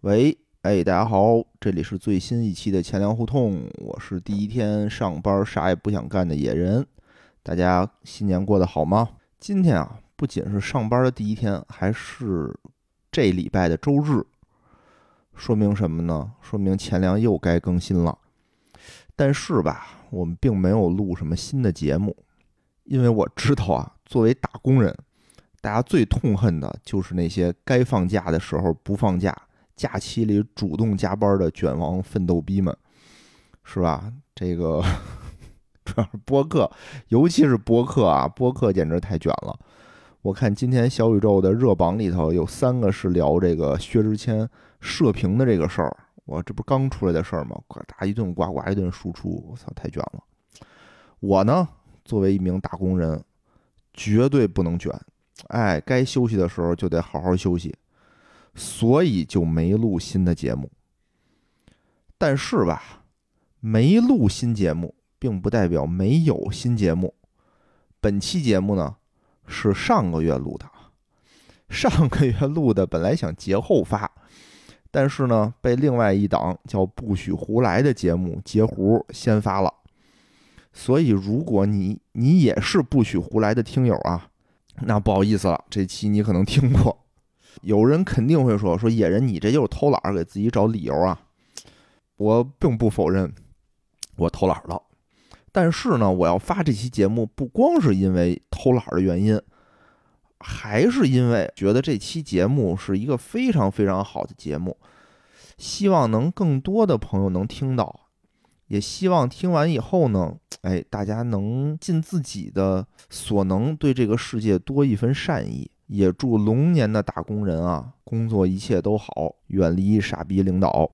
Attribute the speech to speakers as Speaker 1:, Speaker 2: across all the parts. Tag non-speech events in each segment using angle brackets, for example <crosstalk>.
Speaker 1: 喂，哎，大家好，这里是最新一期的钱粮胡同，我是第一天上班啥也不想干的野人。大家新年过得好吗？今天啊，不仅是上班的第一天，还是这礼拜的周日，说明什么呢？说明钱粮又该更新了。但是吧，我们并没有录什么新的节目，因为我知道啊，作为打工人，大家最痛恨的就是那些该放假的时候不放假，假期里主动加班的卷王奋斗逼们，是吧？这个 <laughs> 主要是播客，尤其是播客啊，播客简直太卷了。我看今天小宇宙的热榜里头有三个是聊这个薛之谦射频的这个事儿，我这不刚出来的事儿吗？呱嗒一顿呱呱一顿输出，我操，太卷了。我呢，作为一名打工人，绝对不能卷，哎，该休息的时候就得好好休息，所以就没录新的节目。但是吧，没录新节目，并不代表没有新节目。本期节目呢，是上个月录的，上个月录的，本来想节后发，但是呢，被另外一档叫“不许胡来”的节目截胡先发了。所以，如果你你也是不许胡来的听友啊，那不好意思了，这期你可能听过。有人肯定会说说野人，你这就是偷懒儿，给自己找理由啊。我并不否认我偷懒儿了，但是呢，我要发这期节目不光是因为偷懒儿的原因，还是因为觉得这期节目是一个非常非常好的节目，希望能更多的朋友能听到，也希望听完以后呢，哎，大家能尽自己的所能对这个世界多一份善意。也祝龙年的打工人啊，工作一切都好，远离傻逼领导。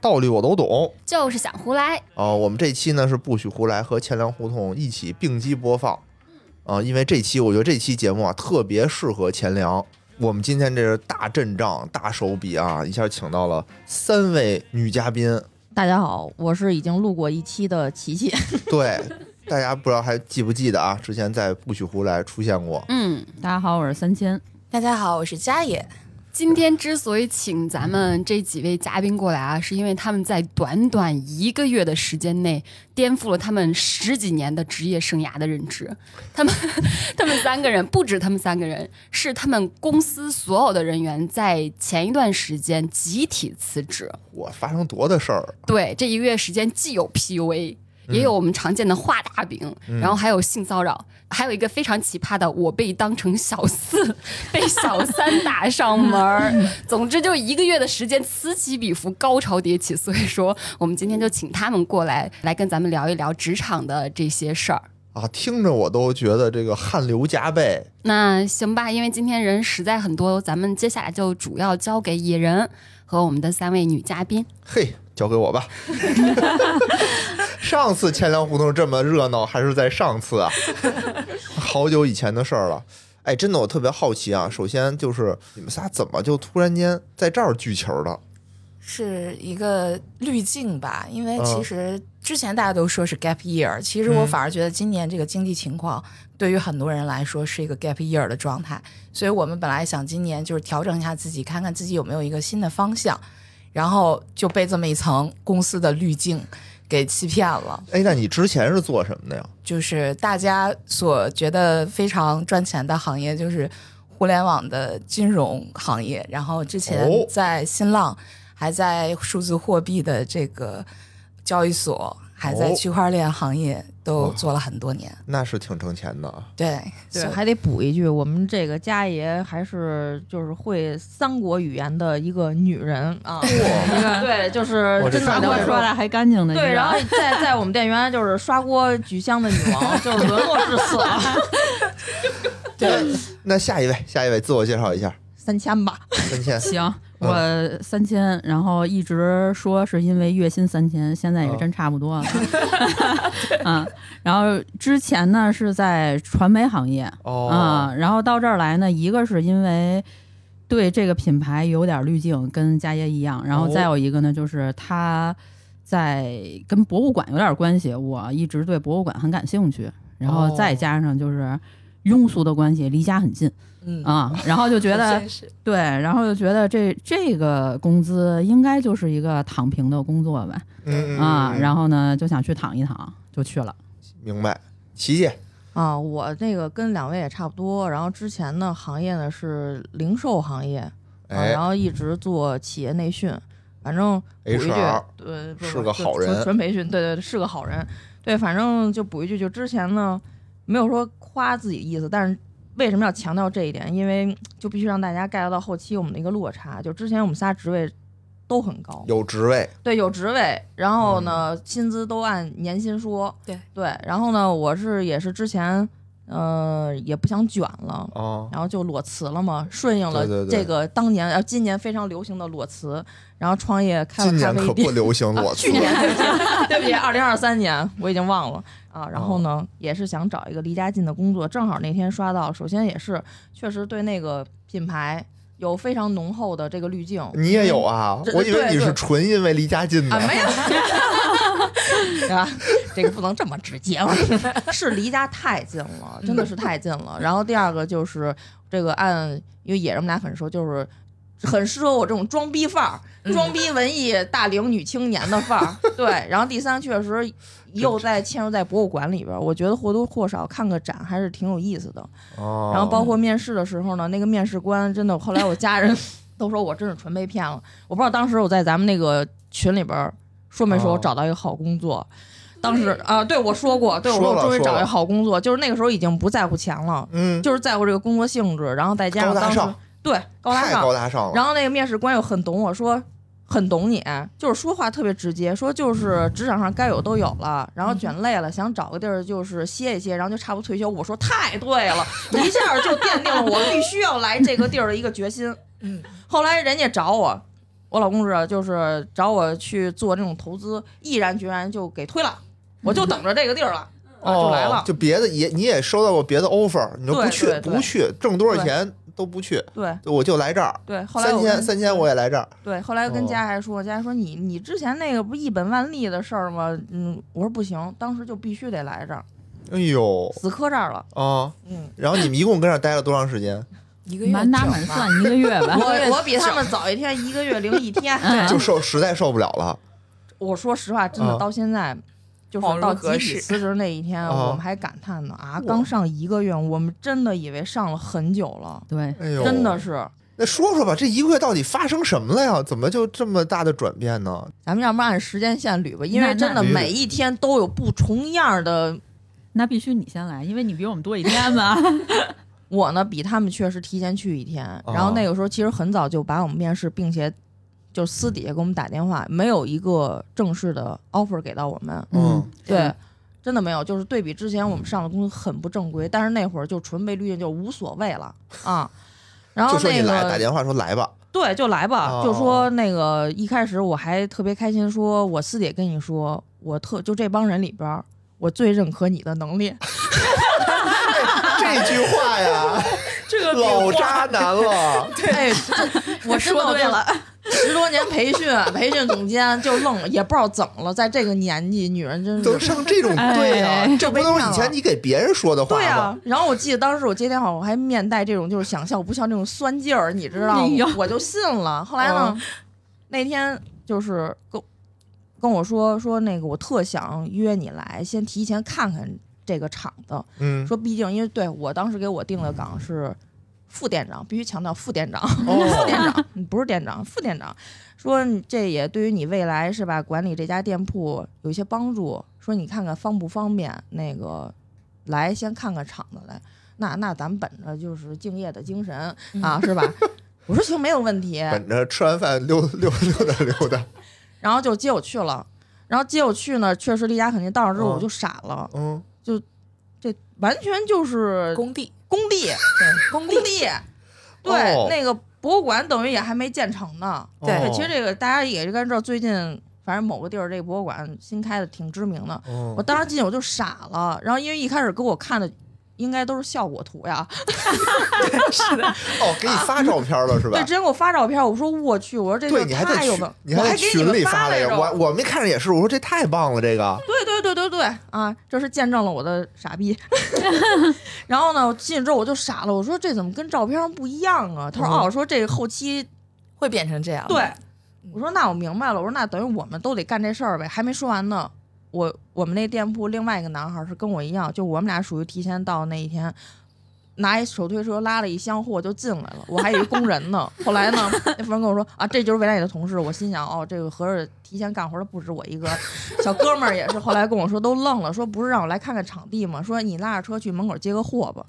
Speaker 1: 道理我都懂，
Speaker 2: 就是想胡来。
Speaker 1: 啊，我们这期呢是不许胡来和钱粮胡同一起并机播放，啊，因为这期我觉得这期节目啊特别适合钱粮。我们今天这是大阵仗、大手笔啊，一下请到了三位女嘉宾。
Speaker 3: 大家好，我是已经录过一期的琪 <laughs> 琪，
Speaker 1: 对，大家不知道还记不记得啊？之前在不许胡来出现过。
Speaker 2: 嗯，
Speaker 3: 大家好，我是三千。
Speaker 4: 大家好，我是佳野。
Speaker 2: 今天之所以请咱们这几位嘉宾过来啊，是因为他们在短短一个月的时间内，颠覆了他们十几年的职业生涯的认知。 <laughs> 他们，他们三个人，不止他们三个人，是他们公司所有的人员在前一段时间集体辞职。
Speaker 1: 我发生多大事儿？
Speaker 2: 对，这一个月时间既有 PUA，也有我们常见的画大饼，然后还有性骚扰，还有一个非常奇葩的，我被当成小四，被小三打上门儿。 <laughs> 总之，就一个月的时间，此起彼伏，高潮迭起。所以说，我们今天就请他们过来，来跟咱们聊一聊职场的这些事儿。
Speaker 1: 啊，听着我都觉得这个汗流浃背。
Speaker 2: 那行吧，因为今天人实在很多，咱们接下来就主要交给野人和我们的三位女嘉
Speaker 4: <laughs>
Speaker 2: 宾。
Speaker 1: 嘿，交给我
Speaker 3: <laughs>
Speaker 1: 吧。上次钱粮胡同这么热闹，还是在上次啊，好久以前的事儿了。哎，真的，我特别好奇啊。首先就是你们仨怎么就突然间在这儿聚球了？
Speaker 4: 是一个滤镜吧，因为
Speaker 1: 嗯
Speaker 4: 其实之前大家都说是 gap year，其实
Speaker 3: 嗯
Speaker 4: 我反而觉得今年这个经济情况对于很多人来说是一个 gap year 的状态，所以我们本来想今年就是调整一下自己，看看自己有没有一个新的方向，然后就被这么一层公司的滤镜给欺骗了，
Speaker 1: 哎，那你之前是做什么的呀？
Speaker 4: 就是大家所觉得非常赚钱的行业就是互联网的金融行业，然后之前
Speaker 1: 哦
Speaker 4: 在新浪，还在数字货币的这个交易所，还在
Speaker 1: 哦
Speaker 4: 区块链行业都做了很多年。
Speaker 1: 那是挺挣钱的啊。
Speaker 4: 对
Speaker 3: 对，
Speaker 4: 所以
Speaker 3: 还得补一句，我们这个佳爷还是就是会三国语言的一个女人啊， <laughs> 对，就是
Speaker 1: 我这
Speaker 3: 真
Speaker 1: 刷
Speaker 3: 的
Speaker 1: 锅
Speaker 3: 会
Speaker 1: 刷
Speaker 3: 说
Speaker 5: 的还干净的
Speaker 3: 对，然后在在我们店原来就是刷锅举香的女王，就是沦落至此啊， <laughs>
Speaker 1: 对，那下一位，下一位，自我介绍一下，
Speaker 3: 三千吧，
Speaker 1: 三千。
Speaker 5: 行，我三千，然后一直说是因为月薪三千，现在也真差不
Speaker 3: <laughs>
Speaker 5: 多了。嗯，然后之前呢是在传媒行业啊
Speaker 1: 哦，
Speaker 5: 啊，然后到这儿来呢，一个是因为。对这个品牌有点滤镜，跟家业一样。然后再有一个呢，就是它在跟博物馆有点关系，我一直对博物馆很感兴趣。然后再加上就是庸俗的关系，离家很近
Speaker 4: 嗯，
Speaker 5: 啊、然后就觉得
Speaker 4: 真是
Speaker 5: 对，然后就觉得这这个工资应该就是一个躺平的工作吧，
Speaker 1: 嗯
Speaker 5: 啊，
Speaker 1: 后
Speaker 5: 然后呢就想去躺一躺，就去了。
Speaker 1: 明白，琪姐，
Speaker 3: 啊，我这个跟两位也差不多，然后之前的行业呢是零售行业，啊，
Speaker 1: 哎
Speaker 3: 然后一直做企业内训，反正补一句
Speaker 1: ，HR，，
Speaker 3: 对，不
Speaker 1: 是
Speaker 3: 不
Speaker 1: 个
Speaker 3: 就
Speaker 1: 好
Speaker 3: 纯
Speaker 1: 人
Speaker 3: 纯培训，对对，对是个好人，对，反正就补一句，就之前呢没有说夸自己意思，但是为什么要强调这一点？因为就必须让大家 get 到后期我们的一个落差，就之前我们仨职位都很高，
Speaker 1: 有嗯职位，
Speaker 3: 对，有职位，然后呢，薪资都按年薪说。
Speaker 4: 对
Speaker 3: 对，然后呢，我是也是之前，呃，也不想卷了，
Speaker 1: 哦，
Speaker 3: 然后就裸辞了嘛，顺应了
Speaker 1: 对对对
Speaker 3: 这个当年呃今年非常流行的裸辞，然后创业开了
Speaker 1: 今
Speaker 3: 咖
Speaker 1: 年
Speaker 3: 啡
Speaker 1: 可不
Speaker 3: 店。
Speaker 1: 流行
Speaker 3: 啊
Speaker 1: 裸辞，
Speaker 3: <laughs> 去年对不起，对不起，二零二三年我已经忘了啊。然后呢，也是想找一个离家近的工作，正好那天刷到，首先也是确实对那个品牌有非常浓厚的这个滤镜，
Speaker 1: 你也有啊？
Speaker 3: 嗯这
Speaker 1: 我以为
Speaker 3: 对
Speaker 1: 你是
Speaker 3: 对
Speaker 1: 纯因为离家近
Speaker 3: 啊，
Speaker 1: 的，
Speaker 3: 没有， <laughs> 啊，这个不能这么直接了， <laughs> 是离家太近了，真的是太近了。然后第二个就是这个按，因为也是我们俩很熟，就是。很适合我这种装逼范儿、
Speaker 4: 嗯
Speaker 3: 装逼文艺大龄女青年的范儿，对。然后第三，确实又在嵌入在博物馆里边儿，我觉得或多或少看个展还是挺有意思的。
Speaker 1: 然
Speaker 3: 然后包括面试的时候呢，那个面试官真的，后来我家
Speaker 1: <laughs>
Speaker 3: 人都说我真是纯被骗了。我不知道当时我在咱们那个群里边儿说没说我
Speaker 1: 哦
Speaker 3: 找到一个好工作。当时啊，对我说过，对我说
Speaker 1: 说了
Speaker 3: 我终于
Speaker 1: 说
Speaker 3: 找一
Speaker 1: 了
Speaker 3: 个好工作，就是那个时候已经不在乎钱了，
Speaker 1: 嗯，
Speaker 3: 就是在乎这个工作性质，然后再加
Speaker 1: 高
Speaker 3: 上
Speaker 1: 大
Speaker 3: 当时
Speaker 1: 上
Speaker 3: 对高大
Speaker 1: 太
Speaker 3: 上，
Speaker 1: 高大上了，
Speaker 3: 然后那个面试官又很懂我说，很懂你，就是说话特别直接，说就是职场上该有都有了，然后卷累了，想找个地儿就是歇一歇，然后就差不多退休。我说太对 <laughs> 了，一下就奠定了我必须要来这个地儿的一个决心。
Speaker 4: 嗯，
Speaker 3: 后来人家找我，我老公知道，就是找我去做那种投资，毅然决然就给推了，我就等着这个地儿了，啊，就来了
Speaker 1: 哦。就别的也你也收到过别的 offer，你说
Speaker 3: 对
Speaker 1: 不去
Speaker 3: 对对
Speaker 1: 不去，挣多少钱都不去，
Speaker 3: 对
Speaker 1: 我就来这儿，
Speaker 3: 对，后来
Speaker 1: 三
Speaker 3: 我跟
Speaker 1: 千三千我也来这儿，
Speaker 3: 对，后来跟
Speaker 1: 哦
Speaker 3: 家还说，家说你你之前那个不一本万利的事儿吗？嗯，我说不行，当时就必须得来这儿，
Speaker 1: 哎呦
Speaker 3: 死磕这儿了。
Speaker 1: 啊！
Speaker 3: 嗯，，
Speaker 1: 然后你们一共跟这儿待了多长时间？
Speaker 4: 一个月
Speaker 5: 满打
Speaker 4: 整
Speaker 5: 满
Speaker 4: 吧
Speaker 5: 算一个月吧 <laughs>
Speaker 3: 我我比他们早一天，一个月零一天。
Speaker 5: 嗯
Speaker 1: 就受实在受不了了，
Speaker 3: 我说实话，真
Speaker 1: 啊
Speaker 3: 的到现在，就是
Speaker 4: 恍如
Speaker 3: 到
Speaker 4: 隔
Speaker 3: 集体
Speaker 4: 世
Speaker 3: 辞职那一天，
Speaker 1: 啊
Speaker 3: 我们还感叹呢啊，刚上一个月，我们真的以为上了很久了，
Speaker 5: 对，
Speaker 1: 哎呦，
Speaker 3: 真的。是。
Speaker 1: 那说说吧，这一个月到底发生什么了呀？怎么就这么大的转变呢？
Speaker 3: 咱们要不然按时间线捋吧，因为
Speaker 5: 那
Speaker 3: 真的
Speaker 1: 那捋捋
Speaker 3: 每一天都有不重样的
Speaker 5: 那必须你先来，因为你比我们多一天嘛。嗯
Speaker 3: 我呢比他们确实提前去一天，然
Speaker 1: 哦
Speaker 3: 后那个时候其实很早就把我们面试，并且就私底下给我们打电话，没有一个正式的 offer 给到我们。
Speaker 1: 嗯，
Speaker 3: 对，真的没有，就是对比之前我们上的公司很不正规，但是那会儿就纯被滤镜，就无所谓了啊。然后
Speaker 1: 就说
Speaker 3: 那
Speaker 1: 你来，打
Speaker 3: 个
Speaker 1: 电话说来
Speaker 3: <laughs>
Speaker 1: 吧。
Speaker 3: 对，就来吧，
Speaker 1: 哦
Speaker 3: 就说那个一开始我还特别开心，说我私底下跟你说，我特就这帮人里边儿，我最认可你的能力。 <laughs>
Speaker 1: 这句话呀，
Speaker 3: 这个
Speaker 1: 老渣男了。
Speaker 3: 哎，这我 <laughs> 真的
Speaker 5: 说对了，
Speaker 3: 十多年培训， <laughs> 培训总监就愣了，也不知道怎么了，在这个年纪，女人真
Speaker 1: 都
Speaker 3: 是。
Speaker 1: 上这种对呀、
Speaker 5: 哎
Speaker 1: 这不都是以前你给别人说的话
Speaker 3: 对
Speaker 1: 吗？
Speaker 3: 啊，然后我记得当时我接电话，我还面带这种就是想笑不笑那种酸劲儿，你知道
Speaker 5: 哎呦
Speaker 3: 吗？我就信了。后来呢，那天就是跟跟我说说那个我特想约你来，先提前看看这个厂子，
Speaker 1: 嗯，
Speaker 3: 说毕竟因为对我当时给我定的岗是副店长，必须强调副店长，副店
Speaker 1: 哦，
Speaker 3: 长，你不是店长，副店长，说你这也对于你未来是吧，管理这家店铺有一些帮助。说你看看方不方便，那个来先看看厂子来。那那咱们本着就是敬业的精神啊，是
Speaker 1: <laughs>
Speaker 3: 吧？我说行，没有问题。
Speaker 1: 嗯本着吃完饭溜溜溜达溜达，
Speaker 3: 然后就接我去了，然后接我去呢，确实离家肯定到了之后
Speaker 1: 嗯
Speaker 3: 我就傻了，
Speaker 1: 嗯，
Speaker 3: 这完全就是
Speaker 4: <laughs> 工地，
Speaker 3: 工
Speaker 1: <laughs>
Speaker 3: 地，
Speaker 4: 对工
Speaker 3: 工
Speaker 4: 地，
Speaker 3: 地，对，
Speaker 1: 哦
Speaker 3: 那个博物馆等于也还没建成呢。
Speaker 4: 对
Speaker 1: 哦
Speaker 3: 对，其实这个大家也应该知道，最近反正某个地儿这个博物馆新开的挺知名的。
Speaker 1: 嗯
Speaker 3: 我当时进去我就傻了，然后因为一开始给我看的，应该都是效果图呀。
Speaker 1: 哦，给你发照片了是吧
Speaker 3: 对，？之前给我发照片，我说我去，我说这
Speaker 1: 对，
Speaker 3: 个
Speaker 1: 你还在
Speaker 3: 太有
Speaker 1: 群
Speaker 3: 文，，
Speaker 1: 你
Speaker 3: 我
Speaker 1: 还在
Speaker 3: 还给你
Speaker 1: 群
Speaker 3: 们
Speaker 1: 里
Speaker 3: 发
Speaker 1: 发了
Speaker 3: 来
Speaker 1: 呀。
Speaker 3: 着
Speaker 1: 我我没看着也是，我说这太棒了，这
Speaker 3: <laughs>
Speaker 1: 个
Speaker 3: 对对对对对啊，这是见证了我的
Speaker 1: <laughs>
Speaker 3: 傻逼。然后呢，我进去之后我就傻了，我说这怎么跟照片上不一样啊？他说
Speaker 4: 嗯
Speaker 3: 哦，说这个后期
Speaker 4: 会变成这样。
Speaker 3: 对，我说那我明白了，我说那等于我们都得干这事儿呗。还没说完呢，我我们那店铺另外一个男孩是跟我一样，就我们俩属于提前到那一天。拿一手推车拉了一箱货就进来了，我还以为工人呢。后来呢，那夫人跟我说啊，这就是未来你的同事。我心想哦，这个合着提前干活的不止我一个，小哥们儿也是。后来跟我说都愣了，说不是让我来看看场地吗？说你拉着车去门口接个货吧。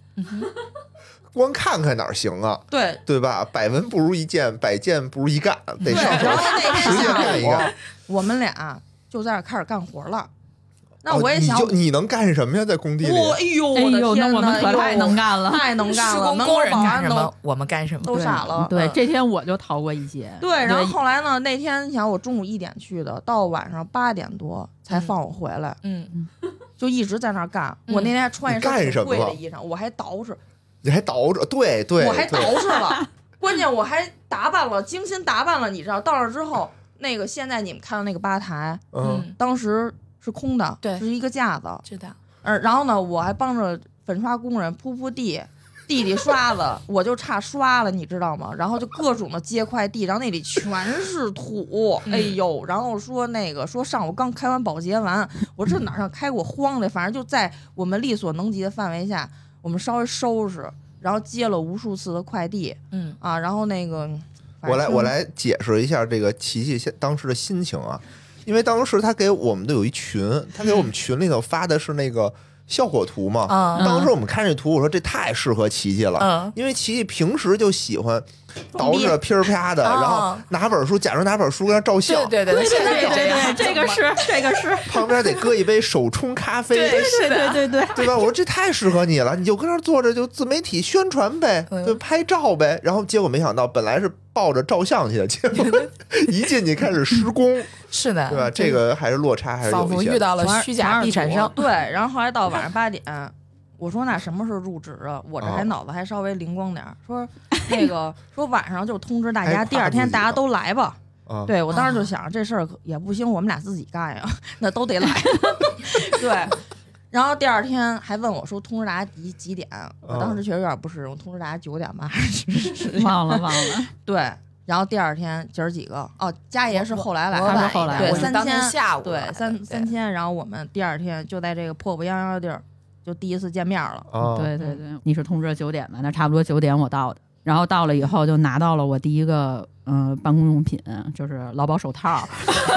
Speaker 1: 光看看哪儿行啊？
Speaker 3: 对
Speaker 1: 对吧？百闻不如一见，百见不如一干，得
Speaker 3: 对，
Speaker 1: 上
Speaker 3: 然
Speaker 1: 手
Speaker 3: 后那
Speaker 1: 实际干
Speaker 3: 天
Speaker 1: 一
Speaker 3: 下午
Speaker 1: 干。
Speaker 3: 我们俩就在这儿开始干活了。那
Speaker 1: 哦
Speaker 3: 我也想，
Speaker 1: 你就你能干什么呀？在工地里，
Speaker 3: 我哎呦，我
Speaker 5: 哎呦，
Speaker 3: 的
Speaker 5: 那
Speaker 3: 天
Speaker 5: 我们可太能，干
Speaker 3: 哎呦
Speaker 5: 了。
Speaker 3: 太能干
Speaker 4: 施
Speaker 3: 了，
Speaker 4: 工
Speaker 3: 门口
Speaker 4: 工人
Speaker 3: 保
Speaker 4: 干
Speaker 3: 安
Speaker 4: 什
Speaker 3: 都
Speaker 4: 么，我们干什么。
Speaker 3: 都傻了。
Speaker 5: 对，
Speaker 3: 嗯
Speaker 5: 这天我就逃过一劫。
Speaker 3: 对，然后后来呢？那天你想，我中午一点去的，到晚上八点多才放我回来，
Speaker 4: 嗯，
Speaker 3: 就一直在那儿干。
Speaker 4: 嗯
Speaker 3: 我那天还穿一身
Speaker 1: 你干什
Speaker 3: 挺
Speaker 1: 么
Speaker 3: 贵
Speaker 1: 了
Speaker 3: 的衣裳，我还捯饬，
Speaker 1: 你还倒着，对对，
Speaker 3: 我还
Speaker 1: 对
Speaker 3: 捯饬
Speaker 5: <laughs>
Speaker 3: 了，关键我还打扮了，精心打扮了。你知道，到那之后，那个现在你们看到那个吧台，
Speaker 1: 嗯，
Speaker 3: 当时是空的，
Speaker 4: 对
Speaker 3: 是一个架子，
Speaker 4: 知道。
Speaker 3: 嗯，然后呢，我还帮着粉刷工人铺铺地，地里刷子，我就差刷了，你知道吗？然后就各种的接块地，然后那里全是土，
Speaker 4: 嗯
Speaker 3: 哎呦！然后说那个说上午刚开完保洁完，我这哪儿上开过荒的，反正就在我们力所能及的范围下，我们稍微收拾，然后接了无数次的快递
Speaker 4: 嗯，
Speaker 3: 啊，然后那个。反
Speaker 1: 我来
Speaker 3: 正
Speaker 1: 我来解释一下这个琪琪现当时的心情啊，因为当时他给我们的有一群，他给我们群里头发的是那个效果图嘛，
Speaker 4: 嗯
Speaker 1: 当时我们看这图，我说这太适合琪琪了，
Speaker 4: 嗯，
Speaker 1: 因为琪琪平时就喜欢
Speaker 3: 装
Speaker 1: 捯
Speaker 3: 逼
Speaker 1: 饬得噼儿啪的，
Speaker 4: 哦
Speaker 1: 然后拿本书，假装拿本书跟那照相，
Speaker 4: 对对对，现在
Speaker 5: 对
Speaker 4: 也这
Speaker 5: 对，
Speaker 4: 样，
Speaker 5: 这个是这个是，
Speaker 1: 旁边得搁一杯手冲咖啡，
Speaker 5: 对对对对，
Speaker 1: 对吧？我说这太适合你了，你就跟那儿坐着就自媒体宣传呗，
Speaker 4: 嗯
Speaker 1: 就拍照呗。然后结果没想到，本来是抱着照相去的，结果一进去开始施工，
Speaker 4: 是的，
Speaker 1: <laughs> 对吧？这个还是落差还是
Speaker 4: 仿
Speaker 1: 有
Speaker 4: 佛
Speaker 1: 一
Speaker 4: 遇
Speaker 1: 些。
Speaker 4: 到了
Speaker 3: 全
Speaker 4: 虚假地产 <laughs> 商。
Speaker 3: 对，然后后来到晚上八点，我说那什么时候入职啊？我这还
Speaker 1: 哦
Speaker 3: 脑子还稍微灵光点儿，说那
Speaker 4: <laughs>
Speaker 3: 个说晚上就通知大
Speaker 1: 还
Speaker 3: 家，
Speaker 1: 夸
Speaker 3: 第二
Speaker 1: 自
Speaker 3: 天
Speaker 1: 己
Speaker 3: 大家
Speaker 1: 呢
Speaker 3: 都来吧。
Speaker 1: 啊，
Speaker 3: 对我当
Speaker 4: 哦
Speaker 3: 时就想这事儿可也不行，我们俩自己干呀，那都
Speaker 4: <laughs>
Speaker 3: 得来。对。然后第二天还问我说通知大家几几点，我当时
Speaker 1: 哦
Speaker 3: 确实有点不适应，我通知大家九点吧，还是十点？
Speaker 5: 忘了忘了，
Speaker 3: <laughs> 对。然后第二天姐儿几个哦，佳爷是后来来，
Speaker 4: 我
Speaker 5: 还
Speaker 4: 晚
Speaker 5: 是
Speaker 4: 一
Speaker 5: 后来
Speaker 4: 点
Speaker 5: 对
Speaker 4: 我是
Speaker 3: 三
Speaker 4: 当天
Speaker 3: 千
Speaker 4: 下午来
Speaker 3: 对，
Speaker 4: 的
Speaker 3: 三三千，然后我们第二天就在这个破破泱泱的地儿，就第一次见面了。
Speaker 1: 啊，
Speaker 5: 对对对，你是通知九点的，那差不多九点我到的，然后到了以后就拿到了我第一个嗯、呃办公用品，就是劳保手套。 <laughs>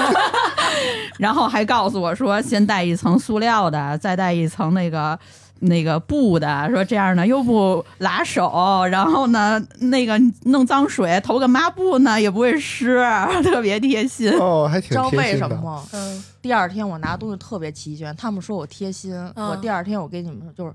Speaker 5: 然后还告诉我说，先戴一层塑料的，再戴一层那个那个布的，说这样呢又不拉手，然后呢那个弄脏水，投个抹布呢也不会湿，特别贴心。
Speaker 1: 哦，还
Speaker 3: 知
Speaker 1: 挺
Speaker 3: 道
Speaker 1: 贴
Speaker 3: 为
Speaker 1: 心
Speaker 3: 什么
Speaker 1: 的。
Speaker 3: 吗？
Speaker 4: 嗯，
Speaker 3: 第二天我拿东西特别齐全，他们说我贴心。
Speaker 4: 嗯
Speaker 3: 我第二天我跟你们说，就是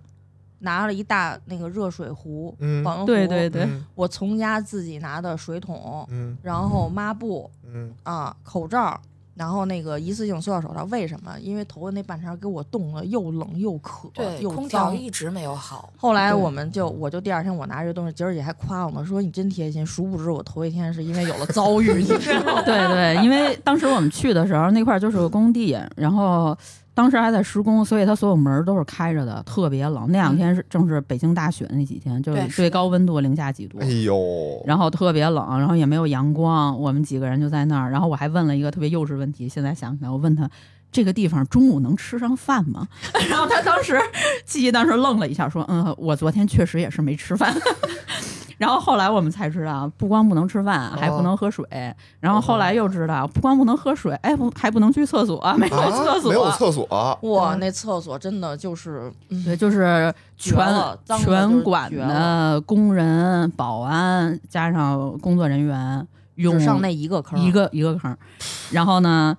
Speaker 3: 拿了一大那个热水壶、
Speaker 1: 嗯
Speaker 3: 保温壶，
Speaker 5: 对对对，
Speaker 1: 嗯
Speaker 3: 我从家自己拿的水桶，
Speaker 1: 嗯
Speaker 3: 然后抹布
Speaker 1: 嗯，
Speaker 3: 啊、口罩，然后那个一次性塑料手套。为什么？因为头的那半条给我冻得又冷又渴，
Speaker 4: 对，
Speaker 3: 又
Speaker 4: 空调
Speaker 3: 脏。
Speaker 4: 一直没有好。
Speaker 3: 后来
Speaker 5: 对
Speaker 3: 我们就，我就第二天我拿这东西，姐儿姐还夸我呢，说你真贴心。殊不知我头一天是因为有了遭遇，你知道吗？ <laughs>
Speaker 5: 对对，因为当时我们去的时候，那块儿就是个工地，然后当时还在施工，所以它所有门儿都是开着的，特别冷。那两天是正是北京大雪那几天，就是
Speaker 4: 对是
Speaker 5: 最高温度零下几度
Speaker 1: 哎，呦，
Speaker 5: 然后特别冷，然后也没有阳光，我们几个人就在那儿。然后我还问了一个特别幼稚问题，现在想起来，我问他。这个地方中午能吃上饭吗？ <laughs> 然后他当时，七七当时愣了一下，说：“嗯，我昨天确实也是没吃饭。” <laughs> 然后后来我们才知道，不光不能吃饭，还
Speaker 3: 哦
Speaker 5: 不能喝水。然后后来又知道，不光不能喝水，哎，不还不能去厕所，没有
Speaker 1: 啊
Speaker 5: 厕，所，
Speaker 1: 没有厕所，
Speaker 3: 哇，那厕所真的就是，嗯
Speaker 5: 对，就是
Speaker 3: <laughs> 绝
Speaker 5: 全
Speaker 3: 了脏的就是
Speaker 5: 全馆
Speaker 3: 绝
Speaker 5: 的工人、保安加上工作人员，用
Speaker 3: 只上那一个坑，
Speaker 5: 嗯一个一个坑儿。然后呢，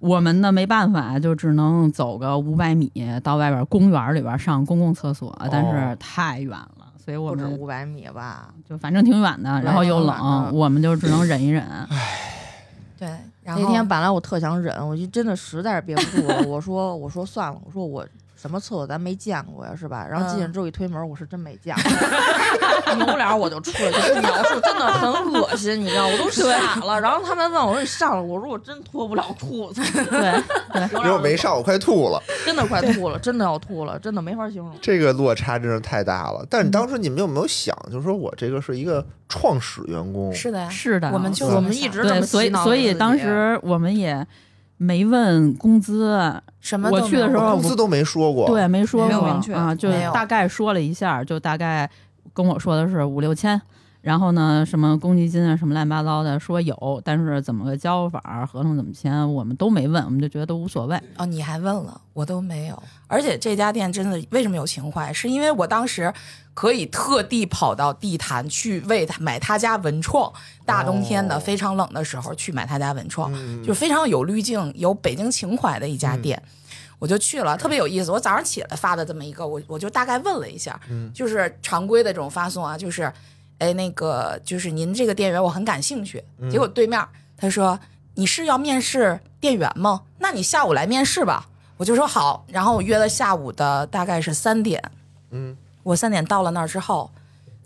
Speaker 5: 我们呢没办法，就只能走个五百米到外边儿公园儿里边儿上公共厕所，但是太远了，所以我
Speaker 3: 不止
Speaker 5: 们
Speaker 3: 五百米吧。
Speaker 5: 就反正挺远的，然后又
Speaker 3: 挺远的
Speaker 5: 冷，我们就只能忍
Speaker 3: <laughs>
Speaker 5: 一忍。
Speaker 4: 对，然后
Speaker 3: 那天本来我特想忍，我就真的实在是憋不住了，我说我说算了，我说我什么厕所咱没见过呀，是吧？然后进去
Speaker 4: 嗯
Speaker 3: 之后一推门，我是真没见过， <laughs> 扭脸我就出来，就跟描述真的很恶心，你知道，我都傻了。然后他们问我说你上来，我说我真脱不了裤子，
Speaker 5: 对，
Speaker 1: 因为我没上，我快吐了。
Speaker 3: 真的快吐了，真的要吐了，真的没法形容。
Speaker 1: 这个落差真是太大了。但是当时你们有没有想，就是说我这个是一个创始员工，
Speaker 4: 是的呀，
Speaker 5: 是的，
Speaker 4: 我们就
Speaker 3: 我
Speaker 4: 这
Speaker 3: 们
Speaker 4: 么
Speaker 3: 一
Speaker 4: 想
Speaker 3: 直这
Speaker 5: 对，
Speaker 3: 么
Speaker 5: 所以
Speaker 3: 洗脑
Speaker 5: 所
Speaker 3: 自
Speaker 5: 以
Speaker 3: 己
Speaker 5: 当时我们也没问工资，
Speaker 4: 什么
Speaker 5: 我
Speaker 4: 都
Speaker 5: 去的
Speaker 4: 没有
Speaker 5: 时候
Speaker 1: 公司都没说过。，
Speaker 5: 对，没说
Speaker 3: 没有
Speaker 5: 过
Speaker 3: 明确
Speaker 5: 啊，就
Speaker 4: 没有
Speaker 5: 大概说了一下，就大概跟我说的是五六千。然后呢，什么公积金啊，什么乱七八糟的，说有，但是怎么个交法，合同怎么签，我们都没问，我们就觉得都无所谓。 <laughs>
Speaker 4: 哦，你还问了，我都没有。而且这家店真的为什么有情怀，是因为我当时可以特地跑到地坛去为他买他家文创，大冬天的、
Speaker 1: 哦
Speaker 4: 非常冷的时候去买他家文创，
Speaker 1: 嗯，
Speaker 4: 就非常有滤镜、有北京情怀的一家店。我就去了，特别有意思。我早上起来发的这么一个，我我就大概问了一下，
Speaker 1: 嗯
Speaker 4: 就是常规的这种发送啊，就是，哎，那个就是您这个店员我很感兴趣。
Speaker 1: 嗯
Speaker 4: 结果对面他说你是要面试店员吗？那你下午来面试吧。我就说好，然后我约了下午的大概是三点，
Speaker 1: 嗯，
Speaker 4: 我三点到了那儿之后，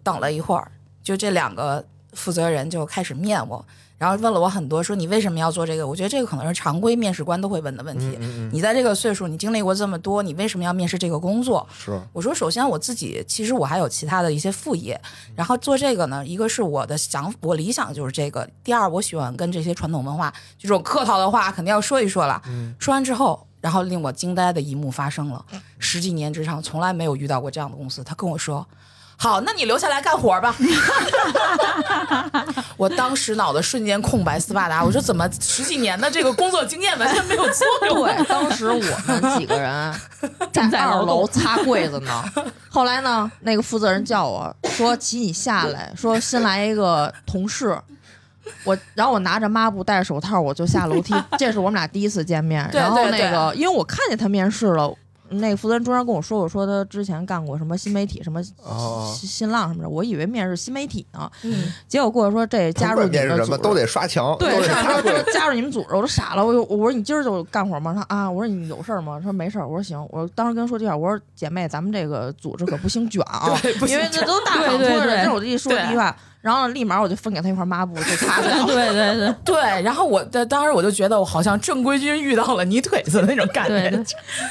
Speaker 4: 等了一会儿，就这两个负责人就开始面我，然后问了我很多，说你为什么要做这个？我觉得这个可能是常规面试官都会问的问
Speaker 1: 嗯
Speaker 4: 题。你在这个岁数，你经历过这么多，你为什么要面试这个工作？
Speaker 1: 是
Speaker 4: 我说，首先我自己其实我还有其他的一些副业，然后做这个呢，一个是我的想，我理想就是这个；第二，我喜欢跟这些传统文化，就这种客套的话肯定要说一说
Speaker 1: 嗯
Speaker 4: 了。说完之后，然后令我惊呆的一幕发生了，十几年职场从来没有遇到过这样的公司。他跟我说。好，那你留下来干活吧。 <laughs> 我当时脑子瞬间空白，斯巴达。我说怎么十几年的这个工作经验完全没有作用？
Speaker 3: 对，当时我们几个
Speaker 4: <laughs>
Speaker 3: 人
Speaker 5: 站
Speaker 3: 在
Speaker 5: 在
Speaker 3: 二
Speaker 5: 楼
Speaker 3: 楼擦柜子呢。后来呢，那个负责人叫我说：“请你下来，说新来一个同事。”我，然后我拿着抹布，戴着手套，我就下楼梯。这是我们俩第一次见面。
Speaker 4: 对
Speaker 3: 然后
Speaker 4: 对
Speaker 3: 那个，因为我看见他面试了，那个负责人中间跟我说，我说他之前干过什么新媒体，什么
Speaker 1: 哦
Speaker 3: 新新浪什么的，我以为面试新媒体呢。
Speaker 4: 嗯，
Speaker 3: 结果跟我说这加
Speaker 1: 甭
Speaker 3: 入
Speaker 1: 管
Speaker 3: 你
Speaker 1: 面
Speaker 3: 们
Speaker 1: 试
Speaker 3: 的
Speaker 1: 什
Speaker 3: 组
Speaker 1: 么
Speaker 3: 织
Speaker 1: 都得刷墙，都
Speaker 3: 对，
Speaker 1: 得
Speaker 3: 上
Speaker 1: 刷
Speaker 3: 来
Speaker 1: 过
Speaker 3: 就
Speaker 1: 来
Speaker 3: 说。加入你们组织，我都傻了。我就我说你今儿就干活吗？他说啊，我说你有事儿吗？他说没事儿。我说行。我当时跟他说这样，我说姐妹，咱们这个组织可不兴卷啊，因为这都大厂
Speaker 5: 对对
Speaker 3: 托着，
Speaker 5: 对
Speaker 3: 这是我这一说第一句话，然后立马我就分给他一块抹布就擦
Speaker 5: 对 <laughs>
Speaker 3: 掉。
Speaker 5: 对对
Speaker 4: 对。然后我的当时我就觉得我好像正规军遇到了泥腿子那种感觉， <laughs>
Speaker 5: 对对，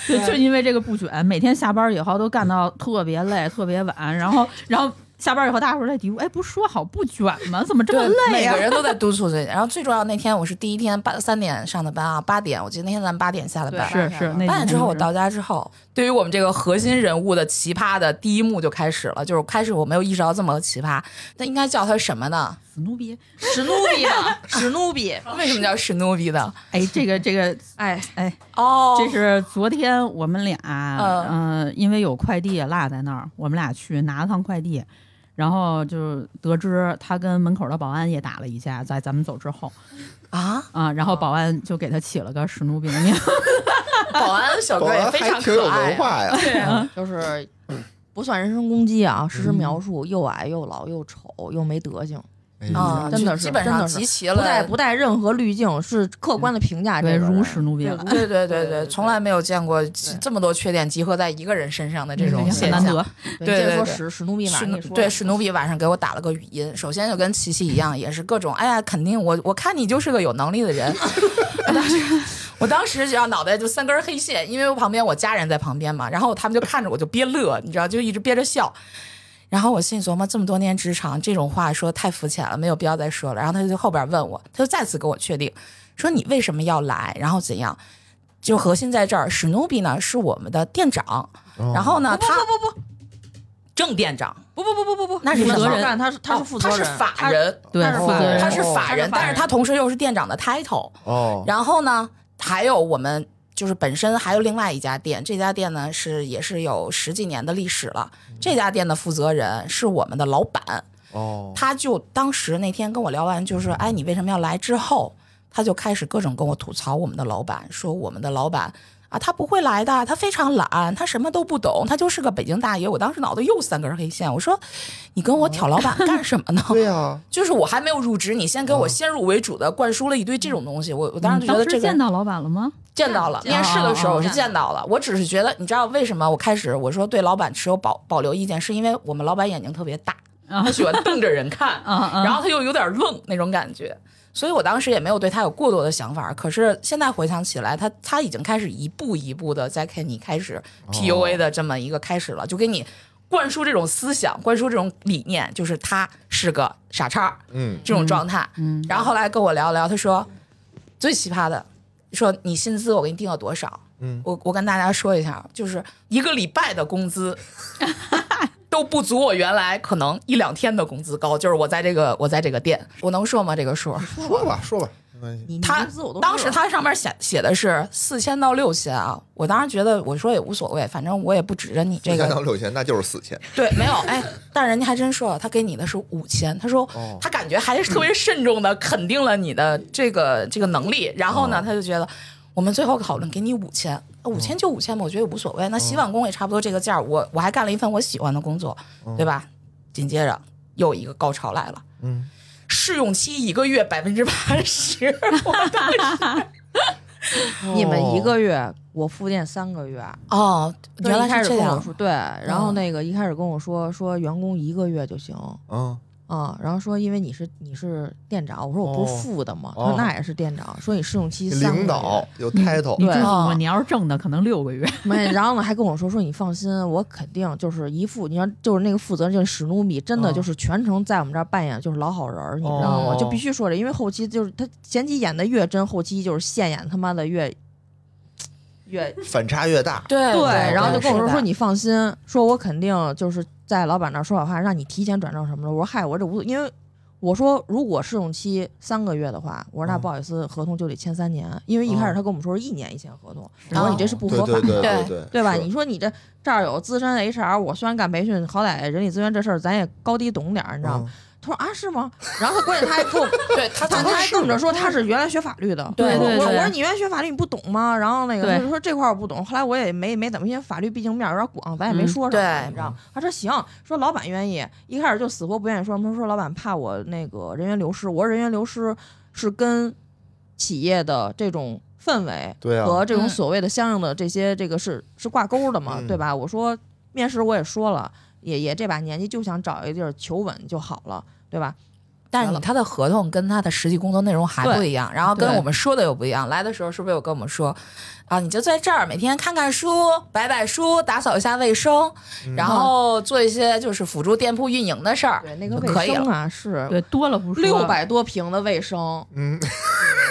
Speaker 5: 就就因为这个不卷，每天下班以后都干到特别累、特别晚，然后然后下班以后大家伙儿在嘀咕，哎，不是说好不卷吗？怎么这么累啊
Speaker 4: 每
Speaker 5: 呀、
Speaker 4: 个人都在督促自己。然后最重要那天我是第一天八三点上的班啊，八点，我记得那天咱们八点下的班。啊
Speaker 5: 是是，那
Speaker 4: 八点之后我
Speaker 5: 到。
Speaker 4: 到家之后，对于我们这个核心人物的奇葩的第一幕就开始了，就是开始我没有意识到这么个奇葩，那应该叫他什么呢？
Speaker 5: 死奴逼！
Speaker 3: 史努比吧，史努比，
Speaker 4: 为什么叫史努比的？
Speaker 5: 哎，这个这个，
Speaker 3: 哎，
Speaker 5: 哎，
Speaker 4: 哦
Speaker 5: 这是昨天我们俩，嗯、因为有快递落在那儿，我们俩去拿了趟快递，然后就得知他跟门口的保安也打了一架，在咱们走之后
Speaker 4: 啊，
Speaker 5: 啊、然后保安就给他起了个史努比的名，
Speaker 4: 保安小
Speaker 1: 保
Speaker 4: 哥也
Speaker 1: 安
Speaker 4: 非
Speaker 1: 还
Speaker 4: 常
Speaker 1: 挺有
Speaker 4: 可爱
Speaker 1: 文
Speaker 4: 啊。
Speaker 1: 化呀，
Speaker 3: 就是不算人身攻击啊，实时描述，又矮又老又丑又没德行，
Speaker 1: 哎呀
Speaker 4: 啊，
Speaker 3: 真的
Speaker 4: 就是基本
Speaker 3: 真
Speaker 4: 上
Speaker 3: 的是
Speaker 4: 集齐
Speaker 3: 不带
Speaker 4: 了，
Speaker 3: 不带任何滤镜，是客观的评价这
Speaker 5: 对，
Speaker 3: 个人
Speaker 5: 如史努比了，
Speaker 4: 对 <laughs> 对对
Speaker 3: 对
Speaker 4: 对，
Speaker 3: 对
Speaker 4: 从来没有见过这么多缺点集合在一个人身上的这种
Speaker 5: 也
Speaker 4: 现
Speaker 5: 很
Speaker 4: 象
Speaker 5: 难。得。
Speaker 3: 对
Speaker 4: 对
Speaker 3: 接着
Speaker 4: 对
Speaker 3: 说
Speaker 4: 对
Speaker 3: 史史努比嘛，
Speaker 4: 史
Speaker 3: 跟
Speaker 4: 努
Speaker 3: 你说
Speaker 4: 对史努比晚上给我打了个语音，首先就跟琪琪一样，也是各种哎呀，肯定我我看你就是个有能力的人。 <laughs> 我当时我当时只要脑袋就三根黑线，因为我旁边我家人在旁边嘛，然后他们就看着我就憋乐，你知道，就一直憋着笑。然后我心里琢磨，这么多年职场，这种话说太肤浅了，没有必要再说了。然后他就后边问我，他就再次跟我确定，说你为什么要来，然后怎样。就核心在这儿，史努比呢是我们的店长，
Speaker 1: 哦
Speaker 4: 然后呢，他不不不正店长，
Speaker 3: 不不不不不不，
Speaker 4: 那是
Speaker 3: 负
Speaker 4: 什
Speaker 3: 责
Speaker 4: 么
Speaker 3: 人，他是他是
Speaker 4: 哦
Speaker 3: 负责人，
Speaker 4: 他是法人，
Speaker 5: 对，
Speaker 3: 他是
Speaker 5: 负
Speaker 3: 法
Speaker 5: 责
Speaker 3: 人
Speaker 5: 人
Speaker 4: 他是
Speaker 1: 哦
Speaker 4: 法人，但是他同时又是店长的 title。
Speaker 1: 哦，
Speaker 4: 然后呢，还有我们就是本身还有另外一家店，这家店呢是也是有十几年的历史了。
Speaker 1: 嗯
Speaker 4: 这家店的负责人是我们的老板，
Speaker 1: 哦，
Speaker 4: 他就当时那天跟我聊完，就是哎，你为什么要来？之后他就开始各种跟我吐槽我们的老板，说我们的老板。啊，他不会来的，他非常懒，他什么都不懂，他就是个北京大爷。我当时脑袋又三根黑线，我说你跟我挑老
Speaker 1: 哦
Speaker 4: 板干什么呢？ <laughs>
Speaker 1: 对呀，
Speaker 4: 就是我还没有入职，你先给我先入为主的灌输了一堆这种东西，我我当时就觉得
Speaker 5: 嗯当
Speaker 4: 这
Speaker 5: 时
Speaker 4: 个
Speaker 5: 见到老板了吗？
Speaker 4: 见到了，
Speaker 2: 见
Speaker 4: 嗯面试的时候我是
Speaker 2: 见到
Speaker 4: 见到了，我只是觉得，你知道为什么我开始我说对老板持有保保留意见，是因为我们老板眼睛特别大，
Speaker 5: 啊
Speaker 4: 他喜欢瞪着人
Speaker 5: <laughs>
Speaker 4: 看，
Speaker 5: 啊啊！
Speaker 4: 然后他又有点愣那种感觉，所以我当时也没有对他有过多的想法。可是现在回想起来，他他已经开始一步一步的在给你开始
Speaker 5: 哦
Speaker 4: PUA 的这么一个开始了，就给你灌输这种思想，灌输这种理念，就是他是个傻叉儿
Speaker 1: 嗯，
Speaker 4: 这种状态。
Speaker 5: 嗯，
Speaker 4: 然后后来跟我聊聊，他说最奇葩的，说你薪资我给你定了多少？
Speaker 1: 嗯
Speaker 4: 我我跟大家说一下，就是一个礼拜的工资都不足我原来可能一两天的工资高，就是我在这个我在这个店，我能说吗？这个数？
Speaker 1: 说吧说吧，没关系。
Speaker 3: 你你
Speaker 4: 他
Speaker 3: 工资我都
Speaker 4: 当
Speaker 3: 知
Speaker 4: 时
Speaker 3: 道
Speaker 4: 他上面写写的是四千到六千啊，我当时觉得我说也无所谓，反正我也不指着你这
Speaker 1: 这
Speaker 4: 个
Speaker 1: 个当六千，那就是四千。
Speaker 4: 对，没有，哎，但人家还真说了，他给你的是五千，他说、
Speaker 1: 哦
Speaker 4: 他感觉还是特别慎重的肯定了你的这个这个能力，然后呢，
Speaker 3: 哦
Speaker 4: 他就觉得我们最后讨论给你五千，
Speaker 3: 嗯
Speaker 4: 五千就五千吧，我觉得也无所谓。那洗碗工也差不多这个价儿，我我还干了一份我喜欢的工作，
Speaker 3: 嗯
Speaker 4: 对吧？紧接着又一个高潮来了，
Speaker 1: 嗯，
Speaker 4: 试用期一个月百分之八十，我当时
Speaker 3: 你们一个月，我复店三个月，
Speaker 4: <laughs> 哦，
Speaker 3: 对
Speaker 4: 原来
Speaker 3: 一开
Speaker 4: 是
Speaker 3: 始
Speaker 4: 这
Speaker 3: 跟我
Speaker 4: 样，
Speaker 3: 说对，然后那个一开始跟我说说员工一个月就行
Speaker 1: 嗯，
Speaker 3: 啊、然后说因为你是你是店长，我说我不是副的嘛，
Speaker 1: 哦
Speaker 3: 他说那也是店长，说你试用期三个
Speaker 1: 领导
Speaker 3: 月，
Speaker 1: 有
Speaker 5: 你
Speaker 1: title，
Speaker 5: 你注意
Speaker 4: 哦
Speaker 5: 我，你要是挣的可能六个月，
Speaker 3: 没，然后呢还跟我说说你放心，我肯定就是一副，你说就是那个负责人就是史努比，真的
Speaker 1: 哦
Speaker 3: 就是全程在我们这儿扮演就是老好人儿，你知道吗？
Speaker 1: 哦
Speaker 3: 就必须说这，因为后期就是他前期演的越真，后期就是现演他妈的越越
Speaker 1: 反差越大。
Speaker 4: 对
Speaker 3: 对，
Speaker 1: 对
Speaker 3: 然后就跟我
Speaker 4: 是
Speaker 3: 说
Speaker 4: 的
Speaker 3: 说你放心，说我肯定就是在老板那儿说好话，让你提前转正什么的。我说嗨，我这无所，因为我说如果试用期三个月的话，我说那
Speaker 1: 嗯
Speaker 3: 不好意思，合同就得签三年，因为一开
Speaker 1: 嗯
Speaker 3: 始
Speaker 1: 啊
Speaker 3: 他跟我们说是一年一签合同，
Speaker 5: 是
Speaker 3: 我说你这是不合法
Speaker 1: 对对
Speaker 3: 的。
Speaker 1: 对对
Speaker 3: 对吧？
Speaker 1: 是
Speaker 3: 你说你这这儿有资深 HR，我虽然干培训，好歹人力资源这事儿咱也高低懂点儿，你知道
Speaker 1: 嗯
Speaker 3: 吗？他说啊是吗？然后他关键他还跟我
Speaker 4: 对他
Speaker 3: 他
Speaker 4: 他
Speaker 3: 他
Speaker 4: 他
Speaker 3: 还跟我们说他是原来学法律的，
Speaker 4: 对
Speaker 3: 我我
Speaker 5: 对对
Speaker 3: 我说你原来学法律你不懂吗？然后那个
Speaker 5: 对
Speaker 3: 他就说这块儿我不懂，后来我也没没怎么，因为法律毕竟面儿有点广，咱也没
Speaker 5: 嗯
Speaker 3: 说什么，
Speaker 4: 对
Speaker 3: 你知道？他说行，说老板愿意，一开始就死活不愿意说，他说老板怕我那个人员流失，我说人员流失是跟企业的这种氛围
Speaker 1: 对啊，
Speaker 3: 和这种
Speaker 4: 嗯
Speaker 3: 所谓的相应的这些这个是是挂钩的嘛，
Speaker 1: 嗯
Speaker 3: 对吧？我说面试我也说了，也也这把年纪就想找一个地儿求稳就好了，对吧？
Speaker 4: 但是你他的合同跟他的实际工作内容还不一样，然后跟我们说的又不一样。来的时候是不是有跟我们说，啊，你就在这儿每天看看书、摆摆书、打扫一下卫生，
Speaker 1: 嗯
Speaker 4: 然后做一些就是辅助店铺运营的事儿。
Speaker 3: 对，那个
Speaker 4: 就可
Speaker 3: 卫
Speaker 4: 以
Speaker 3: 生啊是
Speaker 5: 对，多了不说。
Speaker 3: 六百多平的卫生，哎
Speaker 1: 嗯，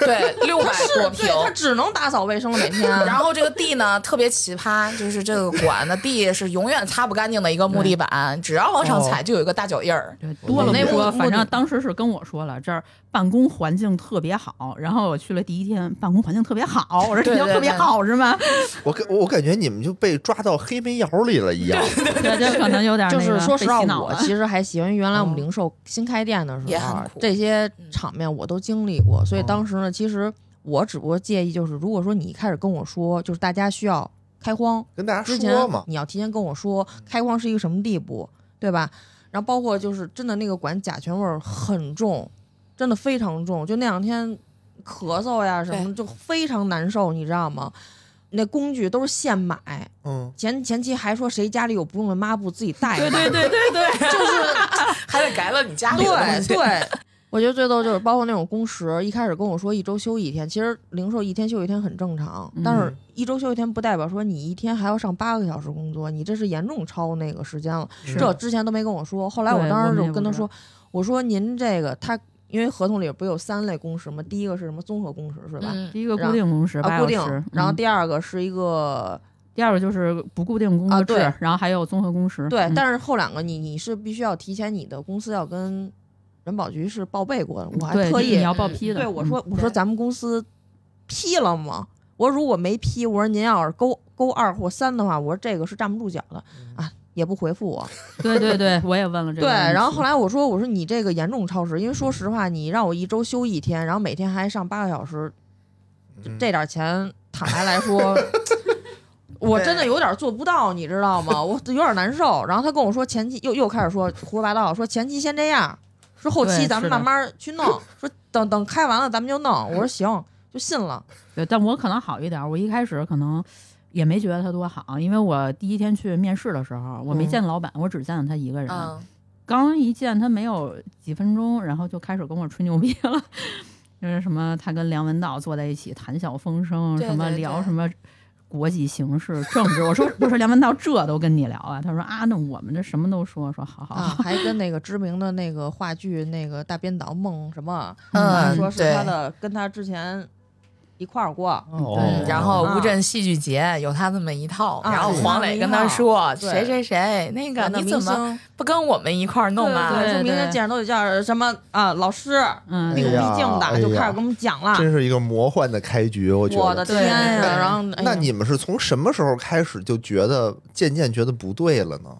Speaker 4: 对， <laughs> 六百多平嗯
Speaker 3: 对。他只能打扫卫生了每天。啊 <laughs>
Speaker 4: 然后这个地呢特别奇葩，就是这个馆的地是永远擦不干净的一个木地板，只要往上踩就有一个大脚印儿。
Speaker 5: 对，多了
Speaker 3: 那
Speaker 5: 不
Speaker 3: 屋
Speaker 5: 说，
Speaker 3: 屋
Speaker 5: 反正
Speaker 3: 里
Speaker 5: 当时是跟我说了，这儿办公环境特别好。然后我去了第一天，办公环境特别好，我说
Speaker 4: 对
Speaker 5: 这叫
Speaker 4: 对
Speaker 5: 特别
Speaker 4: 对
Speaker 5: 好是吗？
Speaker 1: 我感我感觉你们就被抓到黑煤窑里了一样。
Speaker 5: 对，就可能有点
Speaker 3: 就是说实话，我
Speaker 5: 我
Speaker 3: 其实还喜欢原来我们
Speaker 1: 嗯
Speaker 3: 零售新开店的时
Speaker 4: 也
Speaker 3: 候
Speaker 4: 很苦，
Speaker 3: 这些场面我都经历过，所以
Speaker 1: 嗯
Speaker 3: 当时呢，其实我只不过介意就是，如果说你一开始跟我说，就是大家需要开荒，
Speaker 1: 跟大家
Speaker 3: 之前
Speaker 1: 啊说嘛，
Speaker 3: 你要提前跟我说开荒是一个什么地步，对吧？然后包括就是真的那个管甲醛味儿很重，真的非常重，就那两天咳嗽呀什么就非常难受，你知道吗？那工具都是现买，
Speaker 1: 嗯，
Speaker 3: 前前期还说谁家里有不用的抹布自己带，
Speaker 5: 对对对对对，
Speaker 4: <laughs> 还得改了你家里的东
Speaker 3: 对
Speaker 4: 西。
Speaker 3: 对。 <laughs> 我觉得最逗就是包括那种工时，一开始跟我说一周休一天，其实零售一天休一天很正常，但是
Speaker 1: 嗯
Speaker 3: 一周休一天不代表说你一天还要上八个小时工作，你这是严重超那个时间了。
Speaker 1: 是
Speaker 3: 这之前都没跟我说，后来我
Speaker 5: 对
Speaker 3: 当时
Speaker 5: 我们
Speaker 3: 就
Speaker 5: 也
Speaker 3: 跟
Speaker 5: 不
Speaker 3: 他
Speaker 5: 知
Speaker 3: 说，我说您这个他因为合同里不有三类工时吗？第一个是什么综合工时是吧？啊
Speaker 4: 嗯，
Speaker 5: 第一个固定工时八
Speaker 3: 啊，固
Speaker 5: 小
Speaker 3: 定
Speaker 5: 时，，
Speaker 3: 然后
Speaker 5: 嗯
Speaker 3: 第二个是一个
Speaker 5: 第二个就是不固定工
Speaker 3: 啊
Speaker 5: 作
Speaker 3: 对
Speaker 5: 制，然后还有综合工时。
Speaker 3: 对，
Speaker 5: 嗯
Speaker 3: 但是后两个你你是必须要提前，你的公司要跟人保局是报备过的，我还
Speaker 5: 对
Speaker 3: 特
Speaker 5: 你
Speaker 3: 意
Speaker 5: 要报
Speaker 4: 嗯
Speaker 5: 批的。
Speaker 3: 对我
Speaker 5: 嗯
Speaker 3: 说我说
Speaker 4: 对
Speaker 3: 咱们公司批了吗？我说如果没批，我说您要是勾勾二或三的话，我说这个是站不住脚的
Speaker 5: 嗯
Speaker 3: 啊，也不回复我。
Speaker 5: 对对对，我也问了这个
Speaker 3: 对，
Speaker 5: 问题。
Speaker 3: 然后后
Speaker 5: 来
Speaker 3: 来我说我说你这个严重超时，因为说实话，你让我一周休一天，然后每天还上八个小时，
Speaker 1: 嗯
Speaker 5: <laughs>
Speaker 3: 这点钱坦白来说，我真的有点做不到，你知道吗？我有点难受。然后他跟我说前期又又开始说胡说八道，说前期先这样，说后期
Speaker 5: 对
Speaker 3: 咱们
Speaker 5: 是的
Speaker 3: 慢慢去弄，说等等开完了咱们就弄。我说行，就信了。
Speaker 5: 对，但我可能好一点儿，我一开始可能也没觉得他多好，因为我第一天去面试的时候，我没
Speaker 3: 嗯啊
Speaker 5: 见老板，我只见了他一个人。
Speaker 4: 嗯，
Speaker 5: 刚一见他没有几分钟，然后就开始跟我吹牛逼了，就是什么他跟梁文道坐在一起谈笑风生，
Speaker 4: 对
Speaker 5: 什么
Speaker 4: 对
Speaker 5: 聊
Speaker 4: 对
Speaker 5: 什么国际形势、政治。我说我说梁文道这都跟你聊啊，他说啊，那我们这什么都说，说好好
Speaker 3: 啊，还跟那个知名的那个话剧那个大编导孟什么，
Speaker 4: 嗯
Speaker 3: 说是
Speaker 4: 对
Speaker 3: 他的，跟他之前一块儿过，
Speaker 1: 哦，
Speaker 4: 嗯然后
Speaker 3: 啊
Speaker 4: 乌镇戏剧节有他这么一套，
Speaker 3: 啊
Speaker 4: 然后黄磊跟他说
Speaker 3: 对
Speaker 4: 谁谁谁那个
Speaker 3: 咱的
Speaker 4: 你
Speaker 3: 明
Speaker 4: 怎么
Speaker 3: 星，
Speaker 4: 不跟我们一块儿弄啊？
Speaker 3: 对，
Speaker 5: 对
Speaker 3: 说明星
Speaker 5: 对
Speaker 3: 见着都得叫什么啊，老师，
Speaker 5: 嗯，
Speaker 3: 毕
Speaker 1: 哎
Speaker 3: 恭
Speaker 1: 呀
Speaker 3: 毕敬
Speaker 1: 哎
Speaker 3: 的，
Speaker 1: 呀
Speaker 3: 就开始跟我们讲了。
Speaker 1: 真是一个魔幻的开局，我觉
Speaker 3: 我
Speaker 1: 得
Speaker 3: 的。天呀！
Speaker 4: 对
Speaker 3: 然后，哎呀
Speaker 1: 那你们是从什么时候开始就觉得渐渐觉得不对了呢？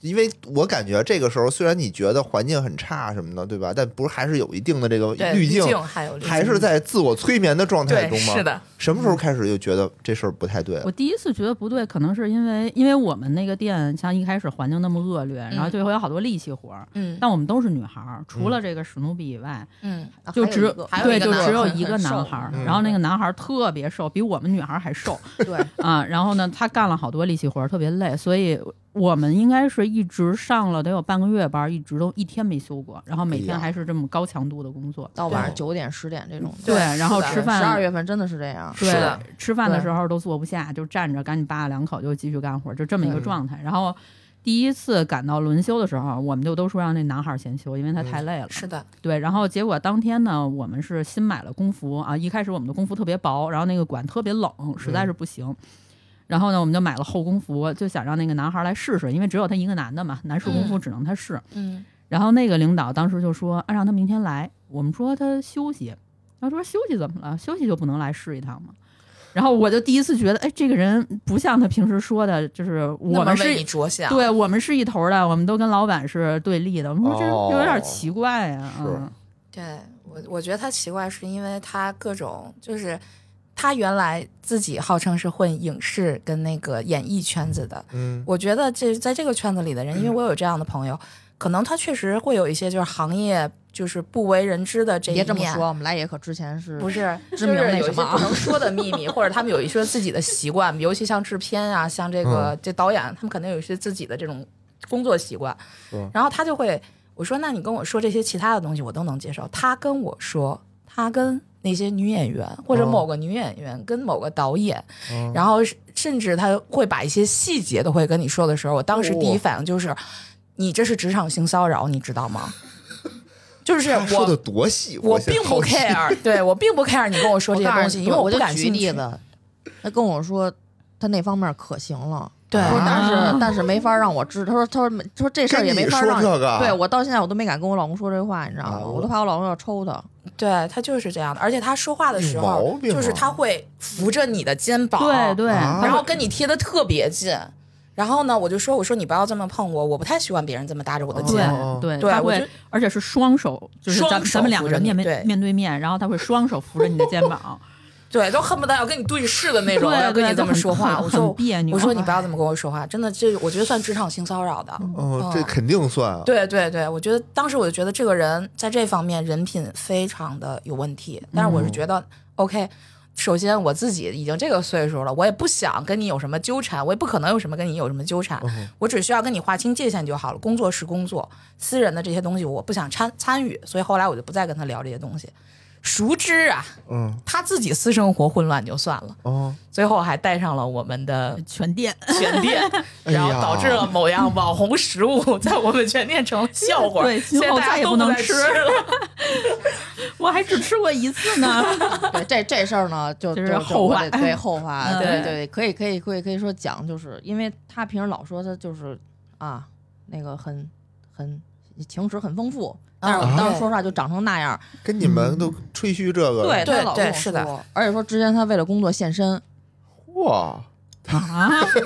Speaker 1: 因为我感觉这个时候虽然你觉得环境很差什么的，对吧？但不是还是有一定的这个
Speaker 4: 对，
Speaker 1: 滤镜
Speaker 4: 镜，还有滤镜
Speaker 1: 还
Speaker 3: 嗯
Speaker 1: 是在自我催眠的状态
Speaker 4: 对
Speaker 1: 中吗？
Speaker 4: 是。的，
Speaker 1: 什么时候开始就觉得这事儿不太对了
Speaker 5: 我？第一次觉得不对，可能是因为因为我们那个店像一开始环境那么恶劣，然后就会有好多力气活儿，
Speaker 4: 嗯
Speaker 5: 但我们都是女孩儿，除了这个史努比以外，
Speaker 4: 嗯，
Speaker 3: 啊还
Speaker 5: 就
Speaker 3: 有
Speaker 5: 只
Speaker 3: 一个
Speaker 4: 还有
Speaker 5: 对
Speaker 4: 一个
Speaker 5: 就
Speaker 4: 男
Speaker 5: 只有
Speaker 4: 孩儿
Speaker 5: 一个
Speaker 3: 很瘦
Speaker 5: 男孩儿，
Speaker 1: 嗯
Speaker 5: 然后那个男孩儿特别瘦，比我们女孩儿还瘦
Speaker 3: 对，
Speaker 5: 啊。然后呢，他干了好多力气活儿，特别累，所以我们应该是一直上了得有半个月班儿，一直都一天没休过，然后每
Speaker 1: 哎
Speaker 5: 天
Speaker 1: 呀
Speaker 5: 还是这么高强度的工作。
Speaker 3: 到晚上九点十点这种。
Speaker 5: 对，
Speaker 4: 对
Speaker 5: 然后
Speaker 4: 是的
Speaker 5: 吃
Speaker 3: 十二
Speaker 5: 饭。
Speaker 3: 月份真的是这样。
Speaker 5: 对
Speaker 4: 是的，
Speaker 5: 吃饭的
Speaker 3: 对
Speaker 5: 时候都坐不下，就站着，赶紧扒拉两口就继续干活，就这么一个状态。然后第一次赶到轮休的时候，我们就都说让那男孩儿先休，因为他太累了。
Speaker 4: 是的，
Speaker 5: 对，然后结果当天呢，我们是新买了工服啊，一开始我们的工服特别薄，然后那个管特别冷，实
Speaker 4: 嗯
Speaker 5: 在是不行。然后呢，我们就买了厚工服，就想让那个男孩来试试，因为只有他一个男的嘛，男士工服只能他试。
Speaker 4: 嗯，
Speaker 5: 然后那个领导当时就说、啊，让他明天来。我们说他休息，他说休息怎么了？休息就不能来试一趟吗？然后我就第一次觉得，哎，这个人不像他平时说的，就是我
Speaker 4: 那么
Speaker 5: 们是
Speaker 4: 为你着想，
Speaker 5: 对我们是一头的，我们都跟老板是对立的。我们说这人
Speaker 1: 哦
Speaker 5: 有点奇怪呀、
Speaker 1: 是
Speaker 5: 嗯
Speaker 4: 对我，我觉得他奇怪，是因为他各种就是他原来自己号称是混影视跟那个演艺圈子的。
Speaker 1: 嗯，
Speaker 4: 我觉得这在这个圈子里的人，因为我有这样的朋友，可能他确实会有一些就是行业就是不为人知的这一
Speaker 3: 别
Speaker 4: 面。
Speaker 3: 这么说，我们来也可之前是
Speaker 4: 不是，
Speaker 3: 知
Speaker 4: 就
Speaker 3: 名
Speaker 4: 是
Speaker 3: 那
Speaker 4: 有
Speaker 3: 什
Speaker 4: 一些
Speaker 3: 么啊
Speaker 4: 不能说的秘密，或者他们有一些自己的习惯，尤其像制片啊，像这
Speaker 1: 嗯
Speaker 4: 个这导演，他们可能有一些自己的这种工作习惯
Speaker 1: 是。
Speaker 4: 然后他就会我说，那你跟我说这些其他的东西，我都能接受。他跟我说，他跟那些女演员或者
Speaker 1: 哦
Speaker 4: 某个女演员跟某个导演，
Speaker 1: 哦
Speaker 4: 然后是甚至他会把一些细节都会跟你说的时候，我当时第一
Speaker 1: 哦
Speaker 4: 反应就是，你这是职场性骚扰，你知道吗？就是
Speaker 1: 他
Speaker 4: 我
Speaker 1: 说的多细，
Speaker 4: 我
Speaker 1: 现
Speaker 4: 并
Speaker 1: 在
Speaker 4: 不
Speaker 1: 好奇
Speaker 4: care，
Speaker 1: <laughs>
Speaker 4: 对我并不 care 你跟我说
Speaker 3: 我
Speaker 4: 这些
Speaker 3: 告诉
Speaker 4: 东西，
Speaker 3: 你
Speaker 4: 因为
Speaker 3: 我
Speaker 4: 不
Speaker 3: 就
Speaker 4: 感
Speaker 3: 举
Speaker 4: 兴
Speaker 3: 例
Speaker 4: 趣。
Speaker 3: 子，他跟我说他那方面可行了，
Speaker 4: 对
Speaker 1: 哎
Speaker 3: 他说但
Speaker 5: 啊
Speaker 3: 是但是没法让我知，他说他说没他说这事儿也没法
Speaker 1: 跟你
Speaker 3: 让
Speaker 1: 说这个啊
Speaker 3: 对我到现在我都没敢跟我老公说这话，你知道吗？
Speaker 1: 啊
Speaker 3: 我都怕我老公要抽他。
Speaker 4: 对他就是这样的，而且他说话的时
Speaker 1: 有
Speaker 4: 候
Speaker 1: 毛，病啊
Speaker 4: 就是他会扶着你的肩膀，
Speaker 5: 对对，
Speaker 1: 啊
Speaker 4: 然后跟你贴的特别近。然后呢，我就说，我说你不要这么碰我，我不太喜欢别人这么搭着我的肩。
Speaker 1: 哦
Speaker 5: 对
Speaker 4: 对
Speaker 5: 他
Speaker 4: 我
Speaker 5: 会
Speaker 4: 就，
Speaker 5: 而且是双手，就是
Speaker 4: 双
Speaker 5: 咱们
Speaker 4: 手
Speaker 5: 咱们两个
Speaker 4: 扶
Speaker 5: 人
Speaker 4: 着你
Speaker 5: 面面
Speaker 4: 对
Speaker 5: 面对面，然后他会双手扶着你的肩膀，
Speaker 4: 对，都恨不得要跟你对视的那
Speaker 5: 对
Speaker 4: 种，要跟
Speaker 5: 对，
Speaker 4: 你这
Speaker 5: 就
Speaker 4: 么
Speaker 5: 很
Speaker 4: 说话。
Speaker 5: 很
Speaker 4: 我
Speaker 5: 很
Speaker 4: 说，
Speaker 5: 别扭。啊
Speaker 4: 我说你不要这么跟我说话，真的，这我觉得算职场性骚扰的。
Speaker 1: 哦，
Speaker 3: 嗯
Speaker 1: 这肯定算啊。
Speaker 4: 对对对，我觉得当时我就觉得这个人在这方面人品非常的有问题，但是我是觉得、OK。首先，我自己已经这个岁数了，我也不想跟你有什么纠缠，我也不可能有什么跟你有什么纠缠，
Speaker 1: 嗯
Speaker 4: 我只需要跟你划清界限就好了。工作是工作，私人的这些东西我不想参参与，所以后来我就不再跟他聊这些东西。熟知啊，
Speaker 1: 嗯
Speaker 4: 他自己私生活混乱就算了，
Speaker 1: 哦，
Speaker 4: 最后还带上了我们的
Speaker 5: 全店，
Speaker 4: 全店，
Speaker 1: 哎呀
Speaker 4: 然后导致了某样网红食物在我们全店成了笑话，
Speaker 5: 对
Speaker 4: 现在大家都再吃
Speaker 5: 今后再也
Speaker 4: 了。 <laughs>
Speaker 5: 我还只吃过一次呢。
Speaker 3: 对，这这事儿呢，就
Speaker 5: 这
Speaker 3: 就是就
Speaker 5: 后
Speaker 3: 我
Speaker 5: 话
Speaker 3: 得对后话，
Speaker 5: 嗯
Speaker 3: 对
Speaker 4: 对
Speaker 3: 对，可以可以可以可以说讲，就是因为他平时老说他就是啊，那个很很情史很丰富，但是我
Speaker 1: 啊
Speaker 3: 们当时说实话就长成那样，
Speaker 1: 跟你们都吹嘘这个，
Speaker 3: 对，
Speaker 4: 对
Speaker 3: 他老跟
Speaker 4: 对
Speaker 3: 我
Speaker 4: 是的
Speaker 3: 说，而且说之前他为了工作献身，
Speaker 1: 哇，
Speaker 5: 啊，
Speaker 3: 啊，跟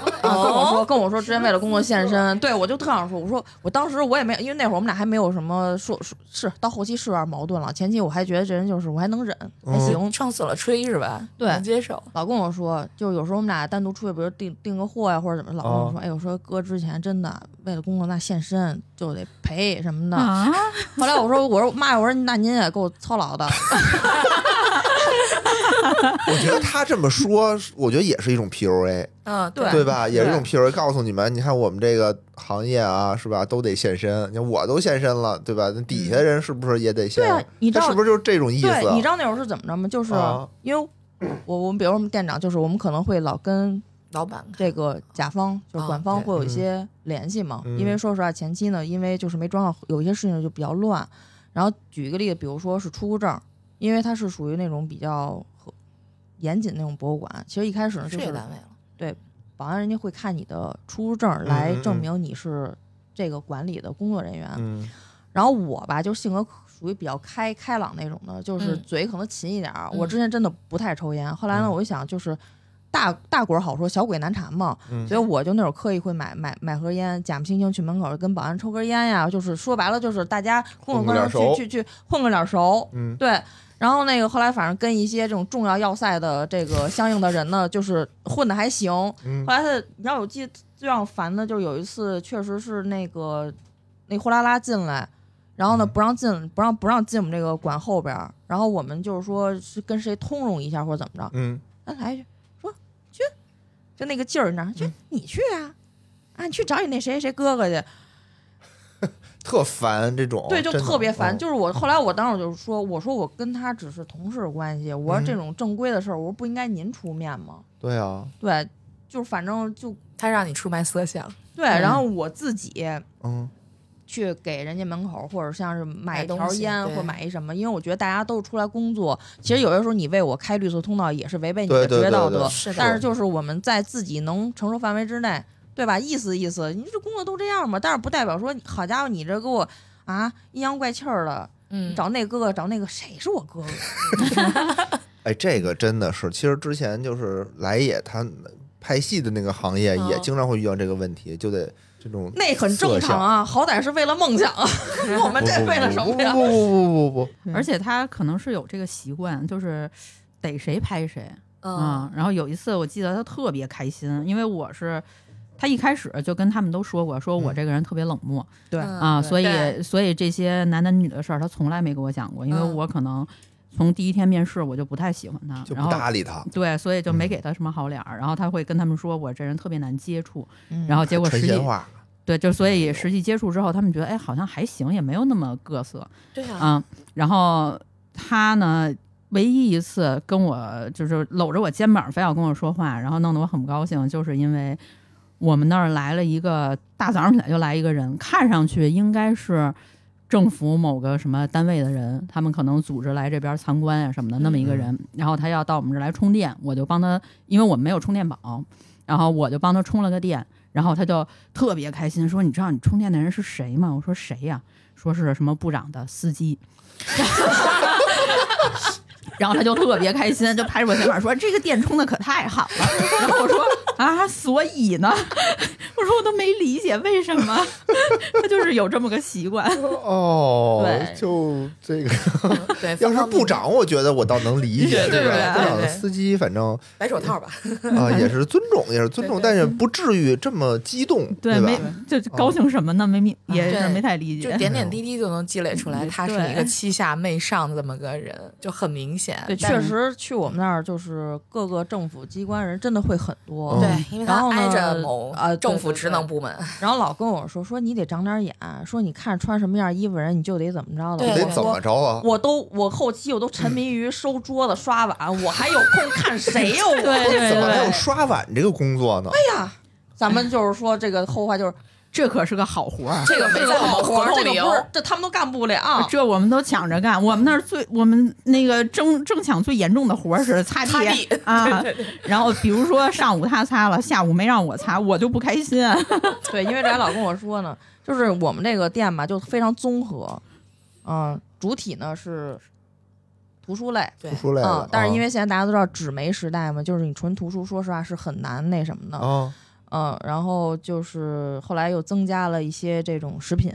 Speaker 3: 我说跟我说之前为了工作健身，对我就特想说，我说我当时我也没，因为那会儿我们俩还没有什么说说是到后期是有点矛盾了，前期我还觉得这人就是我还能忍，
Speaker 1: 嗯
Speaker 3: 还行。
Speaker 4: 撑死了吹是吧？
Speaker 3: 对
Speaker 4: 能接受。
Speaker 3: 老跟我说，就是有时候我们俩单独出去，比如订订个货呀、或者怎么，老跟
Speaker 1: 哦
Speaker 3: 我说，哎，我说哥之前真的为了工作那献身就得赔什么的。
Speaker 5: <laughs>
Speaker 4: 嗯
Speaker 5: 啊
Speaker 3: <laughs> 后来我说，我说妈呀，我说那您也够操劳的，
Speaker 1: 我觉得他这么说， <laughs> 我觉得也是一种 PUA，
Speaker 4: <laughs> 嗯，对
Speaker 1: 对吧？也是一种 PUA，告诉你们，你看我们这个行业啊，是吧，都得献身。你看我都献身了，对吧？那底下人是不是也得献？
Speaker 3: 对啊，你知
Speaker 1: 他
Speaker 3: 道
Speaker 1: 是不是就是这种意思？
Speaker 3: 对，你知道那会儿是怎么着吗？就是、
Speaker 1: 啊
Speaker 3: 因为我我们比如我们店长，就是我们可能会老跟
Speaker 4: 老板看
Speaker 3: 这个甲方就是
Speaker 4: 啊
Speaker 3: 管方
Speaker 4: 对
Speaker 3: 会有一
Speaker 1: 嗯
Speaker 3: 些联系嘛，
Speaker 1: 嗯
Speaker 3: 因为说实话前期呢，因为就是没装好，有一些事情就比较乱。然后举一个例子，比如说是出入证，因为它是属于那种比较和严谨那种博物馆，其实一开始呢
Speaker 4: 事
Speaker 3: 就
Speaker 4: 业
Speaker 3: 是
Speaker 4: 单位了，
Speaker 3: 保安人家会看你的出入证来证明你是这个管理的工作人员。
Speaker 1: 嗯
Speaker 3: 然后我吧，就性格属于比较开开朗那种的，就是
Speaker 4: 嗯
Speaker 3: 嘴可能勤一点儿。啊
Speaker 4: 嗯
Speaker 3: 我之前真的不太抽烟，后来呢，
Speaker 1: 嗯
Speaker 3: 我就想就是大大鬼儿好说，小鬼难缠嘛，
Speaker 1: 嗯
Speaker 3: 所以我就那会儿刻意会买买买盒烟，假惺惺去门口跟保安抽根烟呀，就是说白了就是大家工作
Speaker 1: 混个
Speaker 3: 关
Speaker 1: 脸熟
Speaker 3: 系去去去混个脸熟，
Speaker 1: 嗯
Speaker 3: 对。然后那个后来反正跟一些这种重要要塞的这个相应的人呢，就是混的还行。
Speaker 1: 嗯
Speaker 3: 后来他，你知道我记得最让我烦的就是有一次，确实是那个那货拉拉进来，然后呢
Speaker 1: 嗯
Speaker 3: 不让进，不让不让进我们这个馆后边儿，然后我们就是说是跟谁通融一下或者怎么着，
Speaker 1: 嗯，
Speaker 3: 他来一句说去，就那个劲儿，你知道吗，
Speaker 1: 嗯
Speaker 3: 就你去啊，啊你去找你那谁谁哥哥去，
Speaker 1: 特烦这种，
Speaker 3: 对，就
Speaker 1: 真的
Speaker 3: 特别烦。
Speaker 1: 嗯
Speaker 3: 就是我后来我当时我就说，我说我跟他只是同事关系，我说这
Speaker 1: 嗯
Speaker 3: 种正规的事儿，我说不应该您出面吗？
Speaker 1: 对啊，
Speaker 3: 对，就是反正就
Speaker 4: 他让你出卖色相，
Speaker 3: 对，然后我自己。
Speaker 1: 嗯
Speaker 3: 去给人家门口，或者像是买一
Speaker 4: 买东
Speaker 3: 条
Speaker 4: 西
Speaker 3: 烟
Speaker 4: 对
Speaker 3: 或买一什么，因为我觉得大家都是出来工作，其实有些时候你为我开绿色通道也是违背你
Speaker 1: 对
Speaker 3: 的
Speaker 1: 对
Speaker 3: 职业
Speaker 1: 对
Speaker 3: 道
Speaker 1: 对
Speaker 3: 德，
Speaker 4: 是
Speaker 3: 但是
Speaker 4: 的，
Speaker 3: 就是我们在自己能承受范围之内，对吧？意思意思，你这工作都这样嘛，但是不代表说，好家伙，你这给我啊阴阳怪气儿的，
Speaker 4: 嗯，
Speaker 3: 找那哥哥找那个谁是我哥哥？
Speaker 1: 哎，这个真的是，其实之前就是来也他拍戏的那个行业也
Speaker 4: 嗯
Speaker 1: 经常会遇到这个问题，就得这种
Speaker 3: 哦那很正常啊，好歹是为了梦想啊， <laughs> 我们
Speaker 1: 不
Speaker 3: 这
Speaker 1: 不
Speaker 3: 为了什么呀
Speaker 1: 不？不不不不不，
Speaker 5: 而且他可能是有这个习惯，就是逮谁拍谁啊、
Speaker 4: 嗯，
Speaker 5: 然后有一次我记得他特别开心，因为我是他一开始就跟他们都说过，说我这个人特别冷漠、
Speaker 3: 对
Speaker 4: 嗯
Speaker 5: 啊，所
Speaker 4: 对
Speaker 5: 以所以这些男男女的事儿他从来没给我讲过，因为
Speaker 4: 嗯
Speaker 5: 我可能从第一天面试我就不太喜欢他，
Speaker 1: 就
Speaker 5: 然
Speaker 1: 不
Speaker 5: 后。
Speaker 1: 搭理他。
Speaker 5: 对，所以就
Speaker 1: 嗯
Speaker 5: 没给他什么好脸儿、然后他会跟他们说我这人特别难接触，
Speaker 3: 嗯
Speaker 5: 然后结果
Speaker 1: 陈
Speaker 5: 实际
Speaker 1: 贤话，嗯
Speaker 5: 对，就所以实际接触之后，他们觉得哎好像还行，也没有那么各色，
Speaker 4: 对啊，
Speaker 5: 嗯，然后他呢，唯一一次跟我就是搂着我肩膀非要跟我说话，然后弄得我很不高兴，就是因为我们那儿来了一个大早上起来就来一个人，看上去应该是。政府某个什么单位的人，他们可能组织来这边参观啊什么的，那么一个人，然后他要到我们这儿来充电，我就帮他，因为我们没有充电宝，然后我就帮他充了个电，然后他就特别开心，说：“你知道你充电的人是谁吗？”我说：“谁呀、说是什么部长的司机。然后他就特别开心，就拍着我肩膀说：“这个电充的可太好了。”然后我说：“啊，所以呢？”我说：“我都没理解为什么。”他就是有这么个习惯。
Speaker 1: 哦
Speaker 3: 对
Speaker 1: 就这个，
Speaker 4: 对，
Speaker 1: 要
Speaker 4: 放
Speaker 1: 是
Speaker 4: 到
Speaker 1: 部长，我觉得我倒能理解，吧部
Speaker 4: 对对对
Speaker 1: 长的
Speaker 4: 对
Speaker 1: 司机，反
Speaker 3: <laughs>
Speaker 1: 正
Speaker 4: 白手套吧，
Speaker 1: 啊也是尊重，也是尊重，
Speaker 4: 对对
Speaker 1: 但是不至于这么激动，
Speaker 5: 对，没
Speaker 1: 吧？
Speaker 5: 就就高兴什么呢？没明也是
Speaker 4: 对
Speaker 5: 没太理
Speaker 4: 就
Speaker 5: 解。
Speaker 4: 点点滴滴就能积累出来，
Speaker 5: 嗯
Speaker 4: 他是
Speaker 5: 对
Speaker 4: 一个欺下媚上的这么个人，就很明显。
Speaker 5: 对
Speaker 3: 确实去我们那儿就是各个政府机关人真的会很多，
Speaker 1: 嗯
Speaker 4: 对，因为
Speaker 3: 然
Speaker 4: 他
Speaker 3: 后呢
Speaker 4: 挨着某
Speaker 3: 啊对
Speaker 4: 政府
Speaker 3: 对对
Speaker 4: 职能部门，
Speaker 3: 然后老跟我说说你得长点眼，说你看穿什么样衣服人你就得怎么着
Speaker 4: 对
Speaker 3: 了。
Speaker 1: 得
Speaker 3: 我
Speaker 1: 怎么
Speaker 3: 说
Speaker 1: 着啊？
Speaker 3: 我都我后期我都沉迷于收桌子刷碗，我还有空看谁呀、我
Speaker 5: 对对
Speaker 1: <laughs> 怎么还有
Speaker 5: 对，
Speaker 1: 刷碗这个工作呢？
Speaker 3: 哎呀，咱们就是说这个后话就是
Speaker 5: 这可是个好活儿。
Speaker 4: 这个没
Speaker 3: 这个
Speaker 4: 在
Speaker 3: 好
Speaker 4: 合
Speaker 3: 活，
Speaker 4: 同
Speaker 3: 这
Speaker 4: 里
Speaker 3: 个
Speaker 4: 有
Speaker 2: 哦
Speaker 3: 不
Speaker 2: 啊
Speaker 3: 是这他们都干不了。
Speaker 5: <laughs> 这我们都抢着干，我们那儿最我们那个争争抢最严重的活儿是擦地
Speaker 4: 擦地，
Speaker 5: 啊， <laughs> 然后比如说上午他擦了，下午没让我擦，我就不开心。啊
Speaker 3: 对，因为这还老跟我说呢，就是我们这个店吧就非常综合，嗯、主体呢是图书类。
Speaker 4: <laughs> 对
Speaker 1: 不，出来
Speaker 3: 嗯
Speaker 1: 了。，啊
Speaker 3: 但是因为现在大家都知道纸媒时代嘛，就是你纯图书，说实话是很难那什么的。
Speaker 1: 啊
Speaker 3: 嗯，然后就是后来又增加了一些这种食品，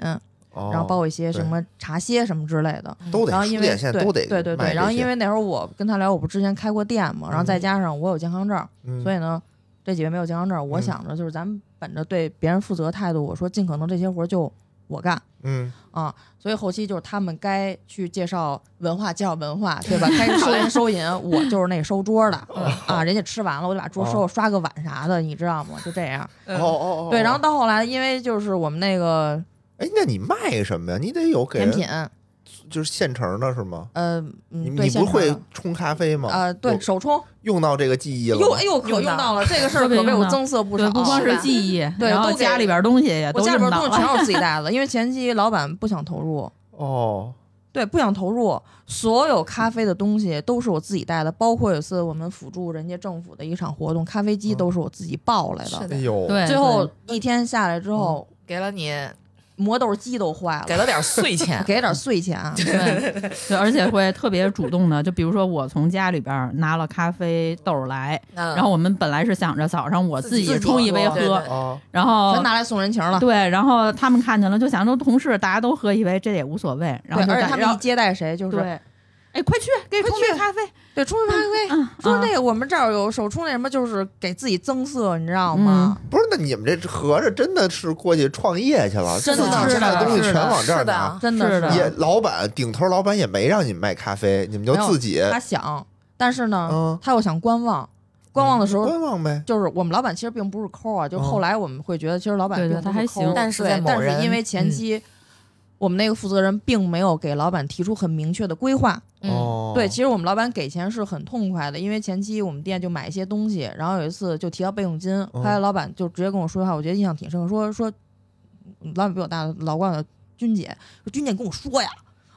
Speaker 1: 哦，
Speaker 3: 然后包括一些什么茶歇什么之类的。
Speaker 1: 都得
Speaker 3: 然后
Speaker 1: 书
Speaker 3: 因为
Speaker 1: 店现在都得
Speaker 3: 对对
Speaker 1: 卖
Speaker 3: 对，
Speaker 1: 这
Speaker 3: 然后
Speaker 1: 些
Speaker 3: 因为那会儿我跟他聊，我不是之前开过店嘛，然后再加上我有健康证儿，
Speaker 1: 嗯
Speaker 3: 所以呢，这几位没有健康证儿，
Speaker 1: 嗯
Speaker 3: 我想着就是咱们本着对别人负责态度，我说尽可能这些活儿就我干。
Speaker 1: 嗯
Speaker 3: 啊，所以后期就是他们该去介绍文化，介绍文化，
Speaker 1: <laughs>
Speaker 3: 对吧？该收银收银，我就是那收桌的啊。人家吃完了，我就把桌收
Speaker 1: 嗯哦
Speaker 3: 了，刷个碗啥的，你知道吗？就这样。
Speaker 5: 嗯
Speaker 1: 哦哦哦，
Speaker 3: 对，然
Speaker 1: 后
Speaker 3: 后到后来，因为就是我们那个
Speaker 1: 哎，那你卖什么呀？你得有给
Speaker 3: 甜
Speaker 1: 人
Speaker 3: 品，
Speaker 1: 就是现成的是吗？
Speaker 3: 呃，
Speaker 1: 你
Speaker 3: 嗯，对，
Speaker 1: 你不
Speaker 3: 现成
Speaker 1: 会
Speaker 3: 的
Speaker 1: 冲咖啡吗？
Speaker 3: 啊、对
Speaker 1: 有
Speaker 3: 手冲，
Speaker 1: 用到这个技艺了吗。
Speaker 3: 哟，哎呦，可
Speaker 4: 用
Speaker 3: 用
Speaker 4: 到
Speaker 3: 到了这个事儿，
Speaker 5: 特别
Speaker 3: 可为
Speaker 5: 用
Speaker 3: 我
Speaker 5: 到
Speaker 3: 增色不
Speaker 5: 对
Speaker 3: 少。，
Speaker 5: 不光
Speaker 2: 是
Speaker 5: 是
Speaker 2: 吧
Speaker 5: 记忆，
Speaker 3: 对
Speaker 5: 然后
Speaker 3: 都给
Speaker 5: 家里边东西也
Speaker 3: 我
Speaker 5: 都
Speaker 3: 家里
Speaker 5: 用
Speaker 3: 边
Speaker 5: 到
Speaker 3: 东西全
Speaker 5: 了。
Speaker 3: 是我自己带的，因为前期老板不想投入，
Speaker 1: 哦，
Speaker 3: 对，不想投入，所有咖啡的东西都是我自己带的，包括有一次我们辅助人家政府的一场活动，咖啡机都是我自己抱来的。
Speaker 4: 是的
Speaker 1: 哎呦，
Speaker 5: 对，
Speaker 3: 最后一天下来之后，
Speaker 4: 给了你
Speaker 3: 磨豆机都坏了，，
Speaker 4: 给了点碎钱
Speaker 3: <laughs> 给点碎钱啊。 <laughs>
Speaker 5: 对 <laughs> 对，而且会特别主动的，就比如说我从家里边拿了咖啡豆来，
Speaker 3: 嗯
Speaker 4: 然
Speaker 5: 然后我们本来是想着早上我
Speaker 4: 自己
Speaker 5: 己冲一杯
Speaker 4: 自己喝
Speaker 5: 喝
Speaker 4: 对，
Speaker 1: 啊，
Speaker 5: 然后
Speaker 3: 全拿来送人情了，
Speaker 5: 对，然后他们看见了，就想着同事大家都喝一杯，这也无所谓。然后
Speaker 3: 对，
Speaker 5: 就
Speaker 3: 而且
Speaker 5: 感
Speaker 3: 他
Speaker 5: 然
Speaker 3: 们一
Speaker 5: 后
Speaker 3: 接待谁就是
Speaker 5: 对，哎，快去给
Speaker 3: 快
Speaker 5: 冲
Speaker 3: 去
Speaker 5: 杯咖啡。
Speaker 3: 对冲咖啡，
Speaker 5: 嗯，
Speaker 3: 说
Speaker 5: 嗯
Speaker 3: 那个我们这儿有手冲那什么，就是给自己增色，你知道吗？
Speaker 1: 不是，那你们这合着真的是过去创业去了，
Speaker 3: 真的
Speaker 1: 自己
Speaker 5: 是
Speaker 1: 家
Speaker 5: 的
Speaker 1: 的东西
Speaker 5: 是
Speaker 1: 全
Speaker 5: 的
Speaker 1: 往这儿
Speaker 4: 是
Speaker 3: <laughs>
Speaker 4: 的
Speaker 1: 拿。啊
Speaker 3: 真的嗯
Speaker 5: 是的
Speaker 1: 也老板顶头老板也没让你们卖咖啡，你们就
Speaker 3: 没有
Speaker 1: 自己
Speaker 3: 他想，但是呢，
Speaker 1: 嗯，
Speaker 3: 他又想观望，观望的时候
Speaker 1: 观望呗。
Speaker 3: 就是我们老板其实并不是抠啊，就
Speaker 1: 嗯
Speaker 3: 是后来我们会觉得其实老板
Speaker 5: 对对嗯
Speaker 3: 并不
Speaker 5: 他还
Speaker 3: 是抠
Speaker 5: 行
Speaker 4: 但是
Speaker 3: 对
Speaker 4: 在某
Speaker 3: 但是
Speaker 4: 人
Speaker 3: 因为前期。我们那个负责人并没有给老板提出很明确的规划，
Speaker 4: 嗯
Speaker 1: 哦，
Speaker 3: 对，其实我们老板给钱是很痛快的，因为前期我们店就买一些东西，然后有一次就提到备用金，
Speaker 1: 嗯
Speaker 3: 后来老板就直接跟我说一句话，我觉得印象挺深刻，说说老板比我大，老管我军姐，说军姐跟我说呀，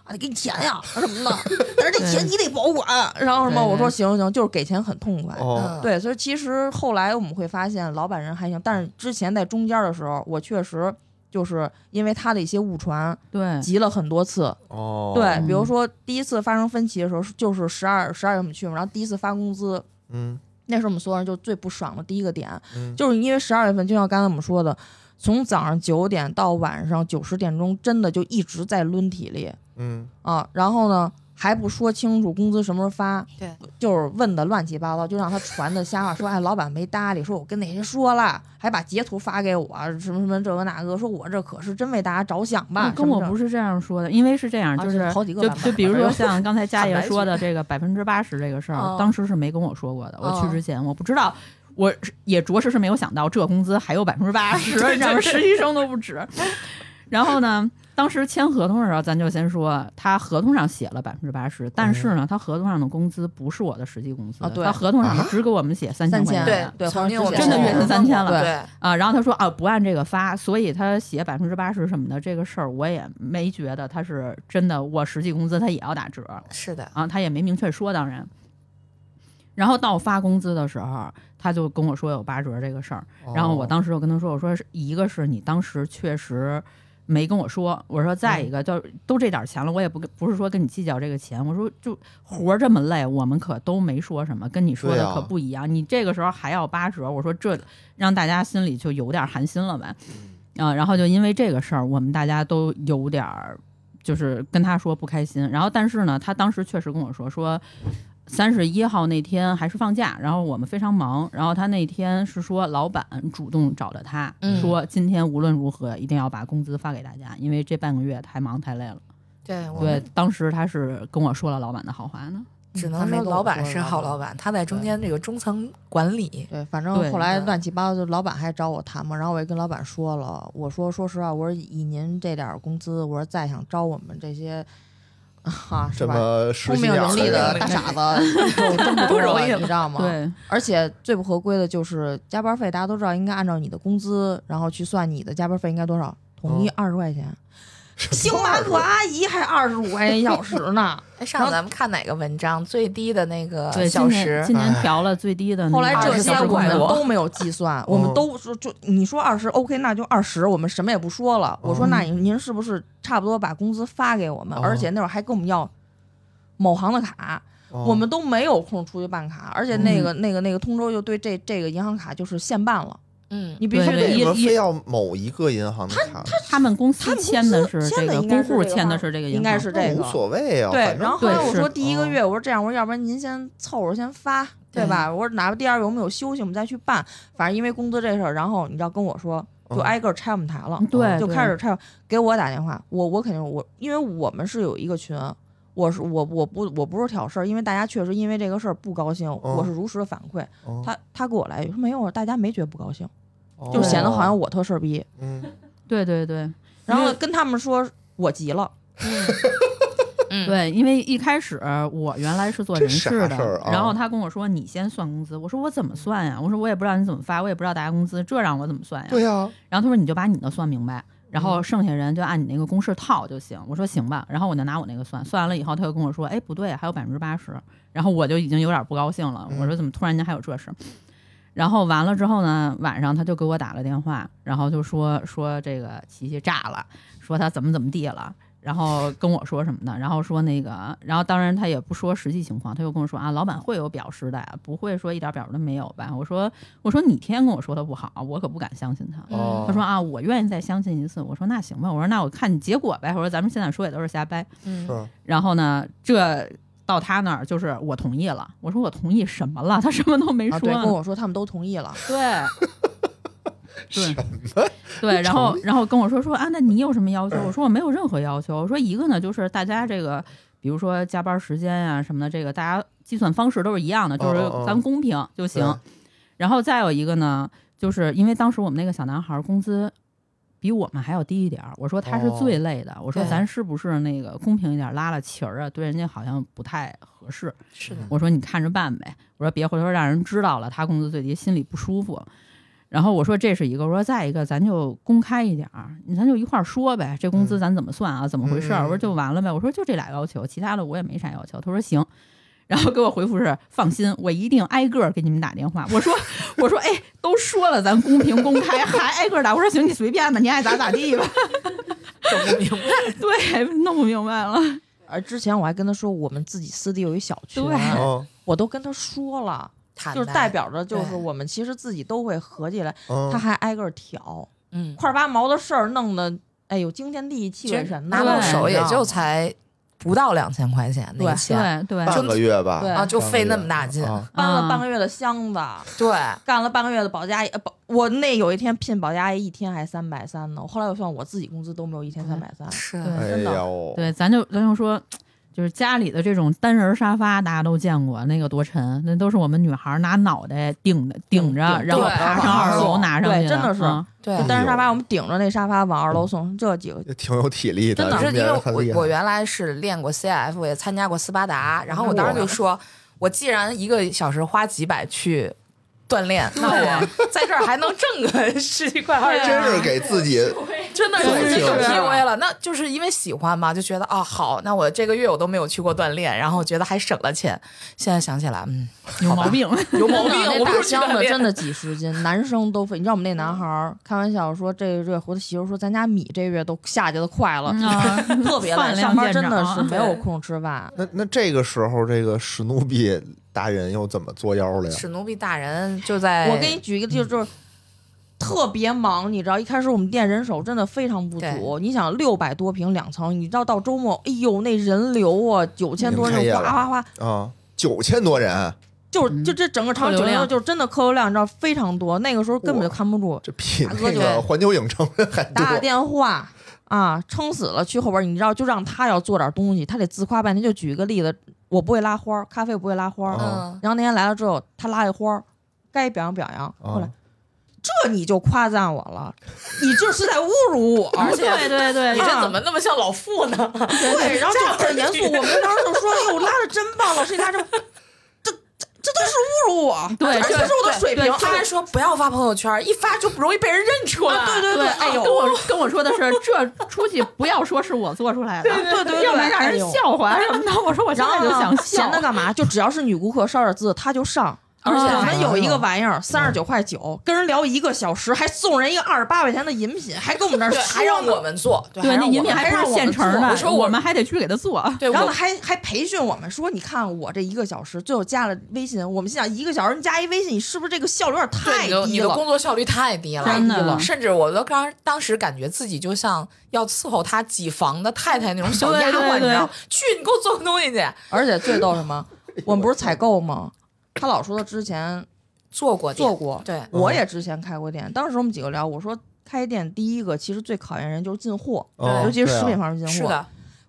Speaker 3: 啊得给你钱呀什
Speaker 1: <laughs>
Speaker 3: 么的，但是这钱你得保管，然后什么
Speaker 5: 对
Speaker 3: 我说
Speaker 5: 对
Speaker 3: 行行行，就是给钱很痛快，
Speaker 1: 哦，
Speaker 4: 嗯
Speaker 3: 对，所以其实后来我们会发现，老板人还行，但是之前在中间的时候，我确实就是因为他的一些误传，
Speaker 5: 对
Speaker 3: 急了很多次。
Speaker 1: 哦，
Speaker 3: 对，比如
Speaker 5: 嗯
Speaker 3: 说第一次发生分歧的时候，就是十二十二月我们去嘛，然后第一次发工资，
Speaker 1: 嗯
Speaker 3: 那是我们所有人就最不爽的第一个点，
Speaker 1: 嗯，
Speaker 3: 就是因为十二月份，就像刚才我们说的，从早上九点到晚上九十点钟，真的就一直在抡体力
Speaker 1: 嗯
Speaker 3: 啊，然后呢。还不说清楚工资什么时候发，
Speaker 4: 对，
Speaker 3: 就是问的乱七八糟，就让他传的瞎话，说哎，老板没搭理，说我跟那谁说了，还把截图发给我，什么什么这个那个，说我这可是真为大家着想吧
Speaker 5: 那。跟我
Speaker 3: 什
Speaker 5: 不
Speaker 3: 么
Speaker 5: 是这样说的，因为是这样，
Speaker 3: 啊
Speaker 5: 就
Speaker 3: 这
Speaker 5: 是
Speaker 3: 好几个
Speaker 5: 就
Speaker 3: 版本
Speaker 5: 就比如
Speaker 3: 哎呦
Speaker 5: 说像刚才佳
Speaker 4: 坦
Speaker 5: 爷
Speaker 4: 白
Speaker 5: 说的这个百分之八十这个事
Speaker 3: 哦
Speaker 5: 儿，当时是没跟我说过的。我
Speaker 3: 哦
Speaker 5: 去之前我不知道，我是也着实是没有想到这工资还有百分之
Speaker 3: <laughs>
Speaker 5: 八十，你知道吗？实习生都不止。然后呢，当时签合同的时候，咱就先说他合同上写了百分之八十，但是呢，他合同上的工资不是我的实际工资
Speaker 3: 啊，哦对
Speaker 5: 他合同上只给我们写三
Speaker 3: 三
Speaker 5: 块
Speaker 3: 千，
Speaker 5: 钱。
Speaker 4: 对
Speaker 3: 对，哦
Speaker 4: 曾经
Speaker 3: 好
Speaker 4: 我
Speaker 3: 像
Speaker 4: 们
Speaker 3: 之
Speaker 5: 真
Speaker 3: 前
Speaker 5: 的月薪三千了
Speaker 4: 对，
Speaker 5: 啊，然后他说啊，不按这个发，所以他写百分之八十什么的这个事儿，我也没觉得他是真的，我实际工资他也要打折
Speaker 4: 是的，
Speaker 5: 啊，他也没明确说，当然。然后到发工资的时候，他就跟我说有八折这个事儿，
Speaker 1: 哦
Speaker 5: 然后我当时就跟他说，我说是一个是你当时确实没跟我说，我说再一个就都这点钱了，我也不跟不是说跟你计较这个钱，我说就活儿这么累，我们可都没说什么，跟你说
Speaker 1: 对
Speaker 5: 的
Speaker 1: 啊
Speaker 5: 可不一样，你这个时候还要八折，我说这让大家心里就有点寒心了呗，
Speaker 1: 嗯
Speaker 5: 啊、然后就因为这个事儿，我们大家都有点儿就是跟他说不开心，然后但是呢，他当时确实跟我说说。三十一号那天还是放假，然后我们非常忙，然后他那天是说老板主动找的他，
Speaker 4: 嗯
Speaker 5: 说今天无论如何一定要把工资发给大家，因为这半个月太忙太累了。
Speaker 4: 对，我
Speaker 5: 对，当时他是跟我说了老板的好话呢。
Speaker 4: 只
Speaker 3: 他
Speaker 4: 能
Speaker 3: 没
Speaker 4: 说
Speaker 3: 跟我
Speaker 4: 老板
Speaker 3: 说
Speaker 4: 是
Speaker 3: 老
Speaker 4: 好
Speaker 3: 板
Speaker 4: 老板，他在中间这个中层管理，
Speaker 3: 对，反正
Speaker 5: 对
Speaker 3: 后来
Speaker 4: 对
Speaker 3: 乱七八糟，就老板还找我谈嘛，然后我也跟老板说了，我说说实话，我说以您这点儿工资，我说再想招我们这些，啊，是
Speaker 1: 这
Speaker 3: 吧？
Speaker 1: 么实
Speaker 3: 聪
Speaker 1: 心
Speaker 3: 明
Speaker 1: 眼
Speaker 3: 伶
Speaker 1: 儿
Speaker 3: 俐的
Speaker 1: 人 <laughs>
Speaker 3: 大傻子就真
Speaker 5: <laughs>
Speaker 3: 不
Speaker 4: 不
Speaker 3: 多
Speaker 4: 容易
Speaker 3: 了，
Speaker 4: 了
Speaker 3: 你知道吗？。
Speaker 5: 对，
Speaker 1: 呃
Speaker 3: 而且最不合规的就是加班费，大家都知道应该按照你的工资，然后去算你的加班费应该多少，统
Speaker 1: 哦
Speaker 3: 一二十块钱。星巴克阿姨还二十五块钱一小时呢。
Speaker 4: 哎，上次咱们看哪个文章最低的那个
Speaker 5: 对，
Speaker 4: 小
Speaker 5: 今年
Speaker 4: 时
Speaker 5: 今年
Speaker 1: 哎
Speaker 5: 调了最低的那个
Speaker 3: 后来这
Speaker 5: 20
Speaker 3: 些
Speaker 5: 小时
Speaker 3: 我
Speaker 5: 工
Speaker 3: 们
Speaker 5: 作
Speaker 3: 都没有计算，
Speaker 1: <laughs>
Speaker 3: 我们
Speaker 1: 嗯
Speaker 3: 都说就你说二十，OK，那就二十，我们什么也不说了。我说
Speaker 1: 嗯
Speaker 3: 那您您是不是差不多把工资发给我们？
Speaker 1: 哦
Speaker 3: 而且那会儿还跟我们要。某行的卡，
Speaker 1: 哦
Speaker 3: 我们都没有空出去办卡，而且
Speaker 1: 嗯
Speaker 3: 那个、那个那个通州就对这这个银行卡就是限办了，
Speaker 4: 嗯，
Speaker 3: 你必须
Speaker 5: 对对
Speaker 3: 得
Speaker 1: 为
Speaker 5: 一
Speaker 1: 什么
Speaker 5: 一
Speaker 1: 非要某一个银行的卡？
Speaker 5: 他们公司
Speaker 3: 他们公司
Speaker 5: 签的是
Speaker 3: 签
Speaker 5: 这
Speaker 3: 的
Speaker 5: 个，
Speaker 3: 应该
Speaker 5: 公
Speaker 3: 是
Speaker 5: 户
Speaker 3: 这个
Speaker 5: 签的
Speaker 3: 吧
Speaker 5: 是这个银行，
Speaker 3: 应该是
Speaker 1: 那
Speaker 3: 这
Speaker 1: 无
Speaker 3: 个。
Speaker 1: 所谓啊，
Speaker 3: 对
Speaker 1: 反，
Speaker 3: 然
Speaker 1: 正
Speaker 3: 后后来
Speaker 5: 对
Speaker 3: 我
Speaker 5: 是
Speaker 3: 说第一个
Speaker 1: 嗯
Speaker 3: 月，我说这样，我说要不然您先凑合先发，对吧？我说哪怕第二个月我们有休息，我们再去办。反正因为工资这事儿，然后你知道跟我说，就
Speaker 1: 嗯
Speaker 3: 挨个拆我们台了，
Speaker 5: 嗯对，
Speaker 3: 哦就
Speaker 5: 对
Speaker 3: 开始拆。给我打电话，我我肯定我，因为我们是有一个群，我是我我不我不是挑事儿，因为大家确实因为这个事儿不高兴，我是如实的反馈。
Speaker 1: 嗯
Speaker 3: 他他给我来一句说没有，啊大家没觉得不高兴，
Speaker 1: 哦
Speaker 3: 就显得好像我特事儿逼。
Speaker 1: 嗯
Speaker 5: 对对对
Speaker 3: 然后跟他们说我急了，
Speaker 4: 嗯，
Speaker 5: 对，因为一开始我原来是做人事
Speaker 1: 这啥
Speaker 5: 的
Speaker 1: 事儿啊，
Speaker 5: 然后他跟我说你先算工资，我说我怎么算呀？我说我也不知道你怎么发，我也不知道大家工资，这让我怎么算呀？
Speaker 1: 对啊呀，
Speaker 5: 然后他说你就把你的算明白，然后剩下人就按你那个公式套就行。我说行吧，然后我就拿我那个算，算完了以后他又跟我说，哎不对，还有百分之八十，然后我就已经有点不高兴了，
Speaker 1: 嗯
Speaker 5: 我说怎么突然间还有这事？然后完了之后呢，晚上他就给我打了电话，然后就说说这个琪琪炸了，说他怎么怎么地了。然后跟我说什么呢？然后说那个，然后当然他也不说实际情况，他又跟我说啊，老板会有表示的呀，不会说一点表示都没有吧？我说我说你天天跟我说他不好，我可不敢相信他。
Speaker 3: 嗯
Speaker 1: 哦
Speaker 5: 他说啊，我愿意再相信一次。我说那行吧，我说那我看你结果呗。我说咱们现在说也都是瞎掰。
Speaker 4: 嗯
Speaker 1: 是
Speaker 5: 然后呢，这到他那儿就是我同意了。我说我同意什么了？他什么都没
Speaker 3: 啊，
Speaker 5: 说
Speaker 3: 对，
Speaker 5: 呢。
Speaker 3: 跟我说他们都同意了。
Speaker 5: 对。对对，然后然后跟我说说啊，那你有什么要求？我说我没有任何要求。我说一个呢，就是大家这个，比如说加班时间呀、什么的，这个大家计算方式都是一样的，就是
Speaker 1: 哦哦哦
Speaker 5: 咱们公平就行。然后再有一个呢，就是因为当时我们那个小男孩工资比我们还要低一点儿，我说他是最累的，我说
Speaker 4: 对
Speaker 5: 咱是不是那个公平一点，拉拉旗儿啊，对人家好像不太合适。
Speaker 4: 是的，
Speaker 3: 嗯
Speaker 5: 我说你看着办呗，我说别回头让人知道了，他工资最低，心里不舒服。然后我说这是一个，我说再一个，咱就公开一点儿，咱就一块儿说呗，这工资咱怎么算啊，怎么回事儿？
Speaker 1: 嗯嗯
Speaker 5: 我说就完了呗，我说就这俩要求，其他的我也没啥要求。他说行，然后给我回复是放心，我一定挨个儿给你们打电话。我说我说哎，都说了咱公平公开，还挨个儿打。我说行，你随便吧，你爱咋咋地吧。
Speaker 4: 整不明白。
Speaker 5: <laughs> 对，弄不明白了。
Speaker 3: 而之前我还跟他说，我们自己私底有一小群，
Speaker 5: 对
Speaker 1: 嗯
Speaker 3: 我都跟他说了，
Speaker 4: 坦
Speaker 3: 就是
Speaker 4: 白
Speaker 3: 代，表着就是
Speaker 4: 对
Speaker 3: 我们其实自己都会合计来，
Speaker 1: 嗯，
Speaker 3: 他还挨个儿挑，
Speaker 4: 嗯，
Speaker 3: 块儿八毛的事儿弄得，哎呦惊天地泣鬼神的，
Speaker 4: 拿到
Speaker 5: 对
Speaker 4: 手也
Speaker 3: 你知道
Speaker 4: 就
Speaker 3: 吗
Speaker 4: 才不到两千块钱那个
Speaker 3: 啊对
Speaker 4: 钱
Speaker 5: 对对，
Speaker 1: 半个月吧，
Speaker 3: 对
Speaker 4: 啊，就
Speaker 1: 半个
Speaker 4: 费
Speaker 1: 月
Speaker 4: 那么大劲，
Speaker 1: 啊
Speaker 3: 搬了
Speaker 5: 嗯
Speaker 3: 半个月的箱子，
Speaker 4: 对，
Speaker 3: 干了半个月的保洁，呃保我那有一天聘保洁阿姨一天还三百三呢，我后来我算我自己工资都没有一天三百三，
Speaker 4: 是
Speaker 5: 对
Speaker 1: 哎
Speaker 3: 嗯真的
Speaker 1: 呦，
Speaker 5: 对，咱就咱就说，就是家里的这种单人沙发，大家都见过，那个多沉，那都是我们女孩拿脑袋顶着顶着，
Speaker 3: 顶
Speaker 5: 然后
Speaker 4: 对
Speaker 5: 爬上二楼拿上去
Speaker 3: 对真的是
Speaker 5: 嗯
Speaker 4: 对
Speaker 3: 就单人沙
Speaker 1: 哎
Speaker 3: 发
Speaker 1: 呦
Speaker 3: 我们顶着那沙发往二楼送，这几
Speaker 4: 嗯
Speaker 3: 个
Speaker 1: 也挺有体力的，
Speaker 4: 不是
Speaker 1: 人
Speaker 4: 因为
Speaker 1: 家很厉害
Speaker 4: 我我原来是练过 CF，我也参加过斯巴
Speaker 3: 嗯
Speaker 4: 达，然后我当时就说，我既然一个小时花几百去锻炼，那
Speaker 3: 啊
Speaker 4: 我在这儿还能挣个十几块二十，
Speaker 1: 真是给自
Speaker 4: <laughs>
Speaker 1: 己
Speaker 4: 真的
Speaker 1: 对
Speaker 4: 是
Speaker 1: 是
Speaker 4: PUA 了。那就是因为喜欢嘛，就觉得啊、好，那我这个月我都没有去过锻炼，然后觉得还省了钱。现在想起来，嗯，
Speaker 5: 有毛病。
Speaker 4: <laughs> 有毛病，
Speaker 3: 那
Speaker 4: 我不
Speaker 3: 大
Speaker 4: 是去
Speaker 3: 箱
Speaker 4: 锻
Speaker 3: 子
Speaker 4: 炼
Speaker 3: 真的几十斤，男生都费。你知道我们那男孩儿开玩笑说，这个月和他媳妇说，咱家米这月都下去的快 <laughs> 了，
Speaker 5: 嗯
Speaker 3: 特别
Speaker 5: 饭
Speaker 3: 累，
Speaker 5: 量
Speaker 3: 上班
Speaker 5: 见
Speaker 3: 真的
Speaker 5: 长啊
Speaker 3: 是没有空吃饭。
Speaker 1: 那那这个时候，这个史努比大人又怎么作妖了呀？
Speaker 4: 史努比大人就
Speaker 5: 哎
Speaker 4: 在
Speaker 3: 我给你举一个例子，
Speaker 5: 嗯
Speaker 3: 就是特别忙，你知道，一开始我们店人手真的非常不足。
Speaker 4: 对
Speaker 3: 你想，六百多平两层，你知道到周末，哎呦，那人流啊，九千多
Speaker 1: 已经开业
Speaker 3: 人，哗
Speaker 1: 了
Speaker 3: 哗哗，
Speaker 1: 啊，九千多人，
Speaker 3: 就是
Speaker 5: 嗯
Speaker 3: 就这整个
Speaker 5: 客
Speaker 3: 场
Speaker 5: 流
Speaker 3: 景
Speaker 5: 量
Speaker 3: 就是真的客流量，你知道非常多。那个时候根本就看不住，
Speaker 1: 这比
Speaker 3: 大哥
Speaker 1: 那个
Speaker 4: 对
Speaker 1: 环球影城还多
Speaker 3: 打。打电话啊，撑死了去后边儿，你知道，就让他要做点东西，他得自夸半天。就举一个例子，我不会拉花儿，咖啡我不会拉花儿。
Speaker 1: 哦
Speaker 4: 嗯，
Speaker 3: 然后那天来了之后，他拉一花儿，该表扬表扬。后来、
Speaker 1: 啊
Speaker 3: 这你就夸赞我了，你这是在侮辱
Speaker 5: <laughs>
Speaker 3: 我。
Speaker 5: 对对对
Speaker 4: 你
Speaker 5: 对
Speaker 4: 这怎么那么像老傅呢？
Speaker 3: 对，然后就很严肃。我们当时就说：“哎呦，拉的真棒，老师你拉这么，这这这都是侮辱我，
Speaker 5: 对
Speaker 4: <laughs>
Speaker 3: 而且
Speaker 5: 对
Speaker 3: 这是我的水平。”
Speaker 4: 他还啊说不要发朋友圈，一发就不容易被人认出来。
Speaker 3: 啊对对对，哎
Speaker 5: 跟
Speaker 3: <laughs> 呦，
Speaker 5: 我跟我说的是，这出去不要说是我做出来的，
Speaker 3: 对对对
Speaker 5: 要不然让
Speaker 3: 哎
Speaker 5: 人
Speaker 3: 呦
Speaker 5: 笑话什么的。我说我现
Speaker 3: 然
Speaker 5: 在
Speaker 3: 后
Speaker 5: 就
Speaker 3: 呢
Speaker 5: 想
Speaker 3: 闲
Speaker 5: 笑
Speaker 3: 的，干嘛？就只要是女顾客烧点姿，他就上。而且
Speaker 5: 啊
Speaker 3: 我们有一个玩意儿，三十九块九，跟人聊一个小时，还送人一个二十八块钱的饮品，还跟我们这儿
Speaker 4: 对，
Speaker 3: 说
Speaker 4: 还让
Speaker 3: 呢
Speaker 4: 我们做，对，
Speaker 5: 对，
Speaker 4: 还
Speaker 5: 那
Speaker 4: 让
Speaker 5: 饮
Speaker 4: 我
Speaker 5: 品
Speaker 4: 们还让
Speaker 5: 不是
Speaker 4: 我们
Speaker 5: 现成
Speaker 4: 做
Speaker 5: 的，
Speaker 4: 我说
Speaker 5: 我
Speaker 4: 我哎
Speaker 5: 们还得去给他做。
Speaker 4: 对，
Speaker 3: 然后
Speaker 4: 我
Speaker 3: 呢，还还培训我们说，你看我这一个小时，最后加了微信，我们心想一个小时你加一微信，你是不是这个效率有点
Speaker 4: 对
Speaker 3: 太
Speaker 4: 你的
Speaker 3: 低
Speaker 4: 你的
Speaker 3: 了？
Speaker 4: 工作效率太低了，
Speaker 5: 太低了
Speaker 4: 甚至我都刚当时感觉自己就像要伺候他几房的太太那种小丫
Speaker 5: 对对
Speaker 4: 鬟，你知道
Speaker 5: 对？
Speaker 4: 去，你给我做个东西去。
Speaker 3: 而且最逗什么？我们不是采购吗？他老说他之前
Speaker 4: 做过
Speaker 3: 做
Speaker 4: 店，
Speaker 3: 过，
Speaker 4: 对，
Speaker 1: 嗯
Speaker 3: 我也之前开过店。当时我们几个聊，我说开店第一个其实最考验人就是进货，
Speaker 1: 哦
Speaker 3: 尤其是
Speaker 1: 对啊
Speaker 3: 食品方面进货。
Speaker 4: 是的，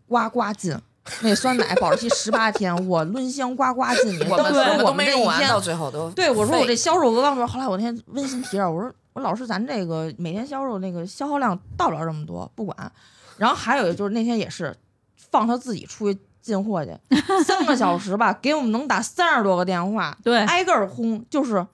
Speaker 3: 呱呱进。那酸奶保质期十八天，我抡箱呱呱进去。
Speaker 4: <laughs> 我
Speaker 3: 当
Speaker 4: 们
Speaker 3: 时
Speaker 4: 我们
Speaker 3: 我
Speaker 4: 都
Speaker 3: 们
Speaker 4: 没
Speaker 3: 这
Speaker 4: 用
Speaker 3: 一
Speaker 4: 完，
Speaker 3: 天
Speaker 4: 到，最后都
Speaker 3: 对我说我这
Speaker 4: 废
Speaker 3: 销售额刚多少。后来我那天温馨提示我说，我老师咱这个每天销售那个消耗量到不了这么多，不管。然后还有就是那天也是放他自己出去进货去，三个小时吧，给我们能打三十多个电话，
Speaker 5: 对，
Speaker 3: 挨个儿轰，就是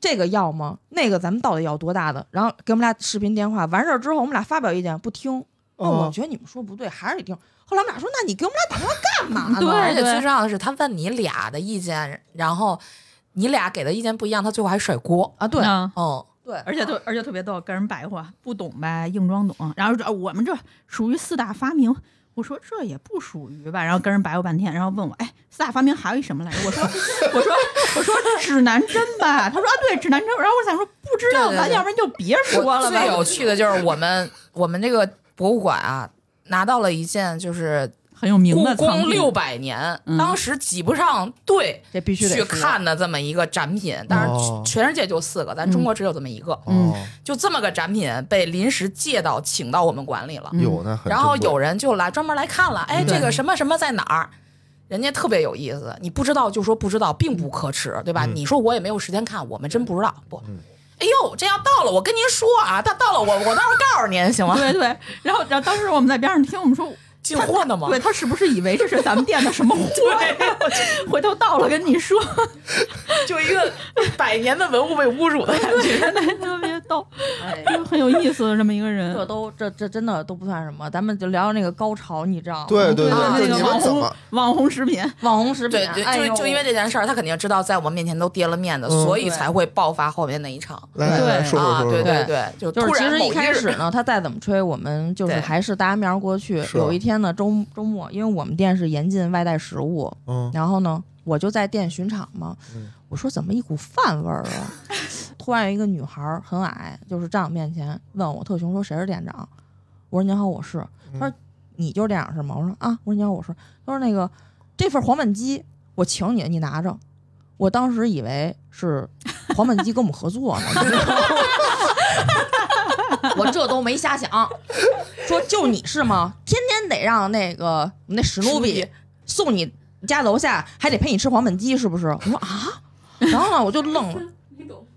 Speaker 3: 这个要吗？那个咱们到底要多大的？然后给我们俩视频电话，完事儿之后我们俩发表意见，不听。那我
Speaker 1: 哦
Speaker 3: 觉得你们说不对，还是得听。后来我们俩说，那你给我们俩打电话干嘛呢？
Speaker 5: <laughs> 对
Speaker 4: 而且最重要的是，他问你俩的意见，然后你俩给的意见不一样，他最后还甩锅。
Speaker 3: 啊，对
Speaker 5: 嗯
Speaker 4: 哦，
Speaker 3: 对，
Speaker 5: 而且特而且特别逗，跟人白话，不懂呗，硬装懂。然后说、啊我们这属于四大发明，我说这也不属于吧。然后跟人白话半天，然后问我，哎，四大发明还有一什么来着？我说我说我说指南针吧。他说啊，对，指南针。然后我想说不知道，
Speaker 4: 对对对
Speaker 5: 咱要不然就别说
Speaker 4: 我
Speaker 5: 了
Speaker 4: 最
Speaker 5: 吧，
Speaker 4: 有趣的就是我们我们这个博物馆啊，拿到了一件就是
Speaker 5: 很有名
Speaker 4: 故
Speaker 5: 的藏
Speaker 4: 宫
Speaker 5: 品
Speaker 4: 六百年，
Speaker 5: 嗯
Speaker 4: 当时挤不上队
Speaker 3: 这必须得
Speaker 4: 去
Speaker 3: 说
Speaker 4: 看的这么一个展品，但
Speaker 1: 哦
Speaker 4: 是全世界就四个，咱中国只有这么一个，
Speaker 5: 嗯
Speaker 1: 哦
Speaker 4: 就这么个展品被临时借到请到我们馆里了。
Speaker 5: 嗯
Speaker 1: 有那很珍贵，
Speaker 4: 然后有人就来专门来看了，哎，
Speaker 1: 嗯
Speaker 4: 这个什么什么在哪儿？人家特别有意思，你不知道就说不知道，并不可耻，对吧？
Speaker 1: 嗯
Speaker 4: 你说我也没有时间看，我们真不知道不
Speaker 1: 嗯？
Speaker 4: 哎呦，这要到了，我跟您说啊，他到了我，我到时候告诉您，行吗？
Speaker 5: 对对，然后然后当时我们在边上听，我们说，
Speaker 4: 进货呢吗？
Speaker 5: 对他是不是以为这是咱们店的
Speaker 4: <laughs>
Speaker 5: 什么货呀？ <laughs> 回头到了跟你说，
Speaker 4: 就一个百年的文物被侮辱的感觉。
Speaker 5: 特别逗，
Speaker 3: 哎
Speaker 5: 就很有意思的这么一个人。
Speaker 3: 这都这这真的都不算什么，咱们就聊聊那个高潮，你知道吗？
Speaker 1: 对对
Speaker 5: 啊
Speaker 1: 对，
Speaker 5: 那
Speaker 1: 就
Speaker 5: 个
Speaker 1: 你
Speaker 5: 网
Speaker 1: 们怎
Speaker 5: 红
Speaker 1: 么
Speaker 5: 网红食品，
Speaker 3: 网红食品
Speaker 4: 对，对，
Speaker 3: 哎
Speaker 4: 就
Speaker 3: 呦
Speaker 4: 就因为这件事儿，他肯定知道在我们面前都跌了面子，
Speaker 1: 嗯
Speaker 4: 所以
Speaker 3: 对
Speaker 4: 才会爆发后面那一场
Speaker 1: 来来来
Speaker 5: 对
Speaker 1: 说说
Speaker 4: 啊！
Speaker 1: 说
Speaker 4: 对
Speaker 1: 说，
Speaker 4: 对对，就
Speaker 3: 就是
Speaker 4: 突
Speaker 3: 其
Speaker 4: 然
Speaker 3: 实
Speaker 4: 某
Speaker 3: 一
Speaker 4: 一
Speaker 3: 开始
Speaker 4: 日，
Speaker 3: 呢，他再怎么吹，我们就是
Speaker 4: 对
Speaker 3: 还是搭棉袄过去。
Speaker 1: 是
Speaker 3: 有一天呢，周周末，因为我们店是严禁外带食物，
Speaker 1: 嗯，
Speaker 3: 然后呢，我就在店巡场嘛，
Speaker 1: 嗯
Speaker 3: 我说怎么一股饭味儿啊？ <laughs> 突然有一个女孩儿很矮，就是站我面前问我特熊说谁是店长？我说您好，我是。她说你就是店长是吗？我说啊，我说您好，我是。她说那个这份黄焖鸡我请你，你拿着。我当时以为是黄焖鸡跟我们合作呢，你知道吗 <laughs> 我这都没瞎想，说就你是吗？天天得让那个我们那史努比送你家楼下，还得陪你吃黄焖鸡，是不是？我说啊，然后呢，我就愣了，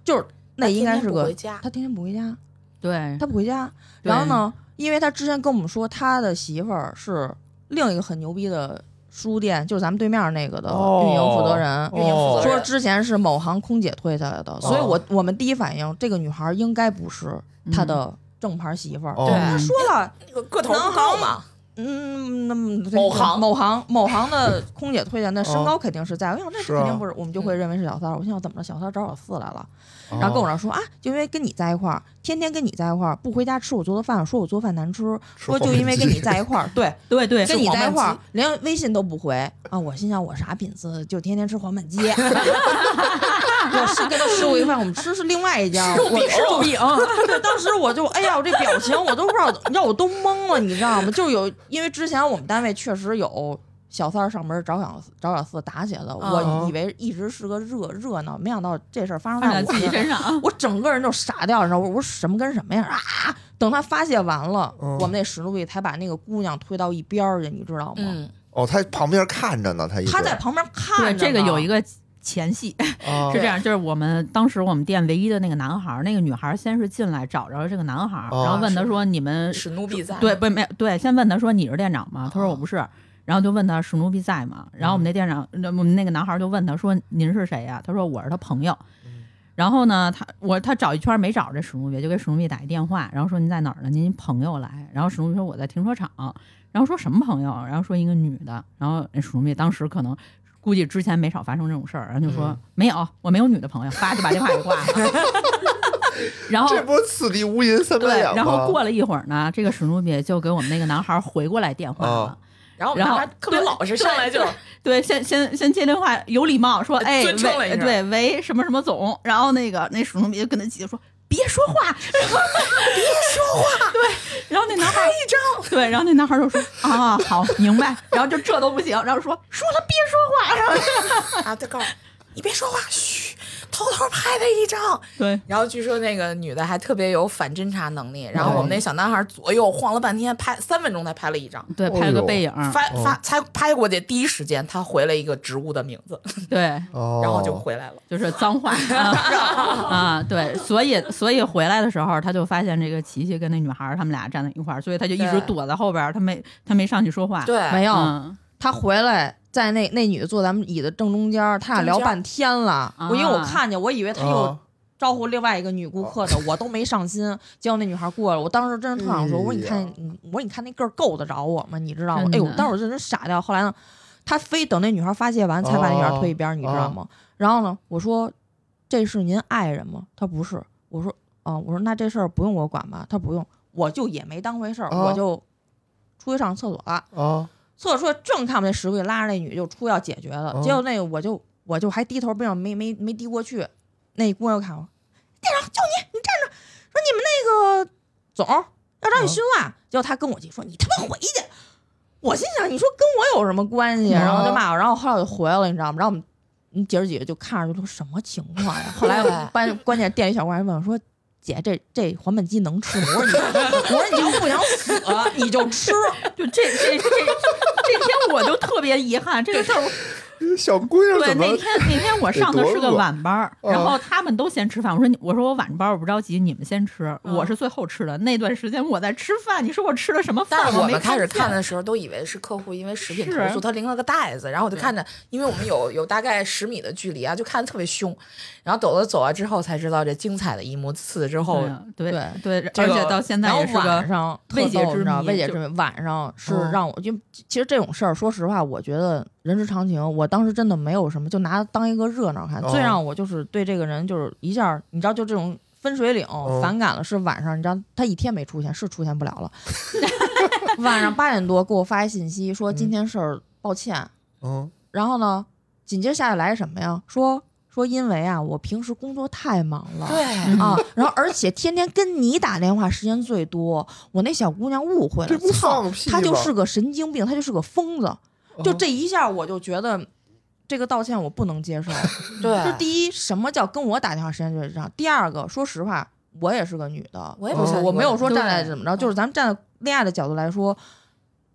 Speaker 3: 就是那应该是
Speaker 4: 他天天不
Speaker 3: 个
Speaker 4: 回家，
Speaker 3: 他天天不回家，
Speaker 5: 对
Speaker 3: 他不回家。
Speaker 5: 对
Speaker 3: 然后呢，因为他之前跟我们说他的媳妇儿是另一个很牛逼的书店，就是咱们对面那个的运营负责人。
Speaker 4: 运营
Speaker 1: 哦
Speaker 4: 负责
Speaker 3: 说
Speaker 4: 人
Speaker 3: 之前是某行空姐推下来的，所以我我们第一反应，这个女孩应该不是他的正牌媳妇儿。
Speaker 1: 哦
Speaker 4: 对
Speaker 3: 说了，
Speaker 4: 那个个头不高嘛，
Speaker 3: 嗯，那么
Speaker 4: 某行哦
Speaker 3: 某行某行
Speaker 4: <laughs>
Speaker 3: 的空姐推荐的身高肯定是在，我想这
Speaker 1: 是
Speaker 3: 肯
Speaker 1: 啊
Speaker 3: 定不是，我们就会认为是小三儿。我心想怎么着，小三儿找小四来了，
Speaker 1: 哦
Speaker 3: 然后跟我这儿说啊，就因为跟你在一块儿，天天跟你在一块儿，不回家吃我做的饭，说我做饭难吃，说就因为跟你在一块儿，
Speaker 4: <laughs>
Speaker 3: 对，
Speaker 5: 对对，
Speaker 3: 跟你在一块
Speaker 5: 是
Speaker 3: 儿连微信都不回啊！我心想我啥品次，就天天吃黄焖
Speaker 4: <laughs>
Speaker 3: 鸡。我是跟他吃过一饭，我们吃是另外一家，我
Speaker 5: 黄焖鸡肉饼，
Speaker 3: 对，当时我就哎呀，我这表情我都不知道，你知道我都懵了，你知道吗？就有因为之前我们单位确实有小三儿上门找小找小四打起来了，
Speaker 1: 哦
Speaker 5: 嗯
Speaker 3: 我以为一直是个热热闹，没想到这事儿发生
Speaker 5: 放
Speaker 3: 在
Speaker 5: 在
Speaker 3: 我
Speaker 5: 自己
Speaker 3: 身上，
Speaker 5: 身上啊。
Speaker 3: 我整个人就傻掉，你知道吗我我什么跟什么呀啊！等他发泄完了，
Speaker 1: 嗯
Speaker 3: 我们那史努比才把那个姑娘推到一边儿去，你知道吗？
Speaker 4: 嗯，
Speaker 1: 哦，他旁边看着呢，他一直
Speaker 3: 他在旁边
Speaker 5: 对，
Speaker 3: 看着
Speaker 5: 这个有一
Speaker 3: 个
Speaker 5: 个前戏
Speaker 4: 哦
Speaker 1: 啊
Speaker 5: <laughs> 是这样，就是我们当时我们店唯一的那个男孩儿，那个女孩儿先是进来找着这个男孩儿，
Speaker 1: 哦
Speaker 5: 然后问他说：“你
Speaker 3: 嗯
Speaker 5: 们
Speaker 4: 史努比在
Speaker 5: 对不没有对？”先问他说：“你是店长吗？”他说：“
Speaker 4: 哦
Speaker 5: 我不是。”然后就问他史努比在吗？然后我们那店长，那我们那个男孩儿就问他说：“您是谁呀、他说：“我是他朋友。”然后呢，他我他找一圈没找着史努比，就给史努比打一电话，然后说您在哪儿呢？您朋友来。然后史努比说哎我在停车场。然后说什么朋友？然后说一个女的。然后那史努比当时可能估计之前没少发生这种事儿，然后就说、没有，我没有女的朋友，叭就把电话给挂了。 <laughs> 然后
Speaker 1: 这不是此地无银三百
Speaker 5: 对，啊
Speaker 1: 两吗？
Speaker 5: 然后过了一会儿呢，这个史努比就给我们那个男孩回过来电话了。
Speaker 1: 哦
Speaker 4: 然后
Speaker 5: 然后
Speaker 4: 他特别老实，上来就
Speaker 5: 对，先先先接电话，有礼貌说，哎，
Speaker 4: 尊称了一
Speaker 5: 喂，
Speaker 4: 下
Speaker 5: 对，喂，什么什么总，然后那个那鼠奴比就跟他急着说，别说话，别说话，对，然后那男孩一张，对，然后那男孩就说啊，好，明白，然后就这都不行，然后说说了别说话，然后
Speaker 4: 啊，他告诉我你别说话，嘘，偷偷拍他一张。
Speaker 5: 对，
Speaker 4: 然后据说那个女的还特别有反侦查能力，然后
Speaker 1: 哦
Speaker 4: 我们那小男孩左右晃了半天，拍三分钟才拍了一张。
Speaker 5: 对，拍了个背影，
Speaker 1: 嗯
Speaker 4: 发
Speaker 1: 哦
Speaker 4: 发才拍过去，第一时间他回了一个植物的名字，
Speaker 5: 对，
Speaker 1: 哦，
Speaker 4: 然后就回来了。
Speaker 5: 就是脏
Speaker 4: <laughs>
Speaker 5: 话啊啊，对，所以所以回来的时候，他就发现这个琪琪跟那女孩儿他们俩站在一块儿，所以他就一直
Speaker 4: 对
Speaker 5: 躲在后边儿，他没他没上去说话，
Speaker 4: 对，
Speaker 3: 没有，
Speaker 5: 嗯，
Speaker 3: 他回来在那那女的坐咱们椅子正中间儿，他俩聊半天了。
Speaker 5: 中间儿
Speaker 3: 我因为我
Speaker 5: 啊
Speaker 3: 看见，我以为他又
Speaker 1: 哦
Speaker 3: 招呼另外一个女顾客的，我都没上心。结果那女孩过来，我当时真是特想说，我说你
Speaker 1: 哎呀
Speaker 3: 看，你我说你看那个儿够得着我吗？你知道吗？哎
Speaker 5: 真
Speaker 3: 呦
Speaker 5: 的，
Speaker 3: 当时我真是傻掉。后来呢，他非等那女孩发泄完，才把那女孩推一边儿，你
Speaker 1: 哦
Speaker 3: 知道吗？然后呢，我说这是您爱人吗？他不是。我说啊、我说那这事儿不用我管吧？他不用，我就也没当回事儿，
Speaker 1: 哦
Speaker 3: 我就出去上厕所了。
Speaker 1: 哦
Speaker 3: 厕所正看不见石柜，拉着那女就出要解决了，
Speaker 1: 嗯
Speaker 3: 结果那个我就我就还低头，不想没没没低过去，那姑娘看我，店长就你，你站着，说你们那个总要找你训话，结果他跟我姐说你他妈回去，我心想你说跟我有什么关系？啊
Speaker 1: 嗯
Speaker 3: 然后就骂我，然后后来我就回来了，你知道吗？然后我们。你姐儿几个就看着就说什么情况呀？后来我关关键店里小姑还问我说：“姐，这这黄焖鸡能吃吗？”我说你：“我说你要不想死，你就吃。”
Speaker 5: 就这这这这天我就特别遗憾，这个事儿
Speaker 1: 小姑娘
Speaker 5: 对
Speaker 1: 怎么
Speaker 5: 那天那天我上的是
Speaker 1: 得
Speaker 5: 个
Speaker 1: 多饿
Speaker 5: 晚班儿，
Speaker 1: 嗯
Speaker 5: 然后他们都先吃饭，我说你我说我晚班儿我不着急，你们先吃，
Speaker 3: 嗯
Speaker 5: 我是最后吃的。那段时间我在吃饭，你说我吃了什么饭？
Speaker 4: 但是我
Speaker 5: 没
Speaker 4: 们开始
Speaker 5: 见
Speaker 4: 看的时候，都以为是客户因为食品
Speaker 5: 是
Speaker 4: 投诉，他拎了个袋子，然后我就看着，因为我们有有大概十米的距离啊，就看着特别凶。然后走了走啊之后，才知道这精彩的一幕。次之后，
Speaker 5: 对
Speaker 3: 对
Speaker 5: 对对，
Speaker 4: 这
Speaker 5: 而
Speaker 4: 个
Speaker 5: 且到现在也
Speaker 3: 然
Speaker 5: 是
Speaker 3: 后晚
Speaker 5: 个
Speaker 3: 上
Speaker 5: 未解
Speaker 3: 特逗
Speaker 5: 之
Speaker 3: 你知道
Speaker 5: 谜
Speaker 3: 未解
Speaker 5: 就
Speaker 3: 之谜。晚上是
Speaker 4: 嗯
Speaker 3: 让我就其实这种事儿，说实话，我觉得人之常情。我当时真的没有什么，就拿它当一个热闹看。
Speaker 1: 哦
Speaker 3: 最让我就是对这个人就是一下，你知道，就这种分水岭
Speaker 1: 哦
Speaker 3: 反感了。是晚上，你知道他一天没出现，是出现不了了。 <laughs> 晚上八点多给我发一信息
Speaker 5: 嗯
Speaker 3: 说今天事儿抱歉，
Speaker 1: 嗯
Speaker 3: 然后呢，紧接着下来来什么呀？说说因为啊，我平时工作太忙了。
Speaker 4: 对，
Speaker 1: 嗯
Speaker 3: 啊，然后而且天天跟你打电话时间最多，我那小姑娘误会
Speaker 1: 这
Speaker 3: 了
Speaker 1: 不，
Speaker 3: 操，
Speaker 1: 放啊屁吗
Speaker 3: 她就是个神经病，她就是个疯子，就这一下我就觉得。这个道歉我不能接
Speaker 1: <laughs>
Speaker 3: 受，
Speaker 4: 对，
Speaker 3: 就第一，什么叫跟我打电话时间最长？第二个，说实话，我也是个女的，呃
Speaker 4: 我也
Speaker 1: 不是
Speaker 3: 我没有说
Speaker 4: 对
Speaker 3: 站在怎么着，就是咱们站在恋爱的角度来说，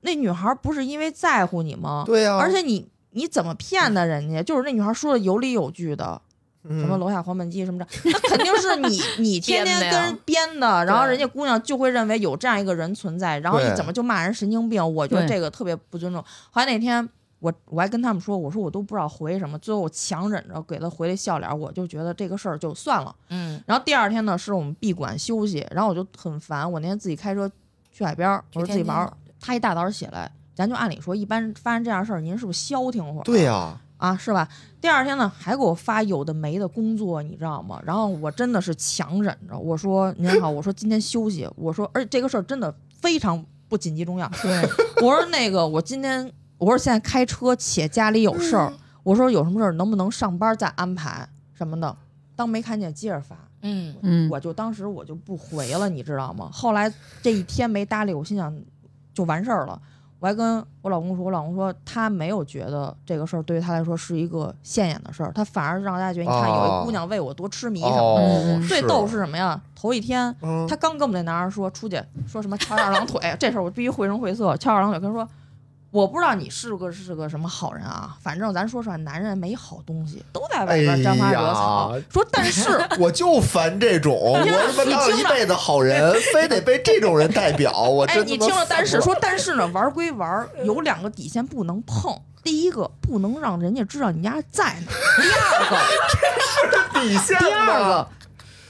Speaker 3: 那女孩不是因为在乎你吗？
Speaker 1: 哦对啊呀，
Speaker 3: 而且你你怎么骗的人家？就是那女孩说的有理有据的，
Speaker 1: 什
Speaker 3: 什么楼下黄焖鸡什么的，那肯定是你
Speaker 4: <laughs>
Speaker 3: 你天天
Speaker 4: 嗯编的
Speaker 3: 跟
Speaker 4: 呀
Speaker 3: 人编的，然后
Speaker 4: 对
Speaker 3: 人家姑娘就会认为有这样一个人存在，然后你
Speaker 1: 对
Speaker 3: 怎么就骂人神经病？我觉得
Speaker 5: 对
Speaker 3: 这个特别不尊重。后来那天我我还跟他们说，我说我都不知道回什么，最后我强忍着给他回了笑脸，我就觉得这个事儿就算了。
Speaker 4: 嗯，
Speaker 3: 然后第二天呢，是我们闭馆休息，然后我就很烦，我那天自己开车去海边儿，我说自己玩儿，他一大早起来，咱就按理说一般发生这样事儿，您是不是消停会儿？
Speaker 1: 对呀，
Speaker 3: 啊，是吧？第二天呢，还给我发有的没的工作，你知道吗？然后我真的是强忍着，我说您好，我说今天休息，我说而且这个事儿真的非常不紧急重要，
Speaker 5: 对，
Speaker 3: 我说那个我今天我说现在开车且家里有事儿，我说有什么事儿能不能上班再安排什么的，当没看见接着发，
Speaker 4: 嗯，
Speaker 5: 嗯，
Speaker 3: 我就当时我就不回了，你知道吗？后来这一天没搭理我，心想就完事儿了。我还跟我老公说，我老公说他没有觉得这个事儿对于他来说是一个现眼的事儿，他反而让大家觉得，你看有一姑娘为我多痴迷什么的。
Speaker 1: 哦
Speaker 5: 嗯，
Speaker 3: 最逗是什么呀？头一天
Speaker 1: 嗯
Speaker 3: 他刚跟我们那男孩说出去说什么翘二郎腿，这事儿我必须绘声绘色。翘二郎腿跟他说，我不知道你是个是个什么好人啊，反正咱说实话，男人没好东西，都在外边沾花惹草。
Speaker 1: 哎呀
Speaker 3: 说但是
Speaker 1: 我就烦这种，
Speaker 3: 哎
Speaker 1: 我他妈当了一辈子好人，非得被这种人代表，我
Speaker 3: 哎，
Speaker 1: 真
Speaker 3: 你
Speaker 1: 他妈
Speaker 3: 听了，但
Speaker 1: 服
Speaker 3: 是
Speaker 1: 了
Speaker 3: 说，但是呢，玩儿归玩儿，有两个底线不能碰。第一个，不能让人家知道你家在哪儿；第二 <laughs> 个，
Speaker 1: 底线
Speaker 3: 第二
Speaker 1: 呢哎
Speaker 3: 个，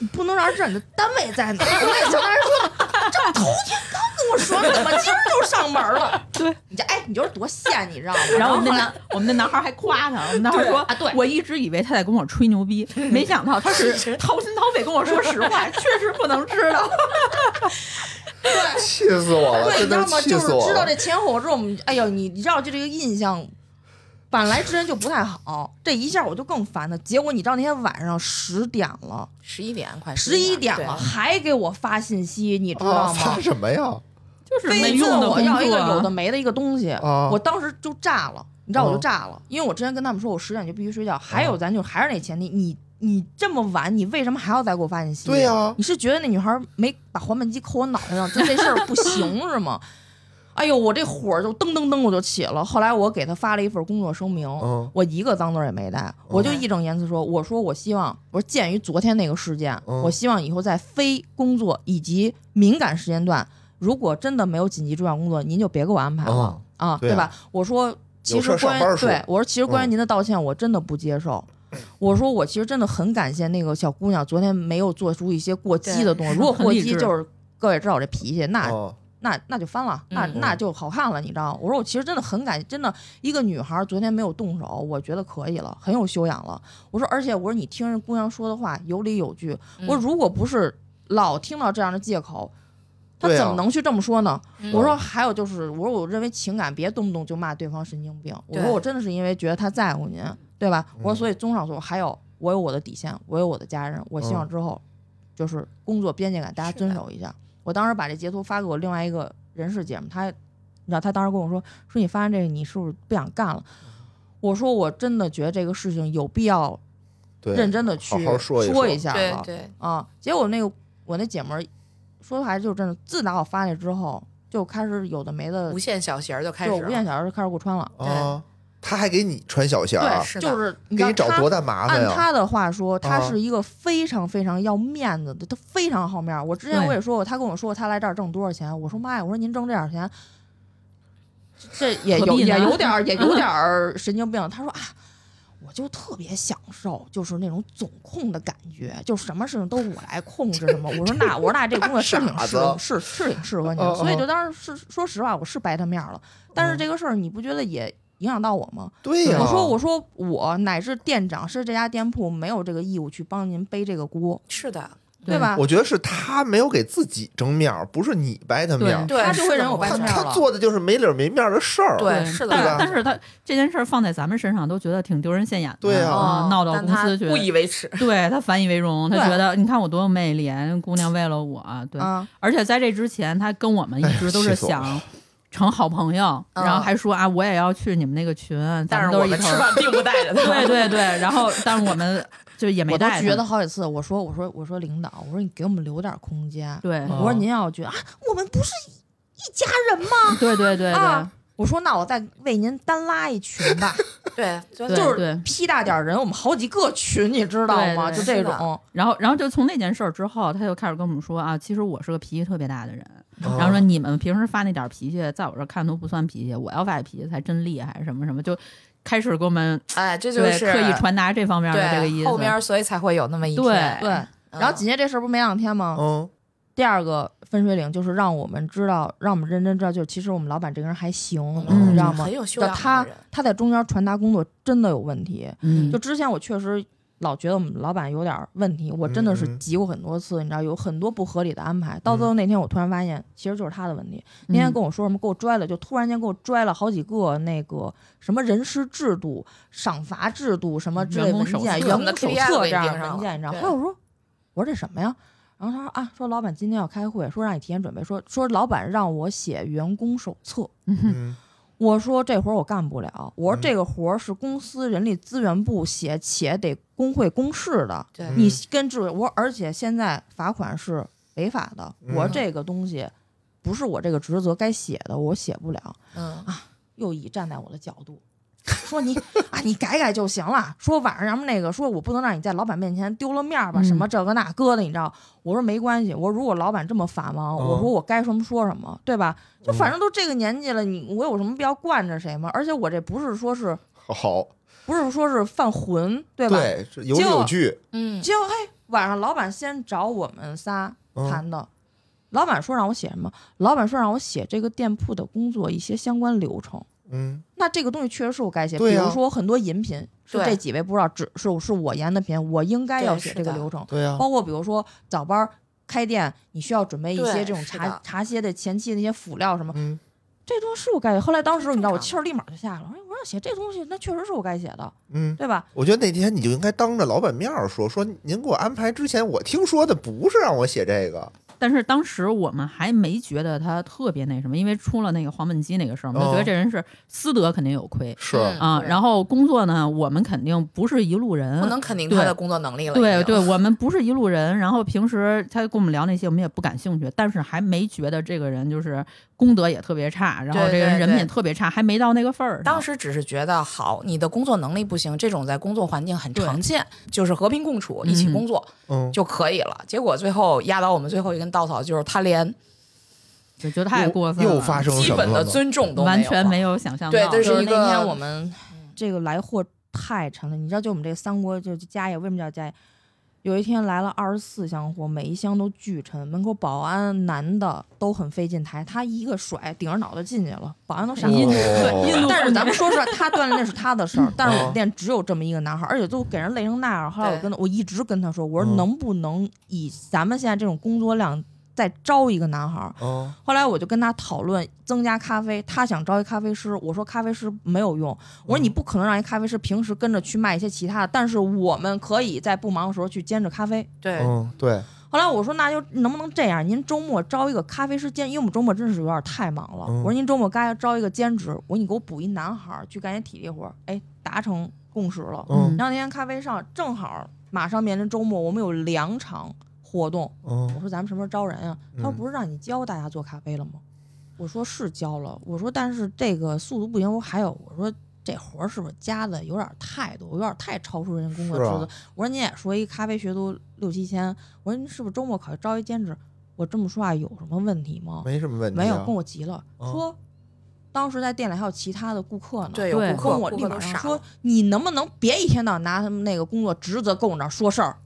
Speaker 3: 你不能让人知道你的单位在哪儿。我那小男孩说，这头天刚跟我说怎么今儿就上门了， <laughs> 对你这哎，你就是多闲，你知道吗？
Speaker 5: <laughs> 然后我们
Speaker 3: 后
Speaker 5: 那
Speaker 3: 来
Speaker 5: 男我们那男孩还夸他，我们男孩说
Speaker 3: 啊对
Speaker 5: 我一直以为他在跟我吹牛逼，没想到他是掏心掏肺跟我说实话，确实不能知道。
Speaker 1: 气死我了，
Speaker 3: 对，
Speaker 1: 真
Speaker 3: 你知道
Speaker 1: 的
Speaker 3: 吗？
Speaker 1: 气
Speaker 3: 就是
Speaker 1: 死我
Speaker 3: 知道
Speaker 1: 了
Speaker 3: 这。前后之后，我们哎呦，你你知道就这个印象，本来之前就不太好，这一下我就更烦他。结果你知道那天晚上十点了，
Speaker 4: 十一点快
Speaker 3: 十一点
Speaker 4: 对
Speaker 3: 了，还给我发信息，你知道
Speaker 1: 啊
Speaker 3: 吗
Speaker 1: 发？什么呀？
Speaker 5: 就是
Speaker 3: 非
Speaker 5: 没
Speaker 3: 问
Speaker 5: 用的
Speaker 3: 我
Speaker 5: 工
Speaker 3: 要一个有的啊
Speaker 5: 作，啊
Speaker 3: 没的一个东西，
Speaker 1: 啊
Speaker 3: 我当时就炸了，你知道我就
Speaker 1: 哦
Speaker 3: 炸了，因为我之前跟他们说我十点就必须睡觉。
Speaker 1: 啊
Speaker 3: 还有咱就还是那前提，你你这么晚，你为什么还要再给我发信息？啊
Speaker 1: 对啊呀
Speaker 3: 你是觉得那女孩没把滑板机扣我脑袋上，就这事儿不行是吗？ <laughs> 哎呦，我这火儿就噔噔噔我就起了。后来我给他发了一份工作声明，
Speaker 1: 嗯
Speaker 3: 我一个脏字儿也没带，
Speaker 1: 哦
Speaker 3: 我就义正言辞说，我说我希望，我说鉴于昨天那个事件，
Speaker 1: 嗯
Speaker 3: 我希望以后在非工作以及敏感时间段，如果真的没有紧急重要工作，您就别给我安排了、啊，
Speaker 1: 对啊
Speaker 3: 吧？我说其
Speaker 1: 有
Speaker 3: 实
Speaker 1: 事
Speaker 3: 关
Speaker 1: 上班
Speaker 3: 于
Speaker 1: 说
Speaker 3: 对我说其实关于
Speaker 1: 嗯
Speaker 3: 您的道歉，我真的不接受。我说我其实真的很感谢那个小姑娘，昨天没有做出一些过激的动作。
Speaker 5: 对
Speaker 3: 如果过
Speaker 5: <laughs> 很理
Speaker 3: 激
Speaker 5: 智
Speaker 3: 就是各位知道我这脾气，那
Speaker 1: 哦，
Speaker 3: 那那就翻了，那、
Speaker 4: 嗯
Speaker 3: 那就好看了，你知道吗？我说我其实真的很感，真的一个女孩昨天没有动手，我觉得可以了，很有修养了。我说，而且我说你听人姑娘说的话有理有据，我说如果不是老听到这样的借口。她
Speaker 1: 对啊
Speaker 3: 怎么能去这么说呢？
Speaker 4: 嗯
Speaker 3: 我说还有就是，我说我认为情感别动不动就骂对方神经病。我说
Speaker 4: 对
Speaker 3: 我真的是因为觉得他在乎您，对吧？我说
Speaker 1: 嗯
Speaker 3: 所以综上所述，还有我有我的底线，我有我的家人，我希望
Speaker 1: 嗯
Speaker 3: 之后就是工作边界感大家
Speaker 4: 是
Speaker 3: 遵
Speaker 4: 的
Speaker 3: 守一下。我当时把这截图发给我另外一个人事姐们，她你知道她当时跟我说说你发现这个你是不是不想干了？
Speaker 1: 嗯
Speaker 3: 我说我真的觉得这个事情有必要
Speaker 1: 嗯对，
Speaker 3: 认真的去
Speaker 1: 好好说一说
Speaker 3: 一下
Speaker 4: 对
Speaker 3: 了
Speaker 4: 对，
Speaker 3: 啊。结果那个我那姐们儿说还就是真的，自打我发那之后就开始有的没的
Speaker 4: 无，限小鞋儿就开始
Speaker 3: 就
Speaker 4: 了，
Speaker 3: 无限小时就开始给我穿了。
Speaker 1: 啊，他还给你穿小鞋啊
Speaker 3: 对，，
Speaker 4: 是的
Speaker 3: 就是你
Speaker 1: 给
Speaker 3: 知道
Speaker 1: 你找
Speaker 3: 她
Speaker 1: 多大麻烦
Speaker 3: 按
Speaker 1: 呀？
Speaker 3: 他的话说，他
Speaker 1: 啊
Speaker 3: 是一个非常非常要面子的，他非常好面儿。我之前
Speaker 5: 对
Speaker 3: 我也说过，他跟我说他来这儿挣多少钱，我说妈呀，我说您挣这点儿钱，这也
Speaker 5: 何
Speaker 3: 有
Speaker 5: 必呢
Speaker 3: 也
Speaker 5: <laughs>
Speaker 3: 有点儿也有点儿神经病。他说啊。我就特别享受，就是那种总控的感觉，就什么事情都我来控制什么。我说那我说
Speaker 1: <laughs>
Speaker 3: 那这工作是挺
Speaker 1: 傻
Speaker 3: 适
Speaker 1: 子
Speaker 3: 是是挺适合你
Speaker 1: 哦
Speaker 3: 的，
Speaker 1: 哦
Speaker 3: 所以就当时是说实话，我是白他面儿了。
Speaker 1: 嗯
Speaker 3: 但是这个事儿你不觉得也影响到我吗？
Speaker 1: 对呀，
Speaker 3: 我说我说我乃至店长是这家店铺没有这个义务去帮您背这个锅，
Speaker 4: 是的，
Speaker 3: 对吧？
Speaker 1: 我觉得是他没有给自己争面儿，不是你掰他面儿。
Speaker 4: 对，
Speaker 3: 他就是会
Speaker 4: 这
Speaker 3: 让
Speaker 4: 么
Speaker 3: 我
Speaker 4: 回
Speaker 1: 他
Speaker 3: 掰
Speaker 4: 事
Speaker 3: 掰
Speaker 4: 儿
Speaker 3: 面儿
Speaker 1: 他
Speaker 3: 了
Speaker 1: 做的就是没理儿没面儿的事儿。
Speaker 4: 对是的
Speaker 5: 但
Speaker 1: 对吧
Speaker 5: 但是他这件事儿放在咱们身上，都觉得挺丢人现眼的，
Speaker 1: 对啊
Speaker 5: 啊
Speaker 4: 哦
Speaker 5: 闹到
Speaker 4: 但
Speaker 5: 公
Speaker 4: 他
Speaker 5: 司去，
Speaker 4: 不以为耻，
Speaker 5: 对他反以为荣，他
Speaker 3: 对
Speaker 5: 觉得你看我多有魅力，哎姑娘为了我，对，
Speaker 3: 啊，
Speaker 5: 而且在这之前，他跟我们一直都
Speaker 1: 哎呀气死
Speaker 5: 是
Speaker 1: 我
Speaker 5: 想成好朋友，
Speaker 4: 嗯
Speaker 5: 然后还说啊，我也要去你们那个群，咱
Speaker 4: 但是
Speaker 5: 都
Speaker 4: 我
Speaker 5: 是一
Speaker 4: 们
Speaker 5: 头
Speaker 4: 吃
Speaker 5: 儿。
Speaker 4: 饭并不带着他，
Speaker 5: <laughs> 对对对，然后但是我们就也没
Speaker 3: 我都
Speaker 5: 带他
Speaker 3: 觉得好几次，我说我说我说领导，我说你给我们留点空间，
Speaker 5: 对
Speaker 3: 我说您要觉得啊，我们不是一家人吗？
Speaker 5: 对对对对
Speaker 3: 啊，我说那我再为您单拉一群吧， <laughs>
Speaker 4: 对，就
Speaker 5: 对
Speaker 4: 就
Speaker 3: 就是是屁大点儿人，我们好几个群，你知道吗？
Speaker 5: 对对
Speaker 3: 就这
Speaker 4: 是的
Speaker 3: 种，
Speaker 5: 然后然后就从那件事儿之后，他就开始跟我们说啊，其实我是个脾气特别大的人，
Speaker 1: 嗯哦
Speaker 5: 然后说你们平时发那点儿脾气，在我这儿看都不算脾气，我要发脾气才真厉害，什么什么，就开始给我们
Speaker 4: 哎，这就
Speaker 5: 对
Speaker 4: 是
Speaker 5: 刻意传达这方面的这个意
Speaker 4: 对
Speaker 5: 思。嗯
Speaker 4: 后面，所以才会有那么一
Speaker 5: 对
Speaker 4: 天，
Speaker 3: 对。
Speaker 4: 嗯
Speaker 3: 然后紧接着这事儿不是没两天吗？ <laughs>
Speaker 1: 嗯，
Speaker 3: 第二个分水岭就是让我们知道，让我们认真知道，就是其实我们老板这个人还行，
Speaker 5: 嗯
Speaker 3: 你知道吗
Speaker 4: 很？有修
Speaker 3: 就
Speaker 4: 养的
Speaker 3: 他
Speaker 4: 人，
Speaker 3: 他在中间传达工作真的有问题。
Speaker 5: 嗯，
Speaker 3: 就之前我确实老觉得我们老板有点儿问题，我真的是
Speaker 1: 嗯嗯
Speaker 3: 急过很多次，你知道有很多不合理的安排。到最后那天我突然发现，其实就是他的问题。
Speaker 1: 嗯
Speaker 3: 那天跟我说什么给我拽了，就突然间给我拽了好几个那个什么人事制度、赏罚制度什么之类
Speaker 5: 员
Speaker 3: 文
Speaker 5: 工手
Speaker 3: 件、
Speaker 5: 册
Speaker 3: 员工手册这样的
Speaker 4: 给盯
Speaker 3: 文件，你知道吗？哎
Speaker 4: 上了
Speaker 3: 后来我说我说这什么呀？然后他说啊，说老板今天要开会，说让你提前准备，说说老板让我写员工手册。
Speaker 1: 嗯
Speaker 3: 我说这活儿我干不了，我
Speaker 1: 嗯
Speaker 3: 说这个活儿是公司人力资源部写且得工会公示的，
Speaker 4: 对
Speaker 1: 嗯
Speaker 3: 你跟志伟我说而且现在罚款是违法的，
Speaker 1: 嗯
Speaker 3: 我说这个东西不是我这个职责该写的，我写不了。
Speaker 4: 嗯，
Speaker 3: 又以站在我的角度。 <laughs> 说你啊，你改改就行了。说晚上咱们那个，说我不能让你在老板面前丢了面儿吧？
Speaker 5: 嗯
Speaker 3: 什么这个那个的，你知道？我说没关系，我说如果老板这么繁忙，
Speaker 1: 嗯
Speaker 3: 我说我该什么说什么，对吧？就
Speaker 1: 嗯
Speaker 3: 反正都这个年纪了，你我有什么必要惯着谁吗？而且我这不是说是
Speaker 1: 好，
Speaker 3: 不是说是犯浑，对吧？
Speaker 1: 对，这有理
Speaker 3: 结果
Speaker 1: 有据。
Speaker 4: 嗯，
Speaker 3: 结果嘿，晚上老板先找我们仨
Speaker 1: 嗯
Speaker 3: 谈的，老板说让我写什么？老板说让我写这个店铺的工作一些相关流程。
Speaker 1: 嗯，
Speaker 3: 那这个东西确实是我该写，
Speaker 1: 对
Speaker 3: 比
Speaker 1: 呀
Speaker 3: 如说很多饮品是
Speaker 4: 对
Speaker 3: 这几位不知道，只是是我研的品，我应该要
Speaker 4: 对
Speaker 3: 写
Speaker 4: 是
Speaker 3: 这个
Speaker 4: 的
Speaker 3: 流程。
Speaker 1: 对呀，
Speaker 3: 包括比如说早班儿开店，你需要准备一
Speaker 4: 对
Speaker 3: 些这种
Speaker 4: 是
Speaker 3: 茶
Speaker 4: 的
Speaker 3: 茶歇的前期的那些辅料什么，
Speaker 1: 嗯，
Speaker 3: 这东西是我该写。后来当时
Speaker 4: 这
Speaker 3: 你知道，我
Speaker 4: 正常
Speaker 3: 气儿立马就下来了，我说我让写这东西，那确实是我该写的，
Speaker 1: 嗯，
Speaker 3: 对吧？
Speaker 1: 我觉得那天你就应该当着老板面儿说说，您给我安排之前，我听说的不是让我写这个，
Speaker 5: 但是当时我们还没觉得他特别那什么，因为出了那个黄焖鸡那个事儿，我们就觉
Speaker 1: 哦
Speaker 5: 得这人是私德肯定有亏
Speaker 1: 是
Speaker 4: 嗯
Speaker 5: 啊。
Speaker 4: 对
Speaker 5: 然后工作呢，我们肯定不是一路人，
Speaker 4: 不能肯定他
Speaker 5: 对
Speaker 4: 的工作能力了。
Speaker 5: 对
Speaker 4: 已经
Speaker 5: 对，，我们不是一路人。然后平时他跟我们聊那些，我们也不感兴趣，但是还没觉得这个人就是功德也特别差，然后
Speaker 4: 对
Speaker 5: 这个
Speaker 4: 对
Speaker 5: 人人品
Speaker 4: 对
Speaker 5: 特别差，还没到那个份儿上。
Speaker 4: 当时只是觉得好，你的工作能力不行，这种在工作环境很常见，就是和平共处，一起工作
Speaker 1: 嗯，
Speaker 4: 就可以了。结果最后压倒我们最后一根稻草，就是他连
Speaker 5: 就觉得太过分了，
Speaker 1: 又发生了
Speaker 4: 基
Speaker 1: 什么
Speaker 4: 本
Speaker 1: 了
Speaker 4: 的
Speaker 1: 呢？
Speaker 4: 尊重都
Speaker 5: 完全没
Speaker 4: 有
Speaker 5: 有想象到。
Speaker 4: 对这
Speaker 3: 就是
Speaker 4: 一
Speaker 3: 那
Speaker 4: 个嗯
Speaker 3: 天我们这个来货太沉了，你知道，就我们这个三国就是家业，为什么叫家业？有一天来了二十四箱货，每一箱都巨沉，门口保安男的都很费劲抬，他一个甩顶着脑袋进去了，保安都傻了。
Speaker 5: 印度
Speaker 1: 哦
Speaker 5: 对印度
Speaker 3: 但
Speaker 5: 妇
Speaker 3: 是咱
Speaker 5: 女
Speaker 3: 们说实话，他锻炼那是他的事儿，但是我们店只有这么一个男孩儿，而且都给人累成那样儿。后来我
Speaker 4: 对
Speaker 3: 跟他，我一直跟他说，我说
Speaker 1: 嗯
Speaker 3: 能不能以咱们现在这种工作量再招一个男孩儿？
Speaker 1: 哦，
Speaker 3: 后来我就跟他讨论增加咖啡，他想招一咖啡师，我说咖啡师没有用，
Speaker 1: 嗯
Speaker 3: 我说你不可能让一咖啡师平时跟着去卖一些其他的，但是我们可以在不忙的时候去兼着咖啡。
Speaker 4: 对
Speaker 1: 嗯，对，
Speaker 3: 后来我说那就能不能这样，您周末招一个咖啡师兼，因为我们周末真是有点太忙了，
Speaker 1: 嗯
Speaker 3: 我说您周末该招一个兼职，我说你给我补一男孩儿去干些体力活儿，哎，达成共识了。
Speaker 1: 嗯
Speaker 5: 嗯
Speaker 3: 然后那天咖啡上正好马上面临周末，我们有两场活动，我
Speaker 1: 嗯，
Speaker 3: 说咱们什么时候招人啊？他说
Speaker 1: 嗯
Speaker 3: 不是让你教大家做咖啡了吗？我说是教了，我说但是这个速度不行，我还有我说这活儿是不是加的有点太多，有点太超出人家工作
Speaker 1: 是啊
Speaker 3: 职责？我说您也说一咖啡学徒六七千，我说您是不是周末考虑招一兼职？我这么说话有什么问题吗？
Speaker 1: 没什么问题啊，
Speaker 3: 没有，跟我急了，
Speaker 1: 嗯
Speaker 3: 说当时在店里还有其他的顾客呢，
Speaker 4: 对，有
Speaker 5: 对
Speaker 4: 顾客
Speaker 3: 跟我立
Speaker 4: 顾客
Speaker 3: 马
Speaker 4: 都
Speaker 3: 上
Speaker 4: 傻
Speaker 3: 说
Speaker 4: 了，：“
Speaker 3: 你能不能别一天到晚拿他们那个工作职责跟我那儿说事儿，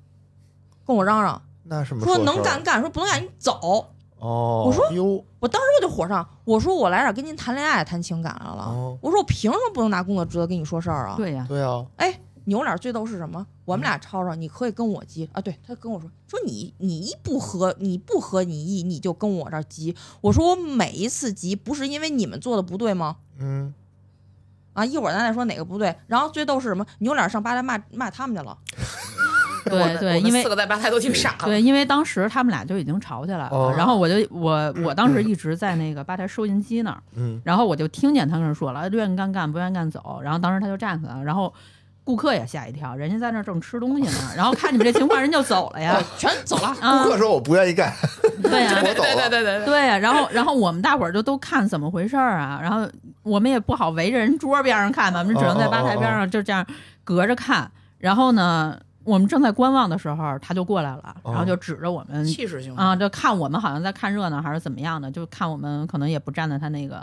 Speaker 3: 跟我嚷嚷，
Speaker 1: 那什么
Speaker 3: 说
Speaker 1: 事儿
Speaker 3: 能干干，说不能干你走。
Speaker 1: 哦，
Speaker 3: 我说
Speaker 1: 哟，”
Speaker 3: 我就火上，我说我来这儿跟您谈恋爱、谈情感来了，
Speaker 1: 哦
Speaker 3: 我说我凭什么不能拿工作职责跟你说事儿啊？
Speaker 5: 对呀，
Speaker 1: 对啊，
Speaker 3: 扭脸最逗是什么？我们俩吵吵，你可以跟我急啊！对他跟我说说你你一不合你不合你意，你就跟我这儿急。我说我每一次急不是因为你们做的不对吗？
Speaker 1: 嗯，
Speaker 3: 啊，一会儿咱再说哪个不对。然后最逗是什么？扭脸上吧台骂骂他们去了。
Speaker 4: 我
Speaker 5: 对
Speaker 4: 们
Speaker 5: 对，
Speaker 4: 我们
Speaker 5: 因为
Speaker 4: 四个在吧台都挺傻了。
Speaker 5: 对，因为当时他们俩就已经吵起来了，
Speaker 1: 哦
Speaker 5: 然后我就我我当时一直在那个吧台收银机那儿，
Speaker 1: 嗯，
Speaker 5: 然后我就听见他跟人说了，愿意干干，不愿意干走。然后当时他就站起来了，然后顾客也吓一跳，人家在那儿正吃东西 <laughs> 呢，然后看你们这情况，人就走了呀，全走了啊
Speaker 1: 顾，客说我不愿意干，
Speaker 5: <laughs> 对呀、
Speaker 1: 我走
Speaker 4: 对对
Speaker 1: 了，
Speaker 4: 对对对，
Speaker 5: 对呀、然后然后我们大伙儿就都看怎么回事儿啊，然后我们也不好围着人桌边上看嘛，我们只能在吧台边上就这样隔着看。然后呢，我们正在观望的时候，他就过来了，然后就指着我们
Speaker 4: 气势汹汹。
Speaker 5: 啊，就看我们好像在看热闹还是怎么样的，就看我们可能也不站在他那个，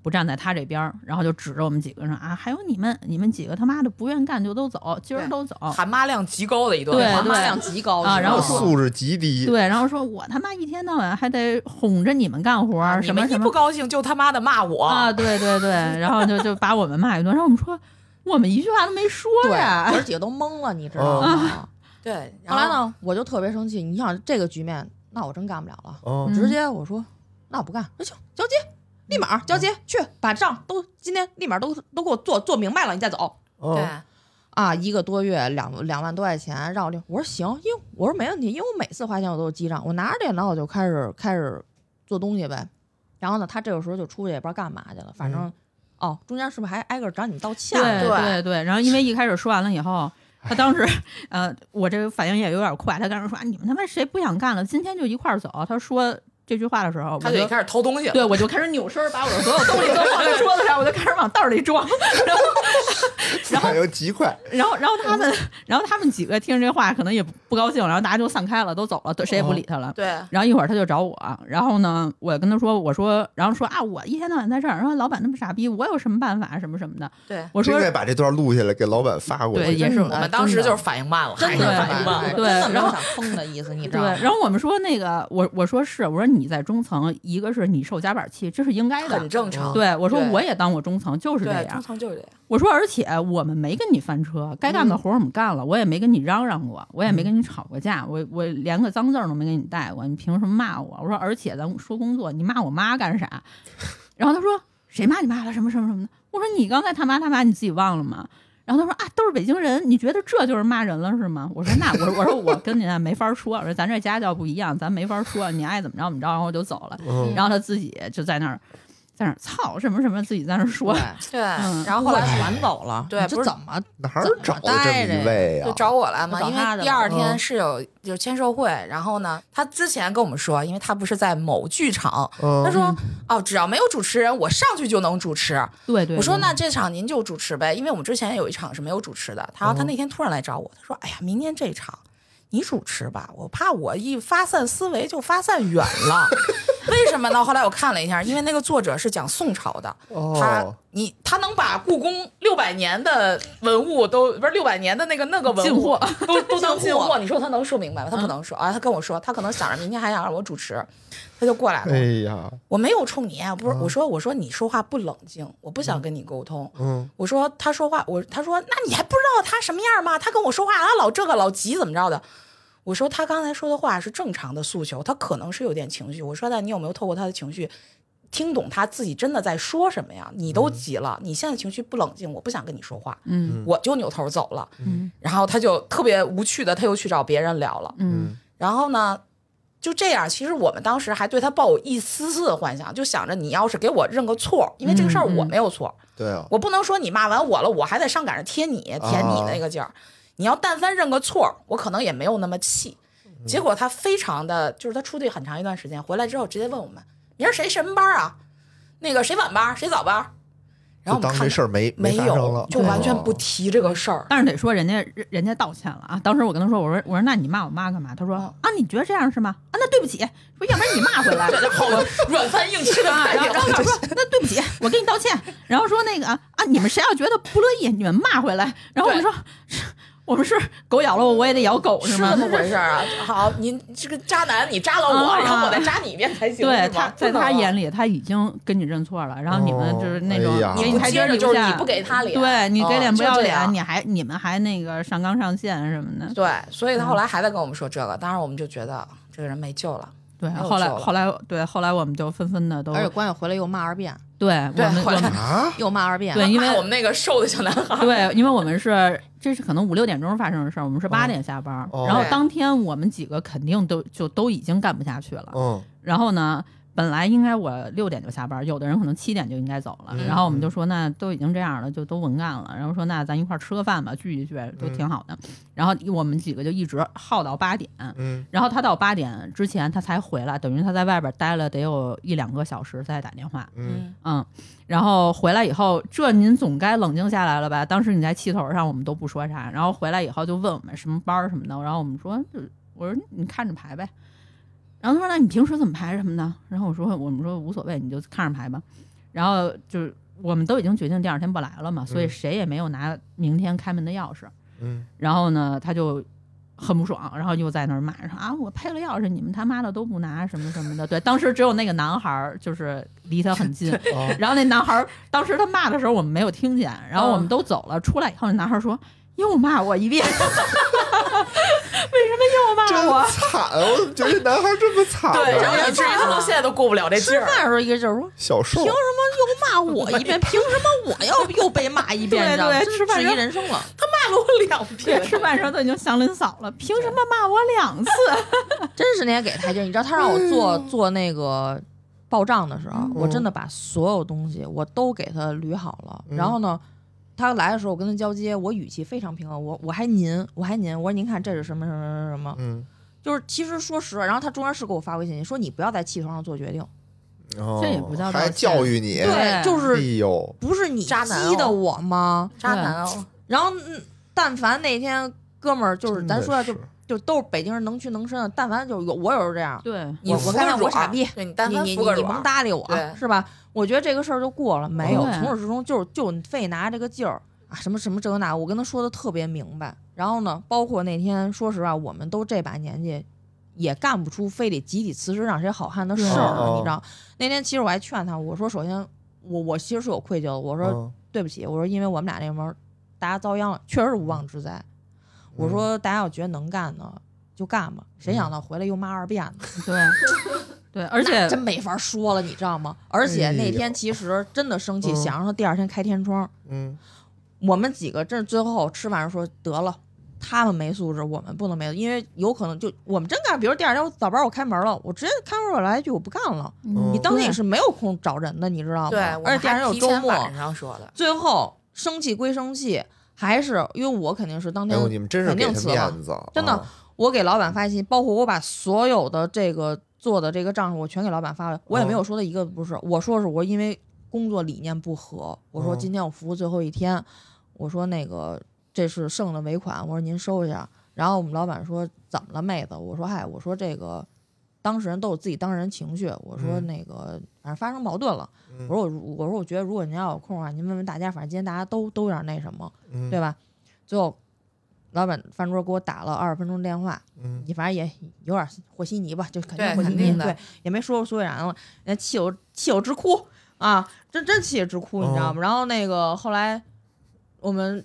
Speaker 5: 不站在他这边儿，然后就指着我们几个人说啊，还有你们，你们几个他妈的不愿干就都走，今儿
Speaker 4: 对
Speaker 5: 都走
Speaker 4: 含妈量极高的一顿，
Speaker 5: 对
Speaker 4: 哇
Speaker 5: 哎对
Speaker 4: 妈
Speaker 3: 量极高
Speaker 5: 啊然后说
Speaker 1: 素质极低，
Speaker 5: 对，然后说我他妈一天到晚还得哄着你们干活儿，
Speaker 4: 啊你
Speaker 5: 什么
Speaker 4: 们一
Speaker 5: 什
Speaker 4: 不
Speaker 5: 么
Speaker 4: 高兴就他妈的骂我
Speaker 5: 啊，对对对，然后就就把我们骂一顿，然后我们说我们一句话都没说
Speaker 3: 对，
Speaker 5: 呀
Speaker 3: 我，姐几个都懵了，你知道吗？
Speaker 4: 对，
Speaker 3: 后来？
Speaker 5: 哦
Speaker 3: 呢，我就特别生气。你想这个局面，那我真干不了了，
Speaker 1: 哦
Speaker 5: 嗯
Speaker 3: 直接我说那我不干，说行，交接，立马
Speaker 5: 嗯
Speaker 3: 交接，去把账都今天立马都都给我做做明白了，你再走。
Speaker 4: 对
Speaker 1: 哦，，
Speaker 3: 啊，一个多月两两万多块钱让我领，我说行，因为我说没问题，因为我每次花钱我都有记账，我拿着电脑我就开始开始做东西呗。然后呢，他这个时候就出去也不知道干嘛去了，反正、哦，中间是不是还挨个找你道歉？
Speaker 5: 嗯
Speaker 3: 啊
Speaker 5: 对
Speaker 4: 对
Speaker 5: 对对，然后因为一开始说完了以后。他当时，呃，我这个反应也有点快。他跟人说：“啊你们他妈谁不想干了？今天就一块儿走。”他说这句话的时候，我
Speaker 4: 他就
Speaker 5: 就
Speaker 4: 开始偷东西了。
Speaker 5: 对我就开始扭身儿，把我的所有东西都放在桌子上，我就开始往袋儿里装。然后，然后
Speaker 1: 反，应极快，
Speaker 5: 然后，然后他们，然后他们几个听着这话，可能也不不高兴，然后大家就散开了，都走了，都谁也
Speaker 4: 哦
Speaker 5: 不理他了。
Speaker 4: 对，
Speaker 5: 然后一会儿他就找我，然后呢，我跟他说，我说，然后说啊，我一天到晚在这儿，然后老板那么傻逼，我有什么办法，什么什么的。
Speaker 4: 对，
Speaker 5: 我说
Speaker 1: 应该把这段录下来给老板发过
Speaker 5: 对，
Speaker 1: 去。
Speaker 5: 也是
Speaker 4: 我们当时就是反应慢了，
Speaker 3: 真
Speaker 4: 还
Speaker 3: 的
Speaker 4: 是
Speaker 5: 对
Speaker 4: 反应慢
Speaker 3: 吧
Speaker 4: 了。
Speaker 5: 对
Speaker 3: 真的没
Speaker 5: 然
Speaker 3: 有
Speaker 5: 后
Speaker 3: 想疯的意思，你知
Speaker 5: 对，
Speaker 3: 道吗？
Speaker 5: 然后我们说那个，我我说是，我说你你在中层，一个是你受夹板气，这是应该
Speaker 4: 很
Speaker 5: 的。嗯
Speaker 4: 正常。
Speaker 5: 对，我说
Speaker 4: 对
Speaker 5: 我也当我中层就是这
Speaker 4: 对，
Speaker 5: 样
Speaker 4: 中。层就是这样。
Speaker 5: 我说，而且我们没跟你翻车，该干的
Speaker 4: 嗯
Speaker 5: 活儿我们干了，我也没跟你嚷嚷过，我也没跟你吵过架，我我连个脏字儿都没给你带过，你凭什么骂我？我说，而且咱说工作，你骂我妈
Speaker 4: <laughs>
Speaker 5: 干啥？然后他说谁骂你妈了？什么什么什么的？我说你刚才他妈他妈你自己忘了吗？然后他说啊，都是北京人，你觉得这就是骂人了是吗？我说那我我说我跟人家没法说，我说咱这家教不一样，咱没法说，你爱怎么着怎么着，然后我就走了。
Speaker 1: 嗯
Speaker 5: 然后他自己就在那儿，在那儿操什么什么，自己在那儿说。
Speaker 4: 对，
Speaker 5: 嗯
Speaker 4: 然后后
Speaker 3: 啊我
Speaker 4: 来
Speaker 3: 全走了，
Speaker 4: 对
Speaker 3: 你这
Speaker 4: 不是
Speaker 3: 怎么
Speaker 1: 哪儿找的这么一位呀
Speaker 4: 就？找我来嘛，
Speaker 5: 就找
Speaker 4: 因
Speaker 5: 他
Speaker 4: 为
Speaker 5: 的嗯
Speaker 4: 第
Speaker 5: 了
Speaker 4: 二天是有就是签售会，然后呢，他之前跟我们说，因为他不是在某剧场，他
Speaker 1: 嗯，
Speaker 4: 说哦，只要没有主持人，我上去就能主持。
Speaker 5: 对对，
Speaker 4: 我说
Speaker 5: 对
Speaker 4: 那这场您就主持呗，因为我们之前有一场是没有主持的。他然后他那天突然来找我，他说：“哎呀，明天这场你主持吧，我怕我一发散思维就发散远了。为什么呢？后来我看了一下，因为那个作者是讲宋朝的，他
Speaker 1: 哦，
Speaker 4: 你他能把故宫六百年的文物都不是六百年的那个那个文
Speaker 5: 进
Speaker 4: 物
Speaker 5: 货
Speaker 4: 都都能进货，你说他能说明白吗？他不能说啊，他跟我说，他可能想着明天还想让我主持，他就过来了。
Speaker 1: 哎呀，
Speaker 4: 我没有冲你，不是，我说我说你说话不冷静，我不想跟你沟通。
Speaker 1: 嗯，
Speaker 4: 我说他说话，我他说那你还不知道他什么样吗？他跟我说话，他老这个老急怎么着的？我说他刚才说的话是正常的诉求，他可能是有点情绪。我说那你有没有透过他的情绪听懂他自己真的在说什么呀？你都急了，你现在情绪不冷静，我不想跟你说话，
Speaker 5: 嗯
Speaker 4: 我就扭头走了。
Speaker 5: 嗯
Speaker 4: 然后他就特别无趣的，他又去找别人聊了。
Speaker 5: 嗯
Speaker 4: 然后呢，就这样，其实我们当时还对他抱有一丝丝的幻想，就想着你要是给我认个错，因为这个事儿
Speaker 5: 嗯嗯
Speaker 4: 我没有错，
Speaker 1: 对啊，
Speaker 4: 我不能说你骂完我了，我还得上赶着贴你舔你那个劲儿。你要但凡认个错，我可能也没有那么气。
Speaker 1: 嗯
Speaker 4: 结果他非常的，就是他出去很长一段时间，回来之后直接问我们，明儿谁什么班啊？那个谁晚班，谁早班？然
Speaker 1: 就
Speaker 4: 后我们
Speaker 1: 当
Speaker 4: 看
Speaker 1: 这事儿没
Speaker 4: 没
Speaker 1: 发生了
Speaker 4: 有，，就完全不
Speaker 1: 哦
Speaker 4: 提这个事儿。 <laughs>
Speaker 5: 但是得说人家人家道歉了啊！当时我跟他说，我说我说那你骂我妈干嘛？他说
Speaker 4: 哦
Speaker 5: 啊你觉得这样是吗？啊那对不起，说要不然你骂回
Speaker 4: <laughs>
Speaker 5: 来。
Speaker 4: 然后
Speaker 5: <laughs>
Speaker 4: 我软饭硬吃的
Speaker 5: 啊，
Speaker 4: 感
Speaker 5: 然
Speaker 4: 觉，
Speaker 5: 后然后他说那对不起，我给你道歉。然后说那个啊你们谁要觉得不乐意，你们骂回来。然后我们说是我们是狗咬了我，我也得咬狗
Speaker 4: 是
Speaker 5: 吗
Speaker 4: 这？么回事儿啊？好，您这个渣男，你扎了我，
Speaker 5: 啊
Speaker 4: 然后我再扎你一遍才行，
Speaker 5: 对
Speaker 4: 是
Speaker 5: 他
Speaker 4: 吗？
Speaker 5: 在他眼
Speaker 4: 里，
Speaker 5: 里他已经跟你认错了，然后你们就是那种
Speaker 1: 哦哎呀
Speaker 5: 给
Speaker 4: 啊你
Speaker 5: 你
Speaker 4: 不
Speaker 5: 台
Speaker 4: 接
Speaker 5: 阶
Speaker 4: 着
Speaker 5: 留
Speaker 4: 就是
Speaker 5: 下
Speaker 4: 你不给他脸，
Speaker 5: 对你给脸不
Speaker 4: 嗯
Speaker 5: 要
Speaker 4: 就这样
Speaker 5: 脸，你还你们还那个上纲上线什么的。
Speaker 4: 对，所以他后
Speaker 3: 嗯
Speaker 4: 来还在跟我们说这个，当时我们就觉得这个人没救了。
Speaker 5: 对，
Speaker 4: 没有
Speaker 5: 后来
Speaker 4: 救了哎
Speaker 5: 后来对后来我们就纷纷的都
Speaker 3: 而且关键回来又骂二遍，
Speaker 5: 对
Speaker 4: 对
Speaker 5: 我们
Speaker 4: 后来
Speaker 5: 我们
Speaker 1: 啊，
Speaker 3: 又骂二遍。
Speaker 5: 对因为
Speaker 4: 骂 <laughs> 我们那个瘦的小男孩，
Speaker 5: 对，因为我们是这是可能五六点钟发生的事儿，我们是八点下班儿，
Speaker 1: 哦
Speaker 5: 然后
Speaker 4: 对
Speaker 5: 当天我们几个肯定都就都已经干不下去了。
Speaker 1: 嗯
Speaker 5: 然后呢，本来应该我六点就下班儿，有的人可能七点就应该走了。
Speaker 1: 嗯
Speaker 5: 然后我们就说，那都已经这样了，就都文干了。然后说，那咱一块儿吃个饭吧，聚一聚都挺好的。然后我们几个就一直耗到八点。
Speaker 1: 嗯，
Speaker 5: 然后他到八点之前他才回来，等于他在外边儿待了得有一两个小时，再打电话。
Speaker 1: 嗯，
Speaker 5: 嗯，然后回来以后，这您总该冷静下来了吧？当时你在气头上，我们都不说啥。然后回来以后就问我们什么班儿什么的，然后我们说，就我说嗯你看着排呗。然后他说，那你平时怎么排什么的？然后我说，我们说无所谓，你就看着排吧。然后就是我们都已经决定第二天不来了嘛，所以
Speaker 1: 嗯
Speaker 5: 谁也没有拿明天开门的钥匙。
Speaker 1: 嗯，
Speaker 5: 然后呢，他就很不爽，然后又在那儿骂，说啊，我配了钥匙，你们他妈的都不拿，什么什么的。对，当时只有那个男孩儿就是离他很近
Speaker 1: 哦，
Speaker 5: 然后那男孩儿当时他骂的时候我们没有听见，然后我们都走了，出来以后那男孩儿说又骂我一遍， <laughs> 为什么
Speaker 1: 真
Speaker 5: 又骂我？
Speaker 1: 惨，我觉得这男孩这么惨啊，
Speaker 4: 然后以至于他到现在都过不了这劲
Speaker 3: 吃
Speaker 4: 儿。
Speaker 3: 饭的时候一个劲儿说，
Speaker 1: 小瘦
Speaker 3: 凭什，么又骂我一遍？凭什么我要又被骂一遍？
Speaker 5: 对
Speaker 3: 你知道吗
Speaker 5: 对
Speaker 3: 真
Speaker 5: 吃饭
Speaker 3: 质
Speaker 5: 时
Speaker 3: 疑
Speaker 5: 候
Speaker 3: 人生了。
Speaker 4: 骂了我两
Speaker 5: 对，
Speaker 4: 遍，
Speaker 5: 吃饭时候都已经祥林嫂了，凭什么骂我两次？
Speaker 3: 真是那天给台阶儿，你知道他让我做、做那个报账的时候，我真的把所有东西我都给他捋好了。
Speaker 1: 嗯
Speaker 3: 然后呢，他来的时候我跟他交接，我语气非常平和，我我还您，我还您，我说您看这是什么什么什么什么，
Speaker 1: 嗯，
Speaker 3: 就是其实说实话，然后他中间是给我发微信息说你不要在气头上做决定，
Speaker 1: 哦
Speaker 5: 这也不叫道歉
Speaker 1: 还教育你，
Speaker 5: 对
Speaker 3: 就
Speaker 1: 哎
Speaker 3: 是
Speaker 1: 呦，
Speaker 3: 不是你
Speaker 4: 渣男哦
Speaker 3: 激的我吗？
Speaker 4: 渣男哦，
Speaker 3: 然后嗯但凡那天哥们儿就是咱说的就
Speaker 1: 真的
Speaker 3: 就都是北京人能屈能伸的，但凡就是有我有时候这样，
Speaker 5: 对，
Speaker 3: 你
Speaker 4: 服
Speaker 3: 我看
Speaker 4: 个
Speaker 3: 看我
Speaker 4: 软
Speaker 3: 傻逼，
Speaker 4: 对你但
Speaker 3: 你
Speaker 4: 凡
Speaker 3: 你
Speaker 4: 服个
Speaker 3: 你你
Speaker 4: 软
Speaker 3: 甭，搭理我
Speaker 4: 对，
Speaker 3: 是吧？我觉得这个事儿就过了，没有，
Speaker 5: 对
Speaker 3: 从始至终就是就非拿这个劲儿啊，什么什么这个那，我跟他说的特别明白。然后呢，包括那天，说实话，我们都这把年纪，也干不出非得集体辞职让谁好汉的事儿，
Speaker 1: 哦
Speaker 3: 你知道？那天其实我还劝他，我说首先我我其实是有愧疚的，我说
Speaker 1: 嗯
Speaker 3: 对不起，我说因为我们俩那门儿大家遭殃了，确实是无妄之
Speaker 4: 嗯
Speaker 3: 灾。我说大家要觉得能干呢，就干吧。谁想
Speaker 4: 嗯
Speaker 3: 到回来又骂二遍
Speaker 4: <laughs>
Speaker 3: 呢？
Speaker 5: 对对，而且
Speaker 3: 真没法说了，你知道吗？而且
Speaker 4: 哎
Speaker 3: 那天其实真的生气，
Speaker 1: 嗯
Speaker 3: 想让他第二天开天窗。
Speaker 1: 嗯
Speaker 3: 我们几个真是最后吃完说得了，他们没素质，我们不能没素质，因为有可能就我们真干，比如第二天我早班我开门了，我直接开门我来一句我不干了，
Speaker 1: 嗯
Speaker 3: 你当天
Speaker 5: 对
Speaker 3: 也是没有空找人的，你知道吗？
Speaker 4: 对，
Speaker 3: 而且第二天有周末，
Speaker 4: 晚上说的，
Speaker 3: 最后生气归生气，还是因为我肯定是当
Speaker 1: 哎
Speaker 3: 天、
Speaker 1: 呦，你们真是
Speaker 3: 肯
Speaker 1: 给
Speaker 3: 定
Speaker 1: 他
Speaker 3: 辞了
Speaker 1: 面子，
Speaker 3: 真的
Speaker 1: 啊
Speaker 3: 我给老板发信息，包括我把所有的这个做的这个账我全给老板发了，我也
Speaker 1: 哦
Speaker 3: 没有说的一个不是，我说是我因为工作理念不合，我说
Speaker 1: 嗯
Speaker 3: 今天我服务最后一天，我说那个这是剩的尾款，我说您收一下。然后我们老板说怎么了，妹子？我说嗨，我说这个当事人都有自己当事人情绪，我说
Speaker 1: 嗯
Speaker 3: 那个反正发生矛盾了，
Speaker 1: 嗯
Speaker 3: 我说我如我说我觉得如果您要有空的话，您问问大家，反正今天大家都都有点那什么，
Speaker 1: 嗯
Speaker 3: 对吧？最后老板饭桌给我打了二十分钟电话，
Speaker 1: 嗯
Speaker 3: 你反正也有点和稀泥吧，就肯定
Speaker 4: 对
Speaker 3: 和稀
Speaker 4: 肯
Speaker 3: 泥，
Speaker 4: 定的
Speaker 3: 对，也没说出所以然了，人家气我气我直哭啊，真真气我直哭，你知
Speaker 4: 哦
Speaker 3: 道吗？然后那个后来我们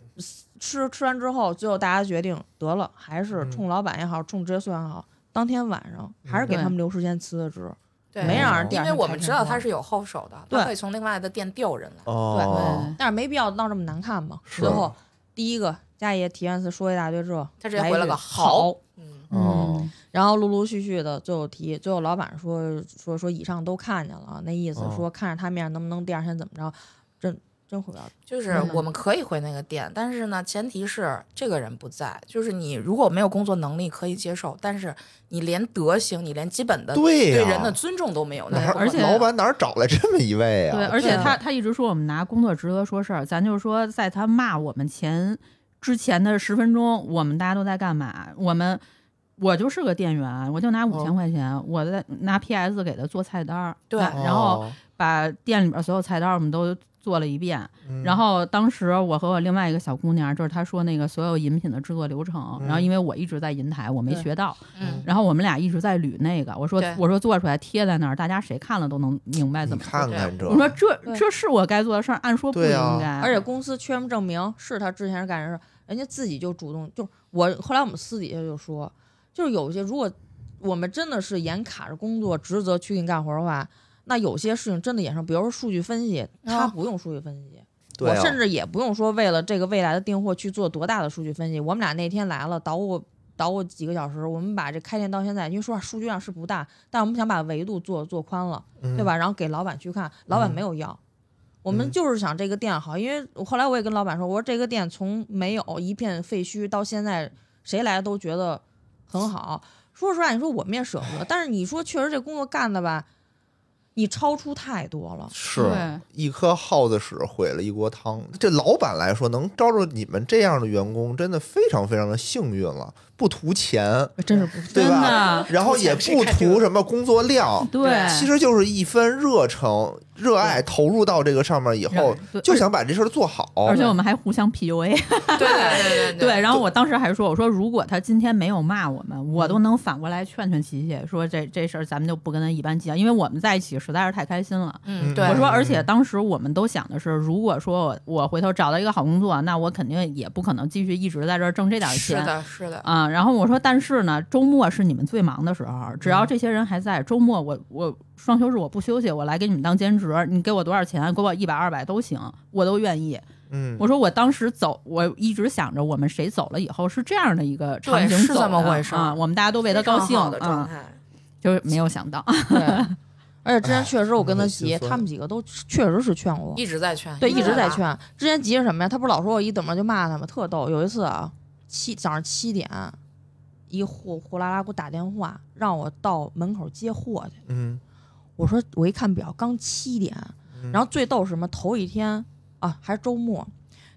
Speaker 3: 吃吃完之后，最后大家决定得了，还是
Speaker 1: 嗯
Speaker 3: 冲老板也好，冲职业素养也好，当天晚上还是给他们留时间辞的职，
Speaker 4: 嗯对，哦
Speaker 3: 没让人第
Speaker 4: 因
Speaker 3: 二
Speaker 4: 为
Speaker 3: 天
Speaker 4: 我们
Speaker 3: 开
Speaker 4: 知道
Speaker 3: 天
Speaker 4: 他
Speaker 3: 窗
Speaker 4: 是有后手的，
Speaker 3: 对
Speaker 4: 他可以从另外的店调人来。
Speaker 1: 哦，
Speaker 3: 但是没必要闹这么难看嘛。
Speaker 1: 是
Speaker 3: 最后第一个家爷提完词说一大堆之后，
Speaker 4: 他直接
Speaker 3: 来一
Speaker 4: 回了
Speaker 3: 句
Speaker 4: 个好
Speaker 3: 好
Speaker 4: 嗯，
Speaker 1: 哦
Speaker 5: 嗯，
Speaker 3: 然后陆陆续续的最后提，最后老板说说说以上都看见了，那意思
Speaker 1: 哦
Speaker 3: 说看着他面能不能第二天怎么着，真真回不了。
Speaker 4: 就是我们可以回那个店，但是呢，前提是这个人不在。就是你如果没有工作能力可以接受，但是你连德行，你连基本的
Speaker 1: 对呀
Speaker 4: 对人的尊重都没有，那
Speaker 1: 哪
Speaker 4: 不
Speaker 1: 儿
Speaker 4: 可
Speaker 5: 而且
Speaker 1: 老板哪儿找来这么一位
Speaker 5: 对，
Speaker 1: 啊？
Speaker 5: 而且
Speaker 3: 对
Speaker 5: 他他一直说我们拿工作职责说事儿，咱就是说，在他骂我们前之前的十分钟，我们大家都在干嘛？我们我就是个店员，我就拿五千块钱，我在拿 PS 给他做菜单儿，
Speaker 4: 对
Speaker 5: 然然后
Speaker 1: 哦，
Speaker 5: 把店里边所有菜单儿我们都做了一遍。
Speaker 1: 嗯
Speaker 5: 然后当时我和我另外一个小姑娘，就是她说那个所有饮品的制作流程，
Speaker 1: 嗯
Speaker 5: 然后因为我一直在银台，我没
Speaker 3: 对
Speaker 5: 学到，
Speaker 4: 嗯，
Speaker 5: 然后我们俩一直在捋那个，我说
Speaker 4: 对
Speaker 5: 我说做出来贴在那儿，大家谁看了都能明白
Speaker 1: 你
Speaker 5: 怎么做
Speaker 1: 看看这，
Speaker 5: 我说这
Speaker 3: 对
Speaker 5: 这是我该做的事儿，按说不应
Speaker 1: 对啊
Speaker 4: 哎
Speaker 5: 该。
Speaker 3: 而且公司缺什么证明是他之前是干什么事儿，人家自己就主动就我后来我们私底下就说，就是有些如果我们真的是严卡着工作职责去给你干活的话，那有些事情真的衍生，比如说数据分析，他
Speaker 4: 哦
Speaker 3: 不用数据分析。
Speaker 1: 对
Speaker 3: 我
Speaker 1: 啊
Speaker 3: 甚至也不用说为了这个未来的订货去做多大的数据分析。我们俩那天来了，捣鼓捣鼓几个小时，我们把这开店到现在，因为说实话数据量是不大，但我们想把维度做做宽了，
Speaker 1: 嗯
Speaker 3: 对吧？然后给老板去看，老板没有要。我们
Speaker 1: 嗯
Speaker 3: 就是想这个店好，因为我后来我也跟老板说，我说这个店从没有一片废墟到现在，谁来都觉得很好。说实话，你说我们也舍不得，但是你说确实这工作干的吧，你超出太多了。
Speaker 1: 是
Speaker 5: 对
Speaker 1: 一颗耗子屎毁了一锅汤。这老板来说，能招着你们这样的员工，真的非常非常的幸运了，不图钱，
Speaker 3: 真是不
Speaker 1: 对
Speaker 5: 真
Speaker 1: 吧？
Speaker 5: 的，
Speaker 1: 然后也不图什么工作量，
Speaker 5: 对，
Speaker 1: 其实就是一分热诚、热爱投入到这个上面以后，
Speaker 5: 对
Speaker 1: 就想把这事儿做好。
Speaker 5: 而且我们还互相 PUA，
Speaker 4: <laughs> 对对对
Speaker 5: 对。然后我当时还说，我说如果他今天没有骂我们，我都能反过来劝劝琪琪，说这这事儿咱们就不跟他一般计较，因为我们在一起实在是太开心了。
Speaker 4: 嗯，对，
Speaker 5: 我说，
Speaker 1: 嗯
Speaker 5: 而且当时我们都想的是，如果说我我回头找到一个好工作，那我肯定也不可能继续一直在这儿挣这点
Speaker 4: 是
Speaker 5: 钱。
Speaker 4: 的，是的，
Speaker 5: 啊、然后我说，但是呢，周末是你们最忙的时候，
Speaker 4: 嗯
Speaker 5: 只要这些人还在，周末我我双休日我不休息，我来给你们当兼职，你给我多少钱，给我一百二百都行，我都愿意。
Speaker 1: 嗯，
Speaker 5: 我说我当时走，我一直想着我们谁走了以后是这样的一个场景
Speaker 4: 对是
Speaker 5: 走的
Speaker 4: 这么回事儿
Speaker 5: 啊、我们大家都为他高
Speaker 4: 非
Speaker 5: 兴
Speaker 4: 常好的状
Speaker 5: 啊、
Speaker 4: 态。
Speaker 5: 就是没有想到， <laughs>
Speaker 3: 对， <laughs> 而且之前确实我跟他
Speaker 1: 哎
Speaker 3: 急，
Speaker 1: 心酸
Speaker 3: 他们几个都确实是劝我，
Speaker 4: 一直在劝，啊
Speaker 3: 对，
Speaker 4: 一
Speaker 3: 一直在。劝。之前急是什么呀？他不是老说我一怎么就骂他吗？特逗。有一次啊，七早上七点，一货货拉拉给我打电话，让我到门口接货去。
Speaker 1: 嗯，
Speaker 3: 我说我一看表，刚七点。
Speaker 1: 嗯
Speaker 3: 然后最逗是什么？头一天啊，还是周末，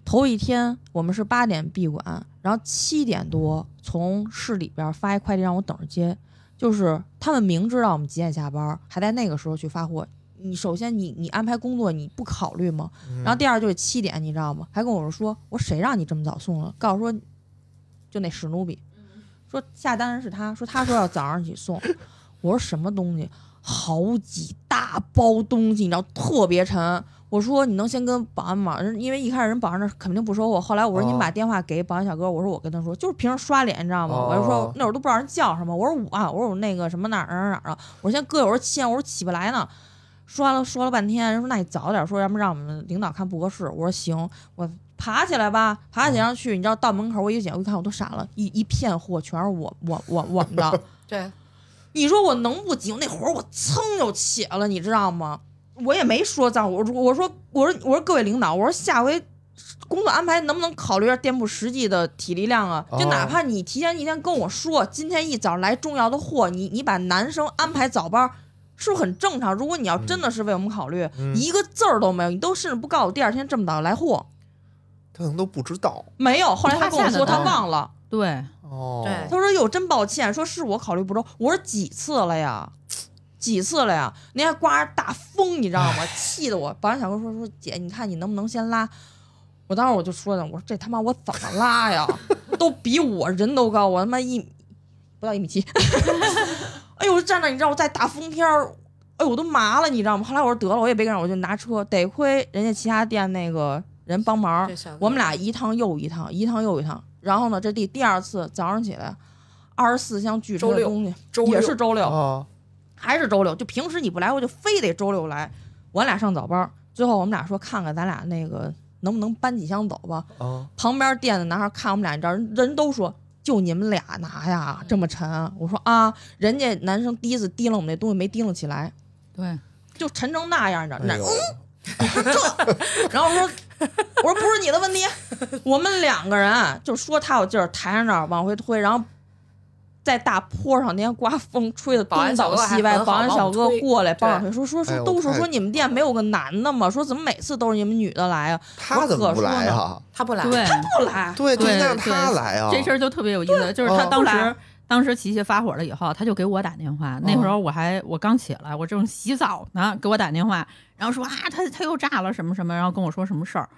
Speaker 3: 头一天我们是八点闭馆，然后七点多从市里边发一快递让我等着接，就是他们明知道我们几点下班，还在那个时候去发货。你首先你你安排工作你不考虑吗？然后第二就是七点，你知道吗？还跟我说说我谁让你这么早送了？告诉我说就那史努比，说下单人是他，说他说要早上起送，我说什么东西，好几大包东西，你知道特别沉。我说你能先跟保安吗？人因为一开始人保安那肯定不收我，后来我说
Speaker 1: 哦
Speaker 3: 你把电话给保安小哥，我说我跟他说，就是平时刷脸，你知道吗？
Speaker 1: 哦
Speaker 3: 我就说那会儿都不知道人叫什么，我说我啊，我说我那个什么哪儿哪儿哪儿啊，我说先哥，我说欠，我说起不来呢。说了说了半天，人说那你早点说，要不让我们领导看不合适。我说行，我爬起来吧，爬起来去，你知道到门口我一检，我一看我都傻了，一一片货全是我我我我们的，
Speaker 4: 对，
Speaker 3: 你说我能不急？那会儿我噌就起来了，你知道吗？我也没说脏，我说我说我说我说各位领导，我说下回工作安排能不能考虑一下店铺实际的体力量啊？
Speaker 1: 哦
Speaker 3: 就哪怕你提前一天跟我说，今天一早来重要的货，你你把男生安排早班。是不是很正常？如果你要真的是为我们考虑，
Speaker 1: 嗯
Speaker 3: 你一个字儿都没有，你都甚至不告诉我第二天这么早来货，
Speaker 1: 他可能都不知道
Speaker 3: 没有。后来他跟我
Speaker 5: 他吓
Speaker 3: 说
Speaker 5: 得
Speaker 3: 他嗯
Speaker 5: 慌
Speaker 3: 忘了，
Speaker 5: 对，
Speaker 1: 哦。
Speaker 4: 对
Speaker 3: 他说：“哟，真抱歉，说是我考虑不周。”我说：“几次了呀，几次了呀？那还刮着大风，你知道吗？ <laughs> 气得我。”保安小哥说：“说姐，你看你能不能先拉？”我当时我就说呢，我说这他妈我怎么拉呀？ <laughs> 都比我人都高，我他妈一不到一米七。 <laughs> 哎呦，我站那，你知道我在大风天儿，哎呦我都麻了，你知道吗？后来我说得了，我也别跟着，我就拿车，得亏人家其他店那个人帮忙，我们俩一趟又一趟，一趟又一趟。然后呢，这第第二次早上起来，二十四箱巨沉
Speaker 4: 周
Speaker 3: 的
Speaker 4: 六
Speaker 3: 东西，
Speaker 4: 周
Speaker 3: 也
Speaker 4: 六
Speaker 3: 是周六，
Speaker 1: 啊，
Speaker 3: 还是周六。就平时你不来，我就非得周六来。我俩上早班儿，最后我们俩说看看咱俩那个能不能搬几箱走吧。
Speaker 1: 啊
Speaker 3: 旁边店的男孩看我们俩，你知道，人人都说就你们俩拿呀，这么沉。我说啊，人家男生第一次提了我们那东西没提了起来，
Speaker 4: <laughs>
Speaker 5: 对，
Speaker 3: 就沉成那样，你知道？
Speaker 1: 哎
Speaker 3: 那
Speaker 1: 呦，
Speaker 3: 然后我说，我说不是你的问题，我们两个人啊就说他有劲儿，抬着那儿往回推，然后在大坡上那天刮风，吹得
Speaker 4: 保安
Speaker 3: 东倒
Speaker 4: 小哥还
Speaker 3: 西歪，
Speaker 4: 很好
Speaker 3: 保安小哥
Speaker 4: 帮我们推
Speaker 3: 过来帮我
Speaker 4: 对
Speaker 3: 推，说说
Speaker 1: 哎
Speaker 3: 说
Speaker 1: 呦
Speaker 3: 都说
Speaker 1: 太
Speaker 3: 说你们店没有个男的吗？说怎么每次都是你们女的来啊？
Speaker 1: 他怎么不来啊？
Speaker 4: 他不来，
Speaker 5: 对，
Speaker 3: 不来，
Speaker 1: 对，就
Speaker 5: 对
Speaker 1: 应该让他来啊。
Speaker 5: 这事儿就特别有意思，就是他
Speaker 1: 哦
Speaker 5: 当时、
Speaker 3: 来
Speaker 5: 当时琪琪发火了以后，他就给我打电话，
Speaker 1: 哦
Speaker 5: 那会儿我还我刚起来，我正洗澡呢，给我打电话，然后说啊，他他又炸了什么什么，然后跟我说什么事儿。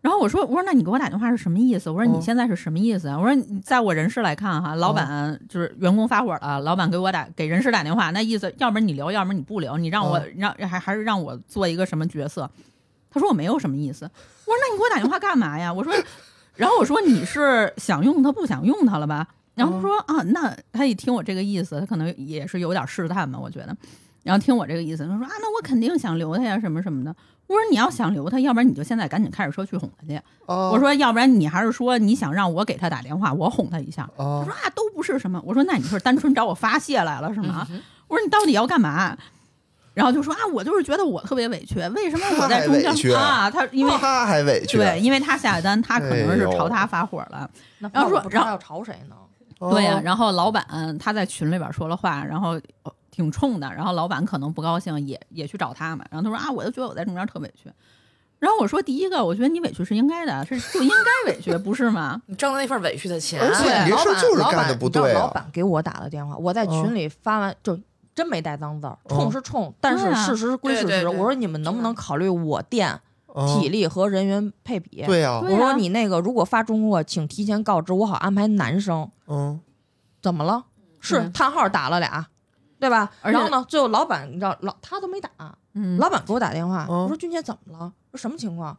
Speaker 5: 然后我说，我说那你给我打电话是什么意思？我说
Speaker 1: 哦
Speaker 5: 你现在是什么意思啊？我说你在我人事来看哈，老板就是员工发火了，老板给我打给人事打电话，那意思要不然你留，要不然你不留，你让我
Speaker 1: 哦
Speaker 5: 让还还是让我做一个什么角色？他说我没有什么意思。我说那你给我打电话干嘛呀？我说，然后我说你是想用它不想用它了吧？然
Speaker 1: 哦
Speaker 5: 后他说啊，那他一听我这个意思，他可能也是有点试探吧，我觉得。然后听我这个意思，他说啊，那我肯定想留他呀，什么什么的。我说你要想留他，要不然你就现在赶紧开着车去哄他去。
Speaker 1: 啊
Speaker 5: 我说要不然你还是说你想让我给他打电话，我哄他一下。他
Speaker 1: 啊
Speaker 5: 说啊，都不是什么。我说那你是单纯找我发泄来了是吗？
Speaker 1: 嗯
Speaker 5: 我说你到底要干嘛？然后就说啊，我就是觉得我特别委屈，为什么我在
Speaker 1: 太
Speaker 5: 中
Speaker 1: 委
Speaker 5: 间
Speaker 1: 屈
Speaker 5: 啊？他因为
Speaker 1: 他还委屈，
Speaker 5: 对，因为他下的单，他可能是
Speaker 1: 哎呦
Speaker 5: 朝他发火了。
Speaker 3: 然
Speaker 5: 然
Speaker 3: 后
Speaker 5: 后
Speaker 3: 说
Speaker 5: 说
Speaker 3: 不知道要吵谁呢？
Speaker 1: 哦
Speaker 5: 对呀、然后老板嗯他在群里边说了话，然后呃挺冲的，然后老板可能不高兴，也也去找他嘛。然后他说啊，我就觉得我在中间特委屈。然后我说，第一个，我觉得你委屈是应该的，是就应该委屈，不是吗？
Speaker 4: 你挣的那份委屈的钱，
Speaker 1: 而且你这事儿就是
Speaker 3: 哎老
Speaker 1: 干
Speaker 3: 板
Speaker 1: 的不对
Speaker 3: 你知道老
Speaker 1: 啊。嗯
Speaker 3: 板给我打的电话，我在群里发完就。真没带脏字儿，冲是冲，但是
Speaker 5: 对啊
Speaker 3: 事实归事实。
Speaker 4: 对对对
Speaker 3: 我说你们能不能考虑我店
Speaker 1: 嗯
Speaker 3: 体力和人员配比？
Speaker 1: 对呀，
Speaker 5: 对
Speaker 3: 我说
Speaker 5: 啊
Speaker 3: 你那个如果发中货，请提前告知，我好安排男生。
Speaker 1: 嗯，
Speaker 3: 怎么了？是
Speaker 5: 嗯
Speaker 3: 叹号打了俩，对吧？
Speaker 5: 而且
Speaker 3: 然后呢，最后老板你知道老他都没打，
Speaker 5: 嗯，
Speaker 3: 老板给我打电话，
Speaker 1: 嗯
Speaker 3: 我说俊姐怎么了？说什么情况？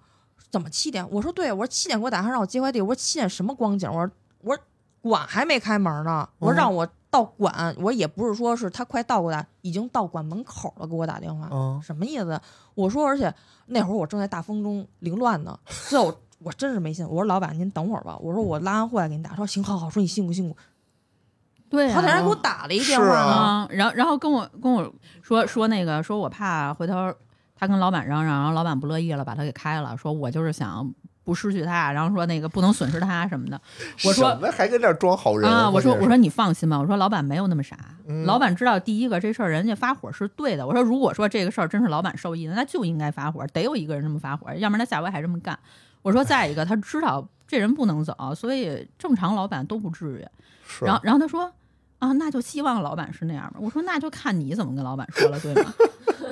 Speaker 3: 怎么七点？我说对，我说七点给我打，还让我接快递。我说七点什么光景？我说我说馆还没开门呢。我说
Speaker 1: 嗯
Speaker 3: 让我到馆，我也不是说是他快到过来，已经到馆门口了，给我打电话，
Speaker 1: 嗯
Speaker 3: 什么意思？我说，而且那会儿我正在大风中凌乱呢，最后我真是没信。我说老板您等会儿吧，我说我拉完货来给你打。他说行，好好，说你辛苦辛苦。
Speaker 5: 对、啊，
Speaker 3: 他竟然给我打了一电话
Speaker 1: 是
Speaker 3: 呢，
Speaker 1: 啊
Speaker 5: 啊，然后然后跟我跟我说说那个，说我怕回头他跟老板嚷嚷，然后老板不乐意了，把他给开了，说我就是想不失去他，然后说那个不能损失他什么的。我说
Speaker 1: 什么还跟这儿装好人
Speaker 5: 啊，我说
Speaker 1: 真
Speaker 5: 我
Speaker 1: 是
Speaker 5: 说你放心吧，我说老板没有那么傻，
Speaker 1: 嗯
Speaker 5: 老板知道第一个这事儿人家发火是对的。我说如果说这个事儿真是老板受益的，那就应该发火，得有一个人这么发火，要不然他下回还这么干。我说再一个，他知道这人不能走，所以正常老板都不至于。
Speaker 1: 是
Speaker 5: 然后然后他说啊，那就希望老板是那样吧。我说那就看你怎么跟老板说了，对吗？ <laughs>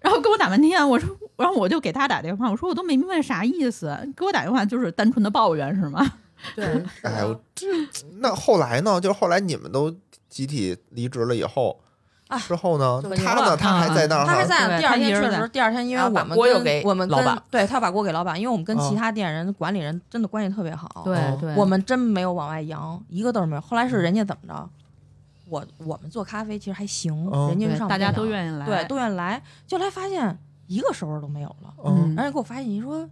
Speaker 5: 然后给我打半天，我说，然后我就给他打电话，我说我都没明白啥意思，给我打电话就是单纯的抱怨是吗？
Speaker 4: 对，
Speaker 1: <laughs> 哎呦，这那后来呢？就是后来你们都集体离职了以后，
Speaker 3: 啊
Speaker 1: 之后呢
Speaker 3: 就？
Speaker 1: 他
Speaker 3: 赢了
Speaker 1: 呢？他还在那儿
Speaker 3: 他还
Speaker 1: 哈，
Speaker 3: 在
Speaker 5: 对
Speaker 3: 第二
Speaker 5: 他一
Speaker 3: 天
Speaker 5: 人
Speaker 3: 确
Speaker 5: 在
Speaker 3: 实，第二天因为
Speaker 4: 然后
Speaker 3: 我
Speaker 4: 把
Speaker 3: 们
Speaker 4: 锅又
Speaker 3: 跟
Speaker 4: 给
Speaker 3: 我们
Speaker 4: 老
Speaker 3: 跟
Speaker 4: 板
Speaker 3: 对他把锅给老板，因为我们跟
Speaker 1: 哦
Speaker 3: 其他店人、管理人真的关系特别好，
Speaker 5: 对对，
Speaker 3: 我们真没有往外扬，一个字儿没有。后来是人家怎么着，我我们做咖啡其实还行，
Speaker 1: 嗯
Speaker 3: 人家就
Speaker 5: 对
Speaker 3: 上
Speaker 5: 大家都
Speaker 3: 意
Speaker 5: 愿意来，
Speaker 3: 对都愿意来，就来发现一个收入都没有了。
Speaker 1: 嗯，
Speaker 3: 然后给我发信息说：“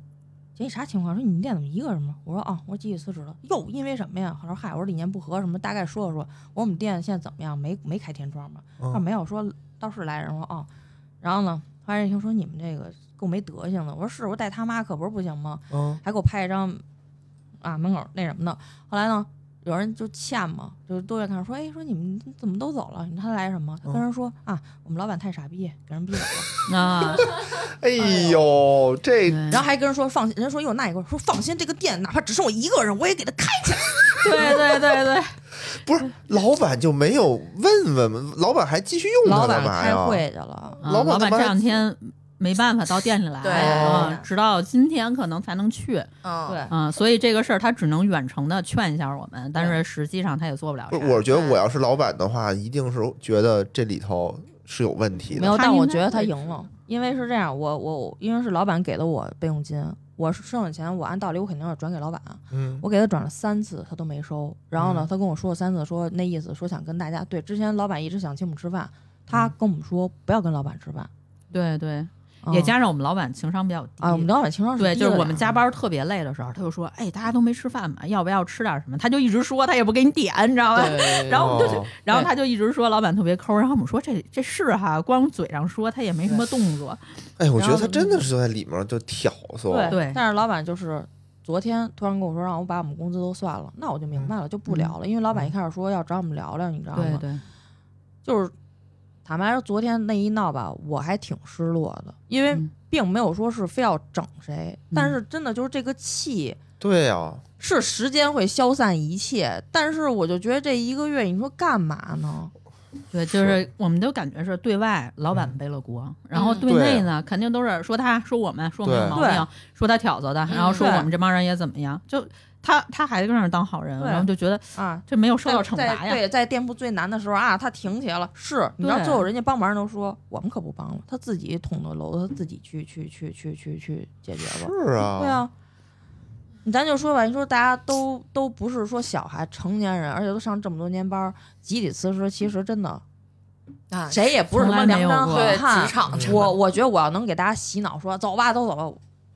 Speaker 3: 姐，你啥情况？说你们店怎么一个人吗？”我说：“啊，我说集体辞职了。”哟，因为什么呀？他说：“嗨，我说理念不合什么，大概说了说。”我说：“我们店现在怎么样？没没开天窗吗？”
Speaker 1: 嗯
Speaker 3: 他说：“没有。”说倒是来人。我说：“哦。”然后呢，后来一听说你们这个够没德行的。我说：“是，我说带他妈可不是不行吗？”
Speaker 1: 嗯，
Speaker 3: 还给我拍一张啊门口那什么的。后来呢，有人就欠嘛，就都在看说，哎，说你们怎么都走了？他来什么？他跟人说、啊，我们老板太傻逼，给人逼走了。
Speaker 1: <laughs>
Speaker 5: 啊，
Speaker 1: 哎呦，这
Speaker 5: 对
Speaker 1: <laughs>
Speaker 3: 然后还跟人说放心，人家说哟那一个说放心，这个店哪怕只剩我一个人，我也给他开起来。
Speaker 5: 对对对对，
Speaker 1: 不是老板就没有问问吗？老板还继续用他
Speaker 3: 老
Speaker 1: 干
Speaker 3: 板
Speaker 1: 嘛
Speaker 3: 开
Speaker 1: 呀？
Speaker 3: 会去了，
Speaker 1: <laughs>
Speaker 5: 啊
Speaker 1: 老板
Speaker 5: 老
Speaker 1: 他
Speaker 5: 板
Speaker 1: 妈哦
Speaker 5: 这两天没办法到店里来，
Speaker 4: 对
Speaker 5: 啊直到今天可能才能去，
Speaker 4: 嗯，
Speaker 3: 对，
Speaker 5: 嗯，所以这个事儿他只能远程的劝一下我们，但是实际上他也做不了
Speaker 1: 不
Speaker 5: 啥。
Speaker 1: 是，我觉得我要是老板的话，一定是觉得这里头是有问题
Speaker 3: 没
Speaker 1: 的。
Speaker 3: 有，
Speaker 5: 他
Speaker 3: 但
Speaker 5: 应
Speaker 3: 我
Speaker 5: 该
Speaker 3: 觉得他
Speaker 5: 会
Speaker 3: 赢了，因为是这样，我我因为是老板给了我备用金，我是剩下钱我按道理我肯定要转给老板，
Speaker 1: 嗯
Speaker 3: 我给他转了三次，他都没收。然后呢，
Speaker 1: 嗯
Speaker 3: 他跟我说了三次，说那意思说想跟大家对，之前老板一直想请我们吃饭，
Speaker 5: 嗯
Speaker 3: 他跟我们说不要跟老板吃饭，
Speaker 5: 对对，
Speaker 3: 啊
Speaker 5: 也加上我们老板情商比较低。
Speaker 3: 啊，我们老板情商是
Speaker 5: 对，
Speaker 3: 低
Speaker 5: 就
Speaker 3: 的
Speaker 5: 是我
Speaker 3: 呀
Speaker 5: 们加班特别累的时候，他就说：“哎，大家都没吃饭嘛，要不要吃点什么？”他就一直说，他也不给你点，你知道吧？ <laughs> 然后我们就
Speaker 1: 哦
Speaker 5: 去，然后他就一直说老板特别抠，然后我们说这这是哈，光嘴上说他也没什么动作。
Speaker 1: 哎，我觉得
Speaker 3: 然后
Speaker 1: 他真的是在里面就挑唆。
Speaker 3: 对，
Speaker 5: 对
Speaker 3: 但是老板就是。昨天突然跟我说让我把我们工资都算了，那我就明白了，就不聊了。因为老板一开始说要找我们聊聊，你知道
Speaker 5: 嗯对
Speaker 3: 吗？
Speaker 5: 对，
Speaker 3: 就是坦白说，昨天那一闹吧，我还挺失落的，因为
Speaker 5: 嗯
Speaker 3: 并没有说是非要整谁，
Speaker 5: 嗯
Speaker 3: 但是真的就是这个气，
Speaker 1: 对啊呀，
Speaker 3: 是时间会消散一切，但是我就觉得这一个月，你说干嘛呢？
Speaker 5: 对，就是我们都感觉是对外老
Speaker 3: 嗯
Speaker 5: 板背了锅，然后对
Speaker 1: 对
Speaker 5: 内呢，肯定都是说他说我们说我们有毛
Speaker 3: 对嗯
Speaker 5: 病，说他挑唆的，然后说我们这帮人也怎么样，就他他还跟那儿当好人，
Speaker 3: 对
Speaker 5: 然后就觉得
Speaker 3: 啊，
Speaker 5: 这没有受
Speaker 3: 在
Speaker 5: 到惩罚
Speaker 3: 在
Speaker 5: 呀。
Speaker 3: 对，在店铺最难的时候啊，他挺起来了，是你知道
Speaker 5: 对
Speaker 3: 最后人家帮忙都说我们可不帮了，他自己捅的娄子，他自己去去去去去去解决吧。
Speaker 1: 是啊，
Speaker 3: 对啊，你咱就说吧，你说大家都都不是说小孩，成年人，而且都上这么多年班儿，集体辞职，其实真的
Speaker 4: 啊，
Speaker 3: 谁也不是什么
Speaker 5: 从来
Speaker 3: 梁
Speaker 5: 没有
Speaker 3: 山
Speaker 5: 过
Speaker 3: 好
Speaker 4: 对
Speaker 3: 汉嗯
Speaker 4: 职。场什么
Speaker 3: 我我觉得我要能给大家洗脑说走吧，都走吧，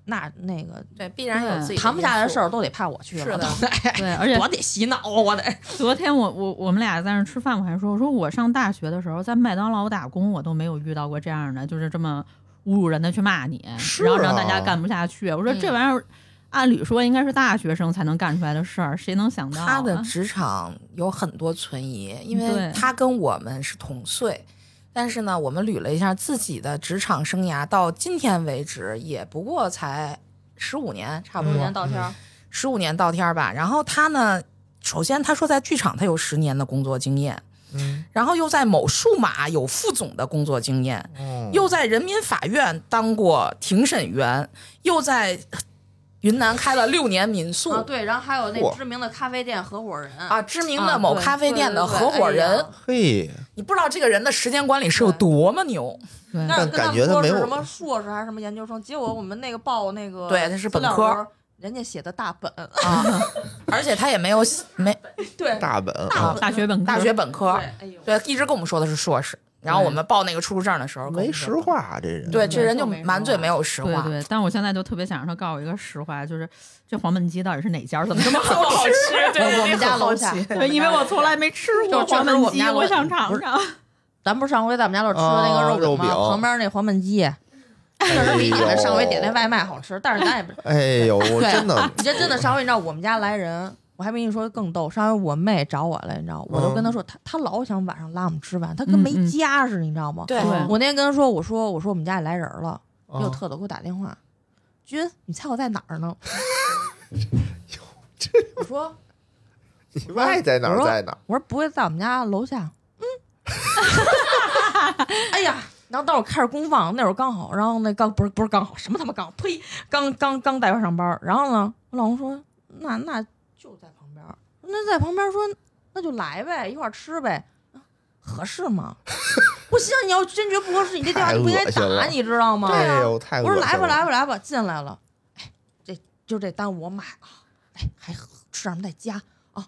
Speaker 3: 那那个
Speaker 4: 对必然有自己
Speaker 3: 谈不下来的事儿
Speaker 4: 都
Speaker 3: 都得派我去了。
Speaker 4: 是的
Speaker 3: 都
Speaker 5: <laughs>
Speaker 3: 得 <laughs>
Speaker 5: 对，
Speaker 4: <laughs>
Speaker 5: 而且
Speaker 3: 我得洗脑啊，我得。
Speaker 5: 昨天我我我们俩在那儿吃饭，我还说，我说我上大学的时候在麦当劳打工，我都没有遇到过这样的，就是这么侮辱人的去骂你，
Speaker 1: 是
Speaker 5: 然后
Speaker 1: 啊
Speaker 5: 让大家干不下去。我说
Speaker 3: 嗯
Speaker 5: 这玩意儿，按理说应该是大学生才能干出来的事儿，谁能想到、啊？
Speaker 4: 他的职场有很多存疑，因为
Speaker 5: 对
Speaker 4: 他跟我们是同岁，但是呢，我们捋了一下自己的职场生涯，到今天为止也不过才十五年，差不多
Speaker 1: 嗯道歉儿
Speaker 4: 十五年到天儿吧。然后他呢，首先他说在剧场他有十年的工作经验，
Speaker 1: 嗯，
Speaker 4: 然后又在某数码有副总的工作经验，
Speaker 1: 哦
Speaker 4: 又在人民法院当过庭审员，又在云南开了六年民宿。
Speaker 3: 啊，对，然后还有
Speaker 1: 嚯
Speaker 3: 那知名的咖啡店合伙人
Speaker 4: 啊，，知名
Speaker 3: 啊
Speaker 4: 的某
Speaker 3: 对
Speaker 4: 咖啡
Speaker 3: 对
Speaker 4: 店
Speaker 3: 对
Speaker 4: 的
Speaker 3: 对
Speaker 4: 合
Speaker 3: 哎
Speaker 4: 伙
Speaker 3: 呀
Speaker 4: 人，
Speaker 1: 嘿，
Speaker 4: 你不知道这个人的时间管理是有多么牛。
Speaker 3: <laughs>
Speaker 5: 对
Speaker 3: 但是
Speaker 1: 但
Speaker 3: 跟
Speaker 1: 感
Speaker 3: 他
Speaker 1: 觉
Speaker 3: 们
Speaker 1: 他
Speaker 3: 说
Speaker 1: 没
Speaker 3: 是
Speaker 1: 有
Speaker 3: 什么硕士还是什么研究生，结果我们那个报那个
Speaker 4: 对他
Speaker 3: 资
Speaker 4: 是本
Speaker 3: 料
Speaker 4: 科
Speaker 3: 的时候，人家写的大本，
Speaker 4: 啊，而且他也没有没
Speaker 3: 对，
Speaker 1: 大本
Speaker 5: 啊
Speaker 1: 啊，
Speaker 5: 大学本科
Speaker 4: 大学本科，
Speaker 3: 对，哎呦，
Speaker 4: 对，
Speaker 3: <laughs>
Speaker 4: 一直跟我们说的是硕士。然后我们报那个出入证的时候，跟我
Speaker 1: 没
Speaker 4: 们
Speaker 1: 实
Speaker 4: 说，
Speaker 1: 话啊这人。
Speaker 4: 对，这人就
Speaker 3: 就没实
Speaker 4: 满嘴
Speaker 3: 话
Speaker 4: 没有实
Speaker 5: 对
Speaker 4: 话，
Speaker 5: 对，但我现在就特别想让他告诉我一个实话，就是这黄焖鸡到底是哪家？怎么这么
Speaker 4: 这
Speaker 3: <laughs>
Speaker 4: 么好吃，对
Speaker 3: 我们家楼下
Speaker 4: 好奇
Speaker 5: 对，因为我从来没吃过
Speaker 3: 就确
Speaker 5: 黄
Speaker 3: 实我
Speaker 5: 焖
Speaker 3: 们
Speaker 5: 鸡
Speaker 3: 家，楼
Speaker 5: 我想尝尝。
Speaker 3: 咱不是上回在我们家楼吃的那
Speaker 1: 啊
Speaker 3: 个
Speaker 1: 肉
Speaker 3: 饼吗？
Speaker 1: 饼哎
Speaker 3: 旁边那黄焖鸡，确 <laughs>
Speaker 1: 确
Speaker 3: 实比你们上回点那外卖好吃，但是咱也不，
Speaker 1: 哎呦，我
Speaker 3: 对
Speaker 1: 真的
Speaker 3: <laughs> 你这真的上回你知道我们家来人。我还没跟你说更逗，上回我妹找我来，你知道，我都跟她说，她她老想晚上拉我们吃饭，她跟
Speaker 5: 嗯
Speaker 3: 没
Speaker 5: 嗯
Speaker 3: 家似的，你知道吗？
Speaker 4: 对
Speaker 5: 对
Speaker 3: 我那天跟他说，我说我说我们家里来人了，
Speaker 1: 啊
Speaker 3: 又特的给我打电话，君，你猜我在哪儿呢？我说
Speaker 1: <laughs> 你外在哪
Speaker 3: 我
Speaker 1: 儿
Speaker 3: 说
Speaker 1: 在哪儿？
Speaker 3: 我说不会在我们家楼下，嗯， <laughs> 哎呀，然后当时我开始公放，那会儿刚好，然后那刚不是不是刚好什么他妈刚好，呸，刚刚刚带班上班儿，然后呢，我老公说那那就在旁边儿。那在旁边说，那就来呗，一块儿吃呗，啊合适吗？ <laughs> 我心想，你要真觉得不合适，你这电话
Speaker 1: 太
Speaker 3: 就不应该
Speaker 1: 恶心了
Speaker 3: 打，你知道吗？
Speaker 1: 哎呦，太
Speaker 3: 啊我说
Speaker 1: 恶
Speaker 3: 来
Speaker 1: 心
Speaker 3: 吧，
Speaker 1: 了
Speaker 3: 来吧，来吧，进来了，哎，这就这单我买啊，哎，还吃点什么再加啊，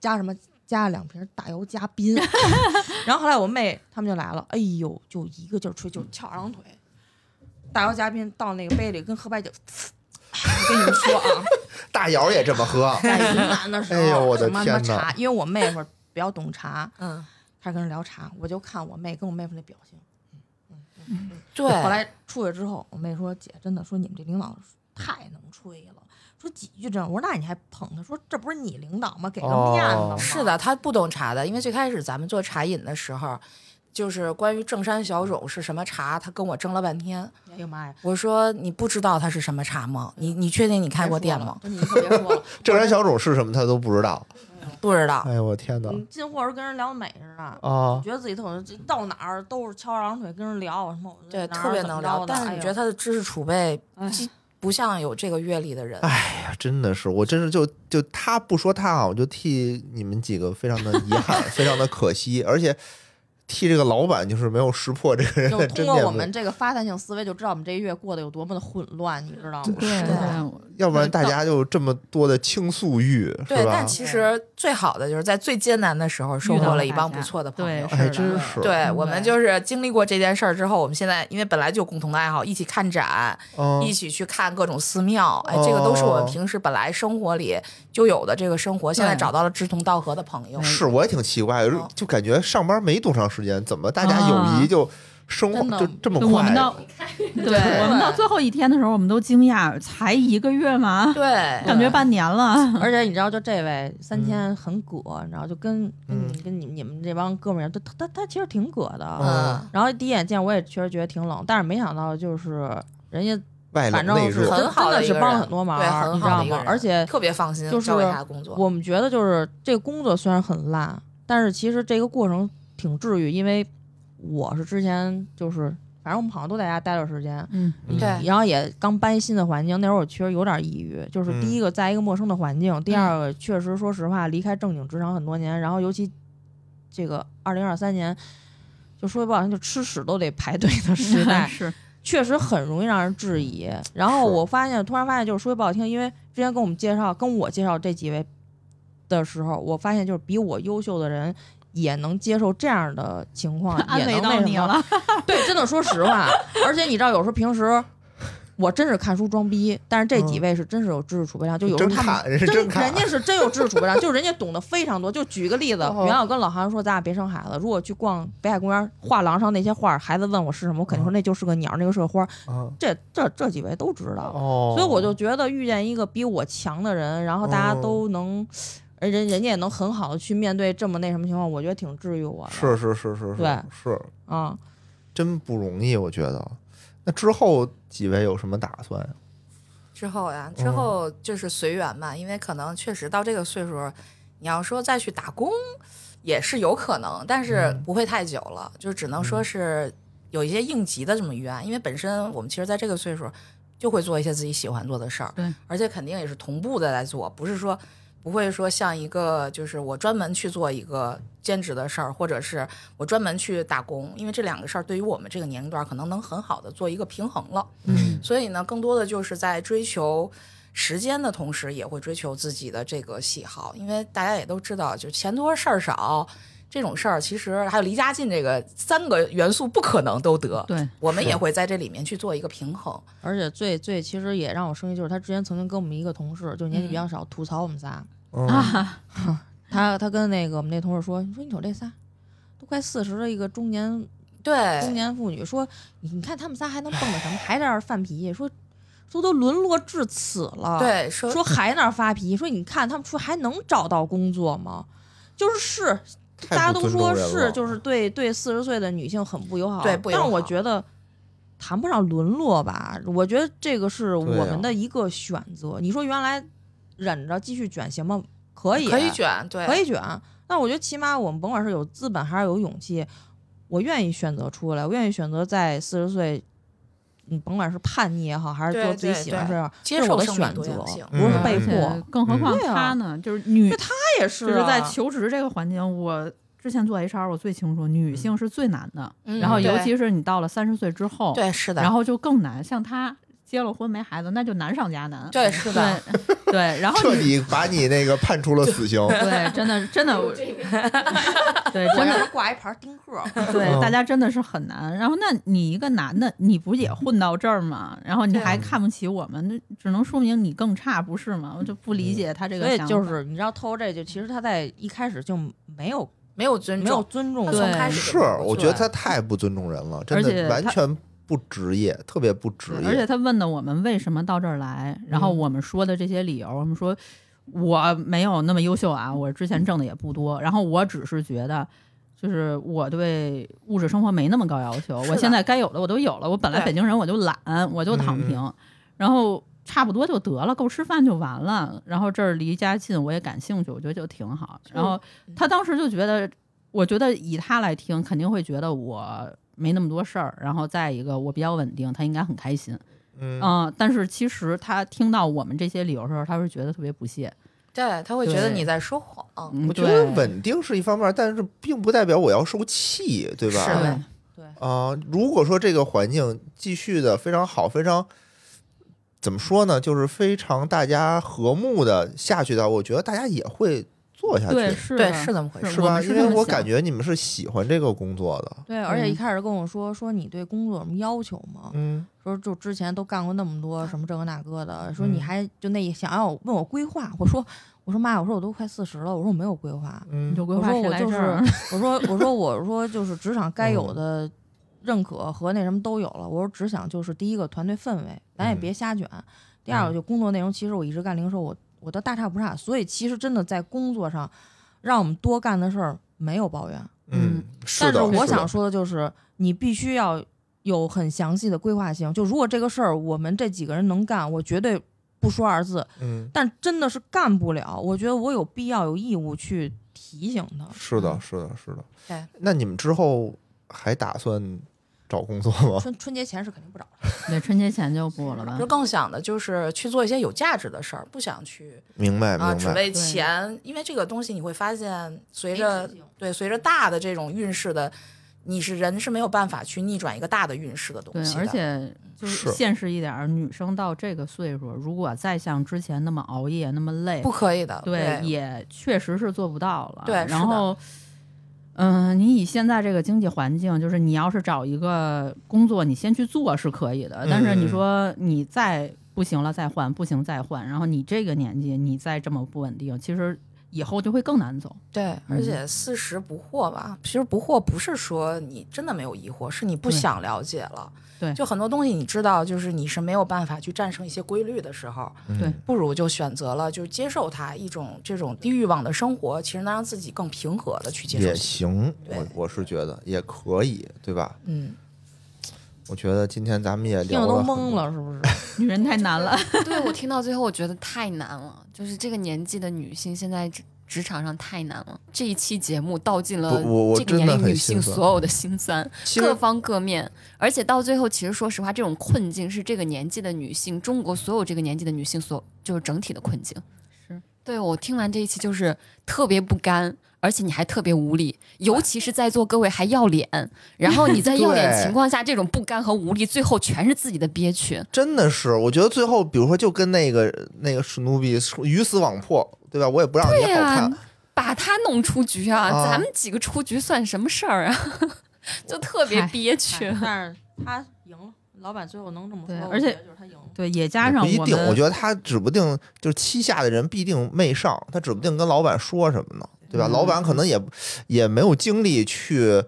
Speaker 3: 加什么加了两瓶大油加冰，
Speaker 1: <laughs>
Speaker 3: 然后后来我妹他们就来了，哎呦，就一个劲儿吹，就翘二郎腿，大油加冰到那个杯里跟喝白酒，哎我跟你们
Speaker 1: <laughs>
Speaker 3: 说啊，
Speaker 1: 大姚也这么喝，
Speaker 3: <laughs> 在云南的时候，
Speaker 1: 哎呦我的
Speaker 3: 什么什么
Speaker 1: 天哪
Speaker 3: 茶，因为我妹夫比较懂茶，
Speaker 4: 嗯，
Speaker 3: 开始跟人聊茶，我就看我妹跟我妹夫那表情。
Speaker 4: 对，
Speaker 3: 后来出去之后，我妹说：“姐，真的说你们这领导太能吹了，说几句这样。”我说：“那你还捧他？说这不是你领导吗？给个面子吗？”
Speaker 4: 哦是的，，他不懂茶的，因为最开始咱们做茶饮的时候，就是关于正山小种是什么茶，他跟我争了半天。
Speaker 3: 哎呦妈呀！
Speaker 4: 我说你不知道它是什么茶吗？你你确定你开过店吗？
Speaker 3: 别说了？真的你可别
Speaker 4: <laughs>
Speaker 3: 说了，
Speaker 1: 正山小种是什么他都不知道。
Speaker 4: 不知道。
Speaker 3: 嗯
Speaker 1: 哎呦，我天哪！
Speaker 3: 你进货时候跟人聊美似的，
Speaker 1: 啊，
Speaker 3: 觉得自己特有这到哪儿都是翘二郎腿跟人聊什么，我
Speaker 4: 对，
Speaker 3: 哪儿
Speaker 4: 特别
Speaker 3: 怎么
Speaker 4: 能
Speaker 3: 着
Speaker 4: 聊，
Speaker 3: 的
Speaker 4: 但是你觉得他的知识储备
Speaker 3: 哎
Speaker 4: 既不像有这个阅历的人。
Speaker 1: 哎呀，真的是，我真是就就他不说他啊，我就替你们几个非常的遗
Speaker 3: <laughs>
Speaker 1: 憾，非常的可惜，而且替这个老板就是没有识破这个
Speaker 3: 哎
Speaker 1: 人
Speaker 4: <laughs>
Speaker 3: 呦
Speaker 1: 的
Speaker 3: 就
Speaker 1: 真
Speaker 3: 通过
Speaker 1: 面
Speaker 3: 我
Speaker 1: 目
Speaker 3: 们，这个发散性思维，就知道我们这一月过得有多么的混乱，你知道吗？
Speaker 5: 对
Speaker 4: 是
Speaker 5: 对，
Speaker 4: 的
Speaker 5: 我
Speaker 1: 要不然大家就这么多的倾诉欲，
Speaker 4: 对，
Speaker 1: 是吧
Speaker 4: 但？其实最好的就是在最艰难的时候收
Speaker 5: 遇到
Speaker 4: 获
Speaker 5: 了
Speaker 4: 了一
Speaker 5: 大
Speaker 4: 帮
Speaker 5: 家
Speaker 4: 不错的朋
Speaker 5: 对
Speaker 4: 友。
Speaker 5: 是
Speaker 1: 还
Speaker 5: 的
Speaker 1: 真是，
Speaker 4: 对
Speaker 5: 明
Speaker 4: 我们
Speaker 5: 白
Speaker 4: 就是经历过这件事儿之后，我们现在因为本来就有共同的爱好，一起看展，
Speaker 1: 嗯
Speaker 4: 一起去看各种寺庙，哎，这个都是我们平时本来生活里就有的这个生活，现在
Speaker 5: 对
Speaker 4: 找到了志同道合的朋友。
Speaker 1: 是，我也挺奇怪，就
Speaker 4: 嗯
Speaker 1: 就感觉上班没多长时间，怎么大家友谊
Speaker 5: 啊
Speaker 1: 就升
Speaker 3: 真的
Speaker 1: 华就这么
Speaker 5: 对我们
Speaker 1: 快？
Speaker 5: 到对我们到最后一天的时候，我们都惊讶，才一个月吗？
Speaker 4: 对，
Speaker 5: 感觉半
Speaker 4: <laughs>
Speaker 5: 年了。
Speaker 3: 而且你知道，就这位三
Speaker 4: 嗯
Speaker 3: 千很葛，你知道，就跟跟你跟你你们这帮哥们儿一样，他他他其实挺葛的。
Speaker 4: 嗯，
Speaker 3: 然后第一眼见我也确实觉得挺冷，但是没想到就是人家
Speaker 1: 外
Speaker 3: 反
Speaker 1: 冷内
Speaker 3: 正是
Speaker 1: 热，
Speaker 4: 很
Speaker 3: 真
Speaker 4: 好
Speaker 3: 真
Speaker 4: 的
Speaker 3: 的
Speaker 4: 一
Speaker 3: 是
Speaker 4: 个
Speaker 3: 帮了
Speaker 4: 人
Speaker 3: 很多忙
Speaker 4: 对很，
Speaker 3: 你知
Speaker 4: 好的
Speaker 3: 道
Speaker 4: 一个
Speaker 3: 吗？
Speaker 4: 人
Speaker 3: 而且
Speaker 4: 嗯特别放心
Speaker 3: 就是
Speaker 4: 交给他的工作。
Speaker 3: 我们觉得就是这个工作虽然很烂，但是其实这个过程挺治愈，因为我是之前就是反正我们好像都在家待段时间，
Speaker 5: 嗯，
Speaker 1: 嗯
Speaker 4: 对
Speaker 3: 然后也刚搬新的环境，那会儿我确实有点抑郁，就是
Speaker 1: 嗯
Speaker 3: 第一个在一个陌生的环境，
Speaker 5: 嗯
Speaker 3: 第二个确实说实话离开正经职场很多年，然后尤其这个二零二三年，就说句不好听，就吃屎都得排队的时代，
Speaker 5: <laughs> 是
Speaker 3: 确实很容易让人质疑。
Speaker 5: 嗯
Speaker 3: 然后我发现，突然发现就是说句不好听，因为之前跟我们介绍跟我介绍这几位的时候，我发现就是比我优秀的人。也能接受这样的情况，也
Speaker 5: <laughs> 安
Speaker 3: 能
Speaker 5: 慰
Speaker 3: 那
Speaker 5: 到
Speaker 3: 什
Speaker 5: 你
Speaker 3: 么
Speaker 5: 了，
Speaker 3: <laughs> 对，真的说实话，而且你知道，有时候平时我真是看书装逼，但是这几位是真是有知识储备量，就有时
Speaker 1: 嗯
Speaker 3: 候
Speaker 1: 真
Speaker 3: 他们。
Speaker 1: 看，人是
Speaker 3: 真，
Speaker 1: 真
Speaker 3: 人
Speaker 1: 看，
Speaker 3: 家是真有知识储备量，就是人家懂得非常多。就举个例子，
Speaker 1: 哦
Speaker 3: 原来我跟老韩说，咱俩别生孩子。如果去逛北海公园画廊上那些画，孩子问我是什么，我肯定说那就是个鸟，那个是个花。
Speaker 1: 嗯
Speaker 3: 这这这几位都知道，
Speaker 1: 哦，
Speaker 3: 所以我就觉得遇见一个比我强的人，然后大
Speaker 1: 哦
Speaker 3: 家都能，人人家也能很好的去面对这么那什么情况，我觉得挺治愈我的。
Speaker 1: 是是是是是，
Speaker 3: 对
Speaker 1: 是
Speaker 3: 啊、
Speaker 1: 真不容易，我觉得。那之后几位有什么打算呀？
Speaker 4: 之后呀，之后就是随缘吧，因为可能确实到这个岁数，你要说再去打工也是有可能，但是不会太久了，就只能说是有一些应急的这么预案，因为本身我们其实在这个岁数就会做一些自己喜欢做的事儿，
Speaker 5: 对，
Speaker 4: 而且肯定也是同步的来做，不是说。不会说像一个就是我专门去做一个兼职的事儿，或者是我专门去打工，因为这两个事儿对于我们这个年龄段儿可能能很好的做一个平衡了。
Speaker 5: 嗯，
Speaker 4: 所以呢，更多的就是在追求时间的同时，也会追求自己的这个喜好，因为大家也都知道，就钱多事儿少。这种事儿其实还有离家近这个三个元素不可能都得，
Speaker 5: 对，
Speaker 4: 我们也会在这里面去做一个平衡。
Speaker 3: 而且最最其实也让我生气，就是他之前曾经跟我们一个同事，就年纪比较小，吐槽我们仨。
Speaker 1: 嗯，
Speaker 3: 他他跟那个我们那同事说：“你说你瞅这仨，都快四十的一个中年中
Speaker 4: 对，
Speaker 3: 年妇女，说你你看他们仨还能蹦跶什么，还在那儿犯脾气，说说都沦落至此了，，
Speaker 4: 对，说
Speaker 3: 说还那儿发脾气，说你看他们说还能找到工作吗？就是是，
Speaker 1: 嗯太
Speaker 3: 大家
Speaker 1: 不
Speaker 3: 都
Speaker 1: 尊
Speaker 3: 说
Speaker 1: 重人
Speaker 3: 是
Speaker 1: 了，
Speaker 3: 就是对对四十岁的女性很不友好，
Speaker 4: 对不友
Speaker 3: 但我
Speaker 4: 好
Speaker 3: 觉得谈不上沦落吧，我觉得这个是
Speaker 1: 对
Speaker 3: 我
Speaker 1: 啊
Speaker 3: 们的一个选择。你说原来忍着继续卷行吗？可以，
Speaker 4: 可
Speaker 5: 啊
Speaker 4: 以，卷，对，
Speaker 3: 可以卷。那我觉得起码我们甭管是有资本还是有勇气，我愿意选择出来，我愿意选择在四十岁你甭管是叛逆也好，还是
Speaker 4: 对
Speaker 3: 做自己
Speaker 4: 对
Speaker 3: 喜欢的
Speaker 4: 对
Speaker 3: 事儿，
Speaker 4: 接
Speaker 3: 这是
Speaker 4: 受
Speaker 3: 我的
Speaker 4: 生命
Speaker 3: 选
Speaker 4: 多
Speaker 3: 择
Speaker 4: 样性，
Speaker 3: 不是
Speaker 5: 嗯
Speaker 3: 被
Speaker 5: 而且
Speaker 3: 迫。
Speaker 5: 更何况
Speaker 3: 对啊
Speaker 5: 她呢，就是女
Speaker 3: 对，他也是
Speaker 5: 就
Speaker 3: 啊，
Speaker 5: 是在求职这个环境，我之前做 HR 我最清楚，女性是最难的，
Speaker 4: 嗯
Speaker 5: 然后尤
Speaker 4: 对
Speaker 5: 其是你到了三十岁之后，
Speaker 4: 对是的，
Speaker 5: 然后就更难。像她结了婚没孩子，那就难上加难。
Speaker 4: 对是的，
Speaker 5: 对，对，然后
Speaker 1: 彻
Speaker 5: 你
Speaker 1: 底把你那个判处了死刑。
Speaker 5: 对，真的
Speaker 4: <laughs>
Speaker 5: 真的， <laughs> 对
Speaker 3: 我
Speaker 5: 真
Speaker 3: 让
Speaker 5: 的
Speaker 3: 他挂一盘丁克儿，
Speaker 5: 对
Speaker 1: 嗯，
Speaker 5: 大家真的是很难。然后，那你一个男的，你不也混到这儿吗？然后你
Speaker 4: 对啊
Speaker 5: 还看不起我们，那只能说明你更差，不是吗？我就不理解他这个
Speaker 3: 所以
Speaker 5: 想法。
Speaker 3: 就是你知道透这就其实他在一开始就没有
Speaker 4: 没有尊
Speaker 3: 没有
Speaker 4: 重，
Speaker 3: 尊重
Speaker 4: 他
Speaker 5: 对
Speaker 4: 从开始
Speaker 1: 是
Speaker 4: 就不，
Speaker 1: 我
Speaker 4: 尊
Speaker 1: 觉得
Speaker 4: 重
Speaker 1: 他太不尊重人了，真
Speaker 5: 而且
Speaker 1: 的完
Speaker 5: 他
Speaker 1: 全不职业，特别不职
Speaker 5: 对
Speaker 1: 业。
Speaker 5: 而且他问的我们为什么到这儿来，然
Speaker 4: 嗯
Speaker 5: 后我们说的这些理由，我们说我没有那么优秀啊，我之前挣的也不多，然后我只是觉得。就是我对物质生活没那么高要求，
Speaker 4: 是的
Speaker 5: 我现在该有的我都有了。我本来
Speaker 4: 对
Speaker 5: 北京人我就懒，我就
Speaker 1: 嗯
Speaker 5: 躺平，然后差不多就得了，够吃饭就完了。然后这儿离家近，我也感兴趣，我觉得就挺好。然后他当时就觉得我觉得以他来听，肯定会觉得我没那么多事儿，然后再一个我比较稳定，他应该很开心。
Speaker 1: 嗯
Speaker 5: 嗯、但是其实他听到我们这些理由的时候，他会觉得特别不屑。
Speaker 4: 对他会觉得
Speaker 5: 对
Speaker 4: 你在说谎，
Speaker 5: 嗯
Speaker 1: 我觉得
Speaker 5: 对
Speaker 1: 稳定是一方面，但是并不代表我要受气，对吧？
Speaker 4: 是
Speaker 5: 对
Speaker 4: 的
Speaker 1: 啊、如果说这个环境继续的非常好，非常怎么说呢，就是非常大家和睦的下去的，我觉得大家也会做下去，
Speaker 5: 对，是
Speaker 4: 对
Speaker 5: 的
Speaker 4: 是这么回
Speaker 5: 是
Speaker 1: 啊
Speaker 4: 事，
Speaker 1: 是
Speaker 5: 我
Speaker 1: 吧？
Speaker 5: 们是
Speaker 1: 因
Speaker 5: 这
Speaker 1: 为
Speaker 5: 么
Speaker 1: 我
Speaker 5: 想
Speaker 1: 感觉你们是喜欢这个工作的，
Speaker 3: 对，而且一
Speaker 5: 嗯
Speaker 3: 开始跟我说说你对工作有什么要求吗？
Speaker 1: 嗯
Speaker 3: 说就之前都干过那么多什么这个那个的，说你
Speaker 1: 嗯
Speaker 3: 还就那想要问我规划，我说我说妈，我说我都快四十了，我说我没有规划，
Speaker 5: 你
Speaker 1: 嗯
Speaker 5: 就规划谁来这儿？ <laughs>
Speaker 3: 我说我说我说就是职场该有
Speaker 1: 嗯
Speaker 3: 的认可和那什么都有了，我说只想就是第一个团队氛围，咱也
Speaker 5: 嗯
Speaker 3: 别瞎卷。第二个就工作内容，其实我一直干零售，我我都大差不差，所以其实真的在工作上，让我们多干的事儿没有抱怨。
Speaker 1: 嗯
Speaker 5: 嗯，
Speaker 1: 是
Speaker 3: 但
Speaker 1: 的，
Speaker 3: 我
Speaker 1: 是的
Speaker 3: 想说的就是，你必须要有很详细的规划性。就如果这个事儿我们这几个人能干，我绝对不说二字。
Speaker 1: 嗯，
Speaker 3: 但真的是干不了，我觉得我有必要、有义务去提醒他。
Speaker 1: 是的，
Speaker 4: 嗯
Speaker 1: 是的，是的。
Speaker 4: 对，
Speaker 1: 那你们之后还打算找工作吗？
Speaker 3: 春春节前是肯定不找了。
Speaker 5: 对，春节前就不了吧
Speaker 4: 就。更想的就是去做一些有价值的事儿，不想去
Speaker 1: 明白，
Speaker 4: 啊，
Speaker 1: 明
Speaker 4: 只
Speaker 1: 白。
Speaker 4: 为钱，因为这个东西你会发现，随
Speaker 5: 哎
Speaker 4: 着对随着大的这种运势的，你是人是没有办法去逆转一个大的运势的东
Speaker 5: 对
Speaker 4: 西，的。
Speaker 5: 而且就是
Speaker 1: 是
Speaker 5: 现实一点儿，女生到这个岁数，如果再像之前那么熬夜、那么累，
Speaker 4: 不可以的，
Speaker 5: 对，也确实是做不到了。
Speaker 4: 对是的
Speaker 5: 然后，嗯、你以现在这个经济环境，就是你要是找一个工作，你先去做是可以的，但是
Speaker 1: 嗯
Speaker 5: 你说你再不行了再换，不行再换，然后你这个年纪你再这么不稳定，其实以后就会更难走。
Speaker 4: 对，
Speaker 5: 嗯
Speaker 4: 而且四十不惑吧，其实不惑不是说你真的没有疑惑，是你不
Speaker 5: 对
Speaker 4: 想了解了。
Speaker 5: 对
Speaker 4: 就很多东西你知道，就是你是没有办法去战胜一些规律的时候，
Speaker 5: 对
Speaker 1: 嗯
Speaker 4: 不如就选择了就是接受它一种这种低欲望的生活，其实能让自己更平和的去接
Speaker 1: 也
Speaker 4: 受它。
Speaker 1: 行，
Speaker 4: 对
Speaker 1: 我我是觉得也可以，对吧？
Speaker 4: 嗯，
Speaker 1: 我觉得今天咱们也
Speaker 3: 听
Speaker 1: 聊
Speaker 3: 着都
Speaker 1: 很
Speaker 3: 懵
Speaker 1: 多，
Speaker 3: 了，是不是？
Speaker 5: 女人太难了，
Speaker 2: 对我听到最后，我觉得太难了，就是这个年纪的女性现在职职场上太难了。这一期节目道尽了
Speaker 1: 不我我
Speaker 2: 这个
Speaker 1: 真的
Speaker 2: 年龄
Speaker 1: 很
Speaker 2: 女
Speaker 1: 心
Speaker 2: 性
Speaker 1: 酸
Speaker 2: 所有的辛酸，
Speaker 1: 其
Speaker 2: 各
Speaker 1: 实
Speaker 2: 方各面。而且到最后，其实说实话，这种困境是这个年纪的女性，中国所有这个年纪的女性所就是整体的困境。
Speaker 5: 是
Speaker 2: 对我听完这一期就是特别不甘。而且你还特别无力，尤其是在座各位还要脸，然后你在要 <laughs> 脸
Speaker 1: 对
Speaker 2: 情况下，这种不甘和无力，最后全是自己的憋屈。
Speaker 1: 真的是，我觉得最后，比如说就跟那个那个史努比鱼死网破，对吧？我也不让你好
Speaker 2: 对啊
Speaker 1: 看，
Speaker 2: 把他弄出局啊！
Speaker 1: 啊
Speaker 2: 咱们几个出局算什么事儿啊？ <laughs> 就特别憋屈。
Speaker 3: 但是他赢了，老板最后能这么
Speaker 5: 对
Speaker 3: 说，
Speaker 5: 而且
Speaker 3: 我觉得就是他赢了。
Speaker 5: 对，也加上
Speaker 1: 不一
Speaker 5: 我
Speaker 1: 定。我
Speaker 5: 们
Speaker 1: 觉得他指不定就是旗下的人必定媚上，他指不定跟老板说什么呢，对吧？
Speaker 5: 嗯
Speaker 1: 老板可能也也没有精力去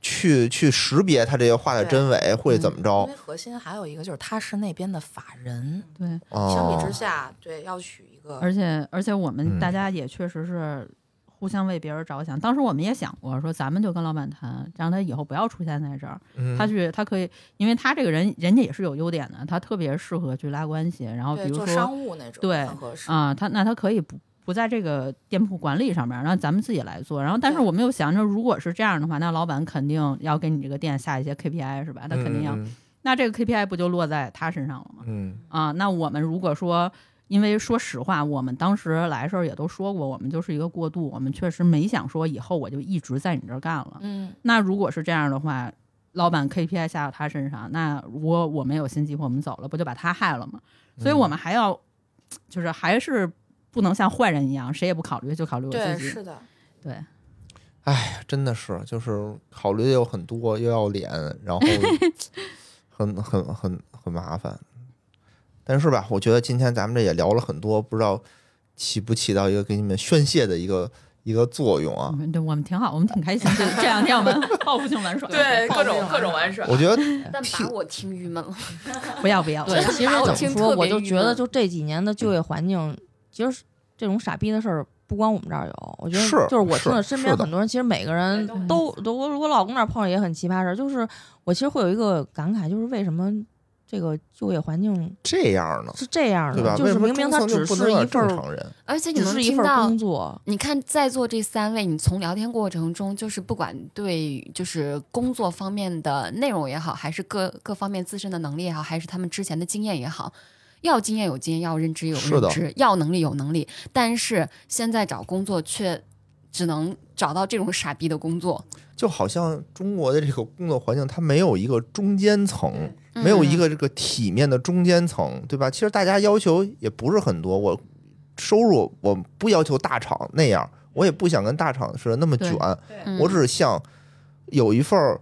Speaker 1: 去去识别他这些话的
Speaker 4: 对
Speaker 1: 真伪会怎么着
Speaker 4: 因为核心还有一个就是他是那边的法人，
Speaker 5: 对，
Speaker 4: 嗯相比
Speaker 1: 啊
Speaker 4: 之？下，对要取一个
Speaker 5: 而且而且我
Speaker 1: 嗯
Speaker 5: 们大家也确实是互相为别人着想。当时我们也想过，说咱们就跟老板谈，让他以后不要出现在这儿。
Speaker 1: 嗯
Speaker 5: 他去，他可以，因为他这个人，人家也是有优点的，他特别适合去拉关系。然后比
Speaker 4: 对
Speaker 5: 如
Speaker 4: 做
Speaker 5: 说
Speaker 4: 商务那种
Speaker 5: 对
Speaker 4: 很合适。
Speaker 5: 啊、他那他可以不不在这个店铺管理上面，让咱们自己来做。然后，但是
Speaker 4: 对
Speaker 5: 我们又想着，如果是这样的话，那老板肯定要给你这个店下一些 KPI 是吧？他肯定要
Speaker 1: 嗯嗯
Speaker 5: 那这个 KPI 不就落在他身上了吗？
Speaker 1: 嗯
Speaker 5: 啊，那我们如果说，因为说实话，我们当时来时候也都说过，我们就是一个过渡，我们确实没想说以后我就一直在你这儿干了。
Speaker 4: 嗯
Speaker 5: 那如果是这样的话，老板 KPI 下到他身上，那如果我们有新机会，我们走了，不就把他害了吗？所以我
Speaker 1: 嗯
Speaker 5: 们还要，就是还是不能像坏人一样，谁也不考虑，就考虑我
Speaker 4: 对，
Speaker 5: 自己。
Speaker 4: 是的，
Speaker 5: 对
Speaker 1: 真的是就是考虑的有很多，又要脸，然后很很很很麻烦。但是吧，我觉得今天咱们这也聊了很多，不知道起不起到一个给你们宣泄的一个一个作用啊
Speaker 3: 嗯
Speaker 5: 我。嗯们对我们挺好，我们挺开心。这这两天我们 <laughs> 报复性玩耍，
Speaker 4: 各种各种玩耍
Speaker 1: 我觉得
Speaker 2: 但把我听郁闷了。
Speaker 5: 不要不要，
Speaker 2: <laughs>
Speaker 3: 对，其实
Speaker 2: 我
Speaker 3: 怎么
Speaker 2: 听
Speaker 3: 说，
Speaker 2: 特
Speaker 3: 我
Speaker 2: 别
Speaker 3: 就
Speaker 2: 郁
Speaker 3: 觉得
Speaker 2: 闷
Speaker 3: 就这几年的就业环境，其实这种傻逼的事儿不光我们这儿有，我觉得
Speaker 1: 是
Speaker 3: 就是我
Speaker 1: 是
Speaker 3: 听了身边
Speaker 1: 是的
Speaker 3: 很多人，其实每个人
Speaker 4: 对
Speaker 3: 都都我我老公那儿碰上也很奇葩事儿，就是我其实会有一个感慨，就是为什么这个就业环境
Speaker 1: 这样呢，
Speaker 3: 是这样
Speaker 1: 对吧？
Speaker 3: 的，嗯就
Speaker 1: 为
Speaker 3: 是
Speaker 1: 什么
Speaker 3: 明明
Speaker 1: 中
Speaker 3: 他
Speaker 1: 层就
Speaker 3: 只
Speaker 1: 不能
Speaker 3: 是
Speaker 1: 有
Speaker 3: 一
Speaker 1: 点
Speaker 3: 份
Speaker 1: 正
Speaker 3: 儿
Speaker 1: 常人？
Speaker 2: 而且你
Speaker 3: 只
Speaker 2: 能
Speaker 3: 是一
Speaker 2: 听
Speaker 3: 份儿
Speaker 2: 到
Speaker 3: 工，作，
Speaker 2: 你看在座这三位，你从聊天过程中，就是不管对就是工作方面的内容也好，还是各各方面自身的能力也好，还是他们之前的经验也好。要经验有经验，要认知有
Speaker 1: 是的
Speaker 2: 认知，要能力有能力。但是现在找工作却只能找到这种傻逼的工作，
Speaker 1: 就好像中国的这个工作环境，它没有一个中间层，
Speaker 2: 嗯
Speaker 1: 没有一个这个体面的中间层，对吧？其实大家要求也不是很多，我收入我不要求大厂那样，我也不想跟大厂似的那么卷，
Speaker 2: 嗯
Speaker 1: 我只是想有一份儿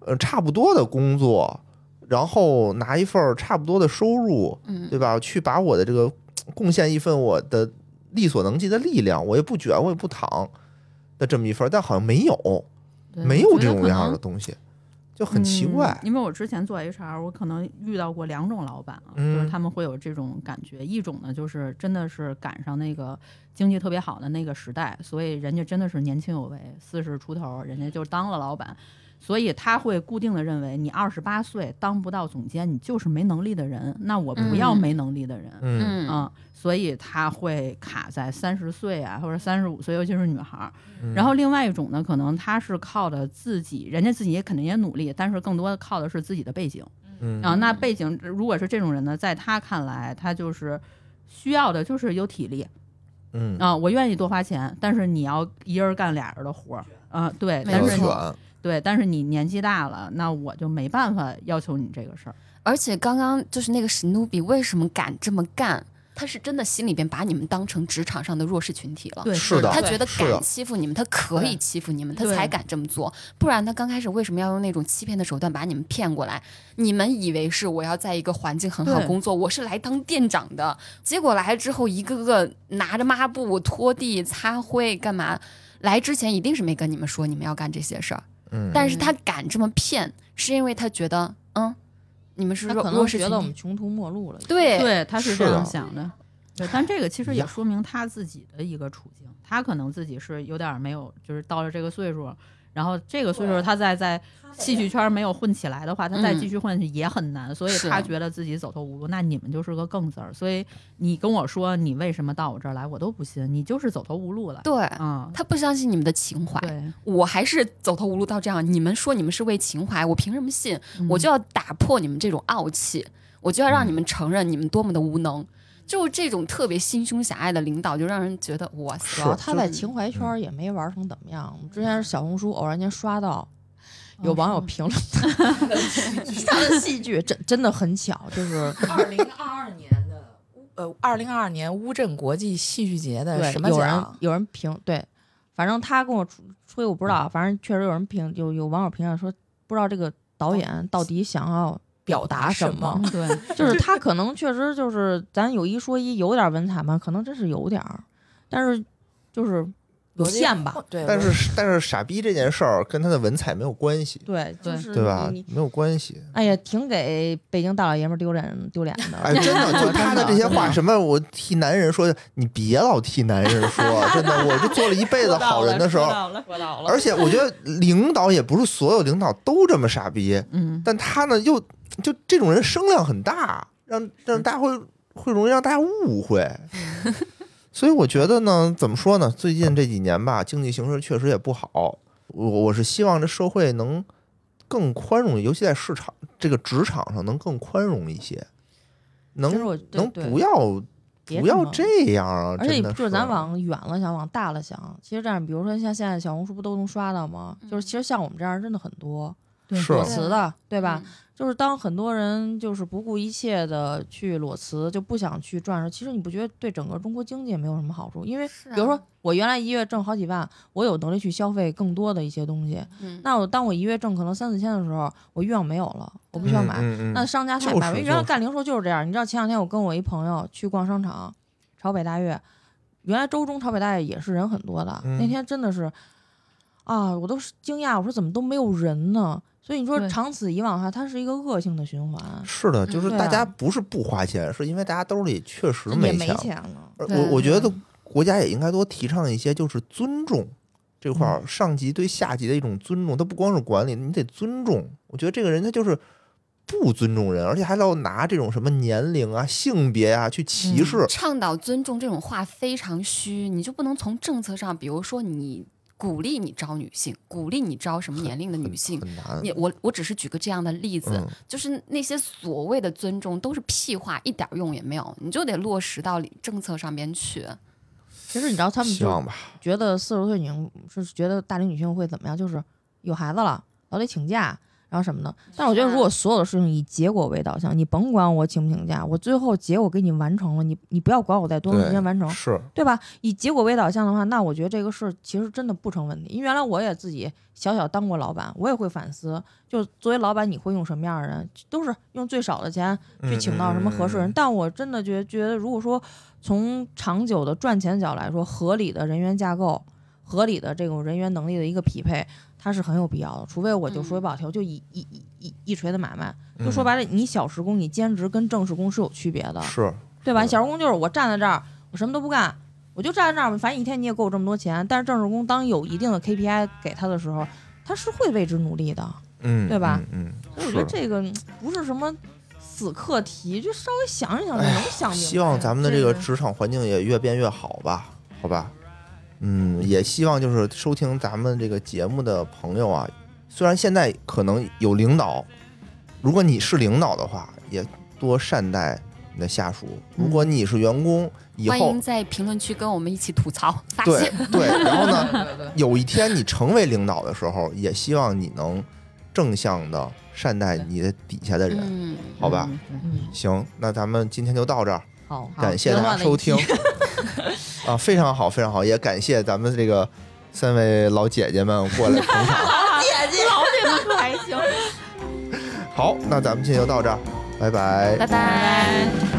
Speaker 1: 呃差不多的工作，然后拿一份儿差不多的收入，
Speaker 2: 嗯
Speaker 1: 对吧？去把我的这个贡献一份我的力所能及的力量，我也不卷，我也不躺的这么一份儿，但好像没有。
Speaker 5: 对
Speaker 1: 没有这种样。
Speaker 5: 我觉得可
Speaker 1: 的
Speaker 5: 能
Speaker 1: 东西，就很奇
Speaker 5: 嗯
Speaker 1: 怪。
Speaker 5: 因为我之前做 HR，我可能遇到过两种老板啊，
Speaker 1: 嗯
Speaker 5: 就是他们会有这种感觉。一种呢，就是真的是赶上那个经济特别好的那个时代，所以人家真的是年轻有为，四十出头，人家就当了老板，所以他会固定的认为你二十八岁当不到总监，你就是没能力的人。那我不要
Speaker 2: 嗯
Speaker 5: 没能力的人。
Speaker 1: 嗯
Speaker 2: 嗯
Speaker 5: 嗯，所以他会卡在三十岁啊，或者三十五岁，尤其是女孩儿。
Speaker 1: 嗯
Speaker 5: 然后另外一种呢，可能他是靠的自己，人家自己也肯定也努力，但是更多的靠的是自己的背景
Speaker 1: 嗯
Speaker 5: 啊。那背景如果是这种人呢，在他看来，他就是需要的就是有体力
Speaker 1: 嗯，
Speaker 5: 啊，我愿意多花钱，但是你要一人干俩人的活儿啊，对，
Speaker 2: 没
Speaker 5: 但
Speaker 2: 有
Speaker 5: 是
Speaker 2: 错
Speaker 5: 你对，但是你年纪大了，那我就没办法要求你这个事儿。
Speaker 2: 而且刚刚就是那个史努比为什么敢这么干？他是真的心里边把你们当成职场上的弱势群体了。
Speaker 5: 对，
Speaker 1: 啊是的
Speaker 2: 他觉得
Speaker 1: 是的
Speaker 2: 敢欺负你们，他可以欺负你们，他
Speaker 5: 对
Speaker 2: 才敢这么做。不然他刚开始为什么要用那种欺骗的手段把你们骗过来？你们以为是我要在一个环境很好
Speaker 5: 对
Speaker 2: 工作，我是来当店长的，结果来之后一个个拿着抹布拖地、擦灰干嘛？来之前一定是没跟你们说你们要干这些事儿，
Speaker 1: 嗯，
Speaker 2: 但是他敢这么骗，是因为他觉得，嗯，你们是
Speaker 3: 他
Speaker 2: 弱
Speaker 3: 可能
Speaker 2: 弱势
Speaker 3: 觉
Speaker 2: 群
Speaker 3: 得我们
Speaker 2: 体，
Speaker 3: 穷途末路了。
Speaker 2: 对
Speaker 5: 对，他是
Speaker 1: 是
Speaker 5: 这
Speaker 1: 的
Speaker 5: 样想的。对，但这个其实也
Speaker 1: 呀
Speaker 5: 说明他自己的一个处境，他可能自己是有点儿没有，就是到了这个岁数，然后这个岁数他再在戏剧圈儿没有混起来的话，他再
Speaker 2: 嗯
Speaker 5: 继续混也很难，所以
Speaker 2: 是
Speaker 5: 他觉得自己走投无路。那你们就是个更字儿，所以你跟我说你为什么到我这儿来，我都不信，你就是走投无路了。
Speaker 2: 对，
Speaker 5: 啊，
Speaker 2: 他不相信你们的情怀。
Speaker 5: 对，
Speaker 2: 我还是走投无路到这样，你们说你们是为情怀，我凭什么信？我
Speaker 5: 嗯
Speaker 2: 就要打破你们这种傲气，我就要让你
Speaker 3: 嗯
Speaker 2: 们承认你们多么的无能。就这种特别心胸狭隘的领导，就让人觉得哇塞，
Speaker 3: 主要哦他在
Speaker 2: 就
Speaker 3: 情怀圈儿也没玩成怎么样。我们之前是小红书偶然间刷到，有
Speaker 5: 哦
Speaker 3: 网
Speaker 5: 是
Speaker 3: 友
Speaker 5: 吗
Speaker 3: 评论他的戏剧，真真的很巧，就是
Speaker 4: <laughs> 二零二二年的乌呃，二零二二年乌镇国际戏剧节的
Speaker 3: 对
Speaker 4: 什么
Speaker 3: 有人
Speaker 4: 奖？
Speaker 3: 有人评对，反正他跟我吹吹我不知道，反正确实有人评有有网友评论说不知道这个导演到底想要
Speaker 4: 表达什么
Speaker 5: 嗯？对，
Speaker 3: 就是他可能确实就是咱有一说一，有点文采嘛，可能真是有点儿，但是就是有
Speaker 4: 逻辑
Speaker 3: 限吧。？
Speaker 4: 哦对，
Speaker 1: 但是但是傻逼这件事儿跟他的文采没有关系，
Speaker 3: 对，就
Speaker 5: 对
Speaker 3: 是
Speaker 1: 对吧
Speaker 3: 嗯你？
Speaker 1: 没有关系。
Speaker 3: 哎呀，挺给北京大老爷们儿丢脸丢脸的。
Speaker 1: 哎，真
Speaker 3: <laughs>
Speaker 1: 的，就他的这些话，什么我替男人说，你别老替男人说，真的，我就做了一辈子好人的时候，而且我觉得领导也不是所有领导都这么傻逼，
Speaker 5: 嗯，
Speaker 1: 但他呢又就这种人声量很大，让让大家会会容易让大家误会。所以我觉得呢，怎么说呢？最近这几年吧，经济形势确实也不好。我我是希望这社会能更宽容，尤其在市场这个职场上能更宽容一些，
Speaker 3: 就是
Speaker 1: 能
Speaker 3: 我对
Speaker 1: 能
Speaker 3: 对
Speaker 1: 不要
Speaker 3: 别
Speaker 1: 不要
Speaker 3: 么
Speaker 1: 这样啊！
Speaker 3: 而且
Speaker 1: 真的
Speaker 3: 就是咱往远了想，往大了想，其实这样，比如说像现在小红书不都能刷到吗？就是其实像我们这样真的很多，
Speaker 5: 对
Speaker 1: 是
Speaker 3: 裸辞的，对吧？
Speaker 2: 嗯
Speaker 3: 就是当很多人就是不顾一切的去裸辞，就不想去赚的时候，其实你不觉得对整个中国经济也没有什么好处？因为
Speaker 2: 是啊
Speaker 3: 嗯比如说我原来一月挣好几万，我有能力去消费更多的一些东西。
Speaker 2: 嗯
Speaker 3: 那我当我一月挣可能三四千的时候，我欲望没有了，我不需要买。
Speaker 1: 嗯嗯嗯
Speaker 3: 那商家太
Speaker 1: 就是
Speaker 3: 买了，因为
Speaker 1: 就
Speaker 3: 原来
Speaker 1: 是
Speaker 3: 干零售就是这样。你知道前两天我跟我一朋友去逛商场，朝北大悦，原来周中朝北大悦也是人很多的，
Speaker 1: 嗯
Speaker 3: 那天真的是啊，我都是惊讶，我说怎么都没有人呢？所以你说
Speaker 5: 对
Speaker 3: 长此以往哈，它是一个恶性的循环，
Speaker 1: 是的，就是
Speaker 3: 对
Speaker 1: 大
Speaker 3: 啊
Speaker 1: 家不是不花钱，是因为大家兜里确实
Speaker 3: 也
Speaker 1: 钱
Speaker 3: 没
Speaker 1: 了。
Speaker 3: 钱了。
Speaker 1: 而
Speaker 5: 对
Speaker 1: 我我觉得国家也应该多提倡一些，就是尊重这块
Speaker 3: 嗯
Speaker 1: 儿上级对下级的一种尊重。他不光是管理，你得尊重。我觉得这个人他就是不尊重人，而且还老拿这种什么年龄啊、性别啊去歧视。
Speaker 2: 倡导尊重这种话非常虚，你就不能从政策上，比如说你鼓励你招女性，鼓励你招什么年龄的
Speaker 1: 很
Speaker 2: 女
Speaker 3: 嗯
Speaker 2: 性。
Speaker 1: 很难，
Speaker 2: 你我我只是举个这样的例子，
Speaker 1: 嗯，
Speaker 2: 就是那些所谓的尊重都是屁话，一点用也没有，你就得落实到里政策上边去。
Speaker 3: 其实你知道他们
Speaker 1: 希
Speaker 3: 就
Speaker 1: 望吧，
Speaker 3: 觉得四十岁女性是觉得大龄女性会怎么样？就是有孩子了，老得请假，然后什么的。但是我觉得，
Speaker 2: 是啊
Speaker 3: 如果所有的事情以结果为导向，你甭管我请不请假，我最后结果给你完成了，你你不要管我在多长时
Speaker 1: 对
Speaker 3: 间完成，
Speaker 1: 是
Speaker 3: 对吧？以结果为导向的话，那我觉得这个事儿其实真的不成问题。因为原来我也自己小小当过老板，我也会反思，就作为老板你会用什么样的人，都是用最少的钱去请到什么合适人。
Speaker 1: 嗯嗯嗯嗯
Speaker 3: 但我真的觉觉得，如果说从长久的赚钱角来说，合理的人员架构。合理的这种人员能力的一个匹配，它是很有必要的。除非我就说
Speaker 2: 嗯
Speaker 3: 不好听，就一一一一一锤子买卖，
Speaker 1: 嗯
Speaker 3: 就说白了，你小时工、你兼职跟正式工是有区别的。
Speaker 1: 是
Speaker 3: 对吧？
Speaker 1: 是
Speaker 3: 小时工就是我站在这儿，我什么都不干，我就站在这儿，反正一天你也给我这么多钱。但是正式工当有一定的 KPI 给他的时候，他是会为之努力的。
Speaker 1: 嗯，
Speaker 3: 对吧
Speaker 1: 嗯，
Speaker 3: 所
Speaker 1: 嗯
Speaker 3: 以我
Speaker 1: 是
Speaker 3: 觉得
Speaker 1: 的
Speaker 3: 这个嗯不是什么死课题，就稍微想一想就
Speaker 1: 哎
Speaker 3: 能想啊明白。
Speaker 1: 希望咱们的这
Speaker 4: 这
Speaker 1: 个
Speaker 4: 个
Speaker 1: 职场环境也越变越好吧，好吧？嗯，也希望就是收听咱们这个节目的朋友啊，虽然现在可能有领导，如果你是领导的话，也多善待你的下属；如果你是员工，以
Speaker 2: 欢
Speaker 1: 后
Speaker 2: 迎在评论区跟我们一起吐槽发
Speaker 1: 对
Speaker 2: 泄。
Speaker 1: 对，然后呢，
Speaker 4: 对对对
Speaker 1: 有一天你成为领导的时候，也希望你能正向的善待你的底下的人，
Speaker 2: 嗯，
Speaker 1: 好吧？
Speaker 5: 嗯对
Speaker 3: 嗯，
Speaker 1: 行，那咱们今天就到这儿。
Speaker 3: 好，好
Speaker 1: 感谢大家收听。 <laughs> 啊，非常好，非常好，也感谢咱们这个三位老姐姐们过来捧场。
Speaker 3: <laughs> 还行。
Speaker 1: 好，那咱们今天就到这儿，拜拜
Speaker 2: 拜拜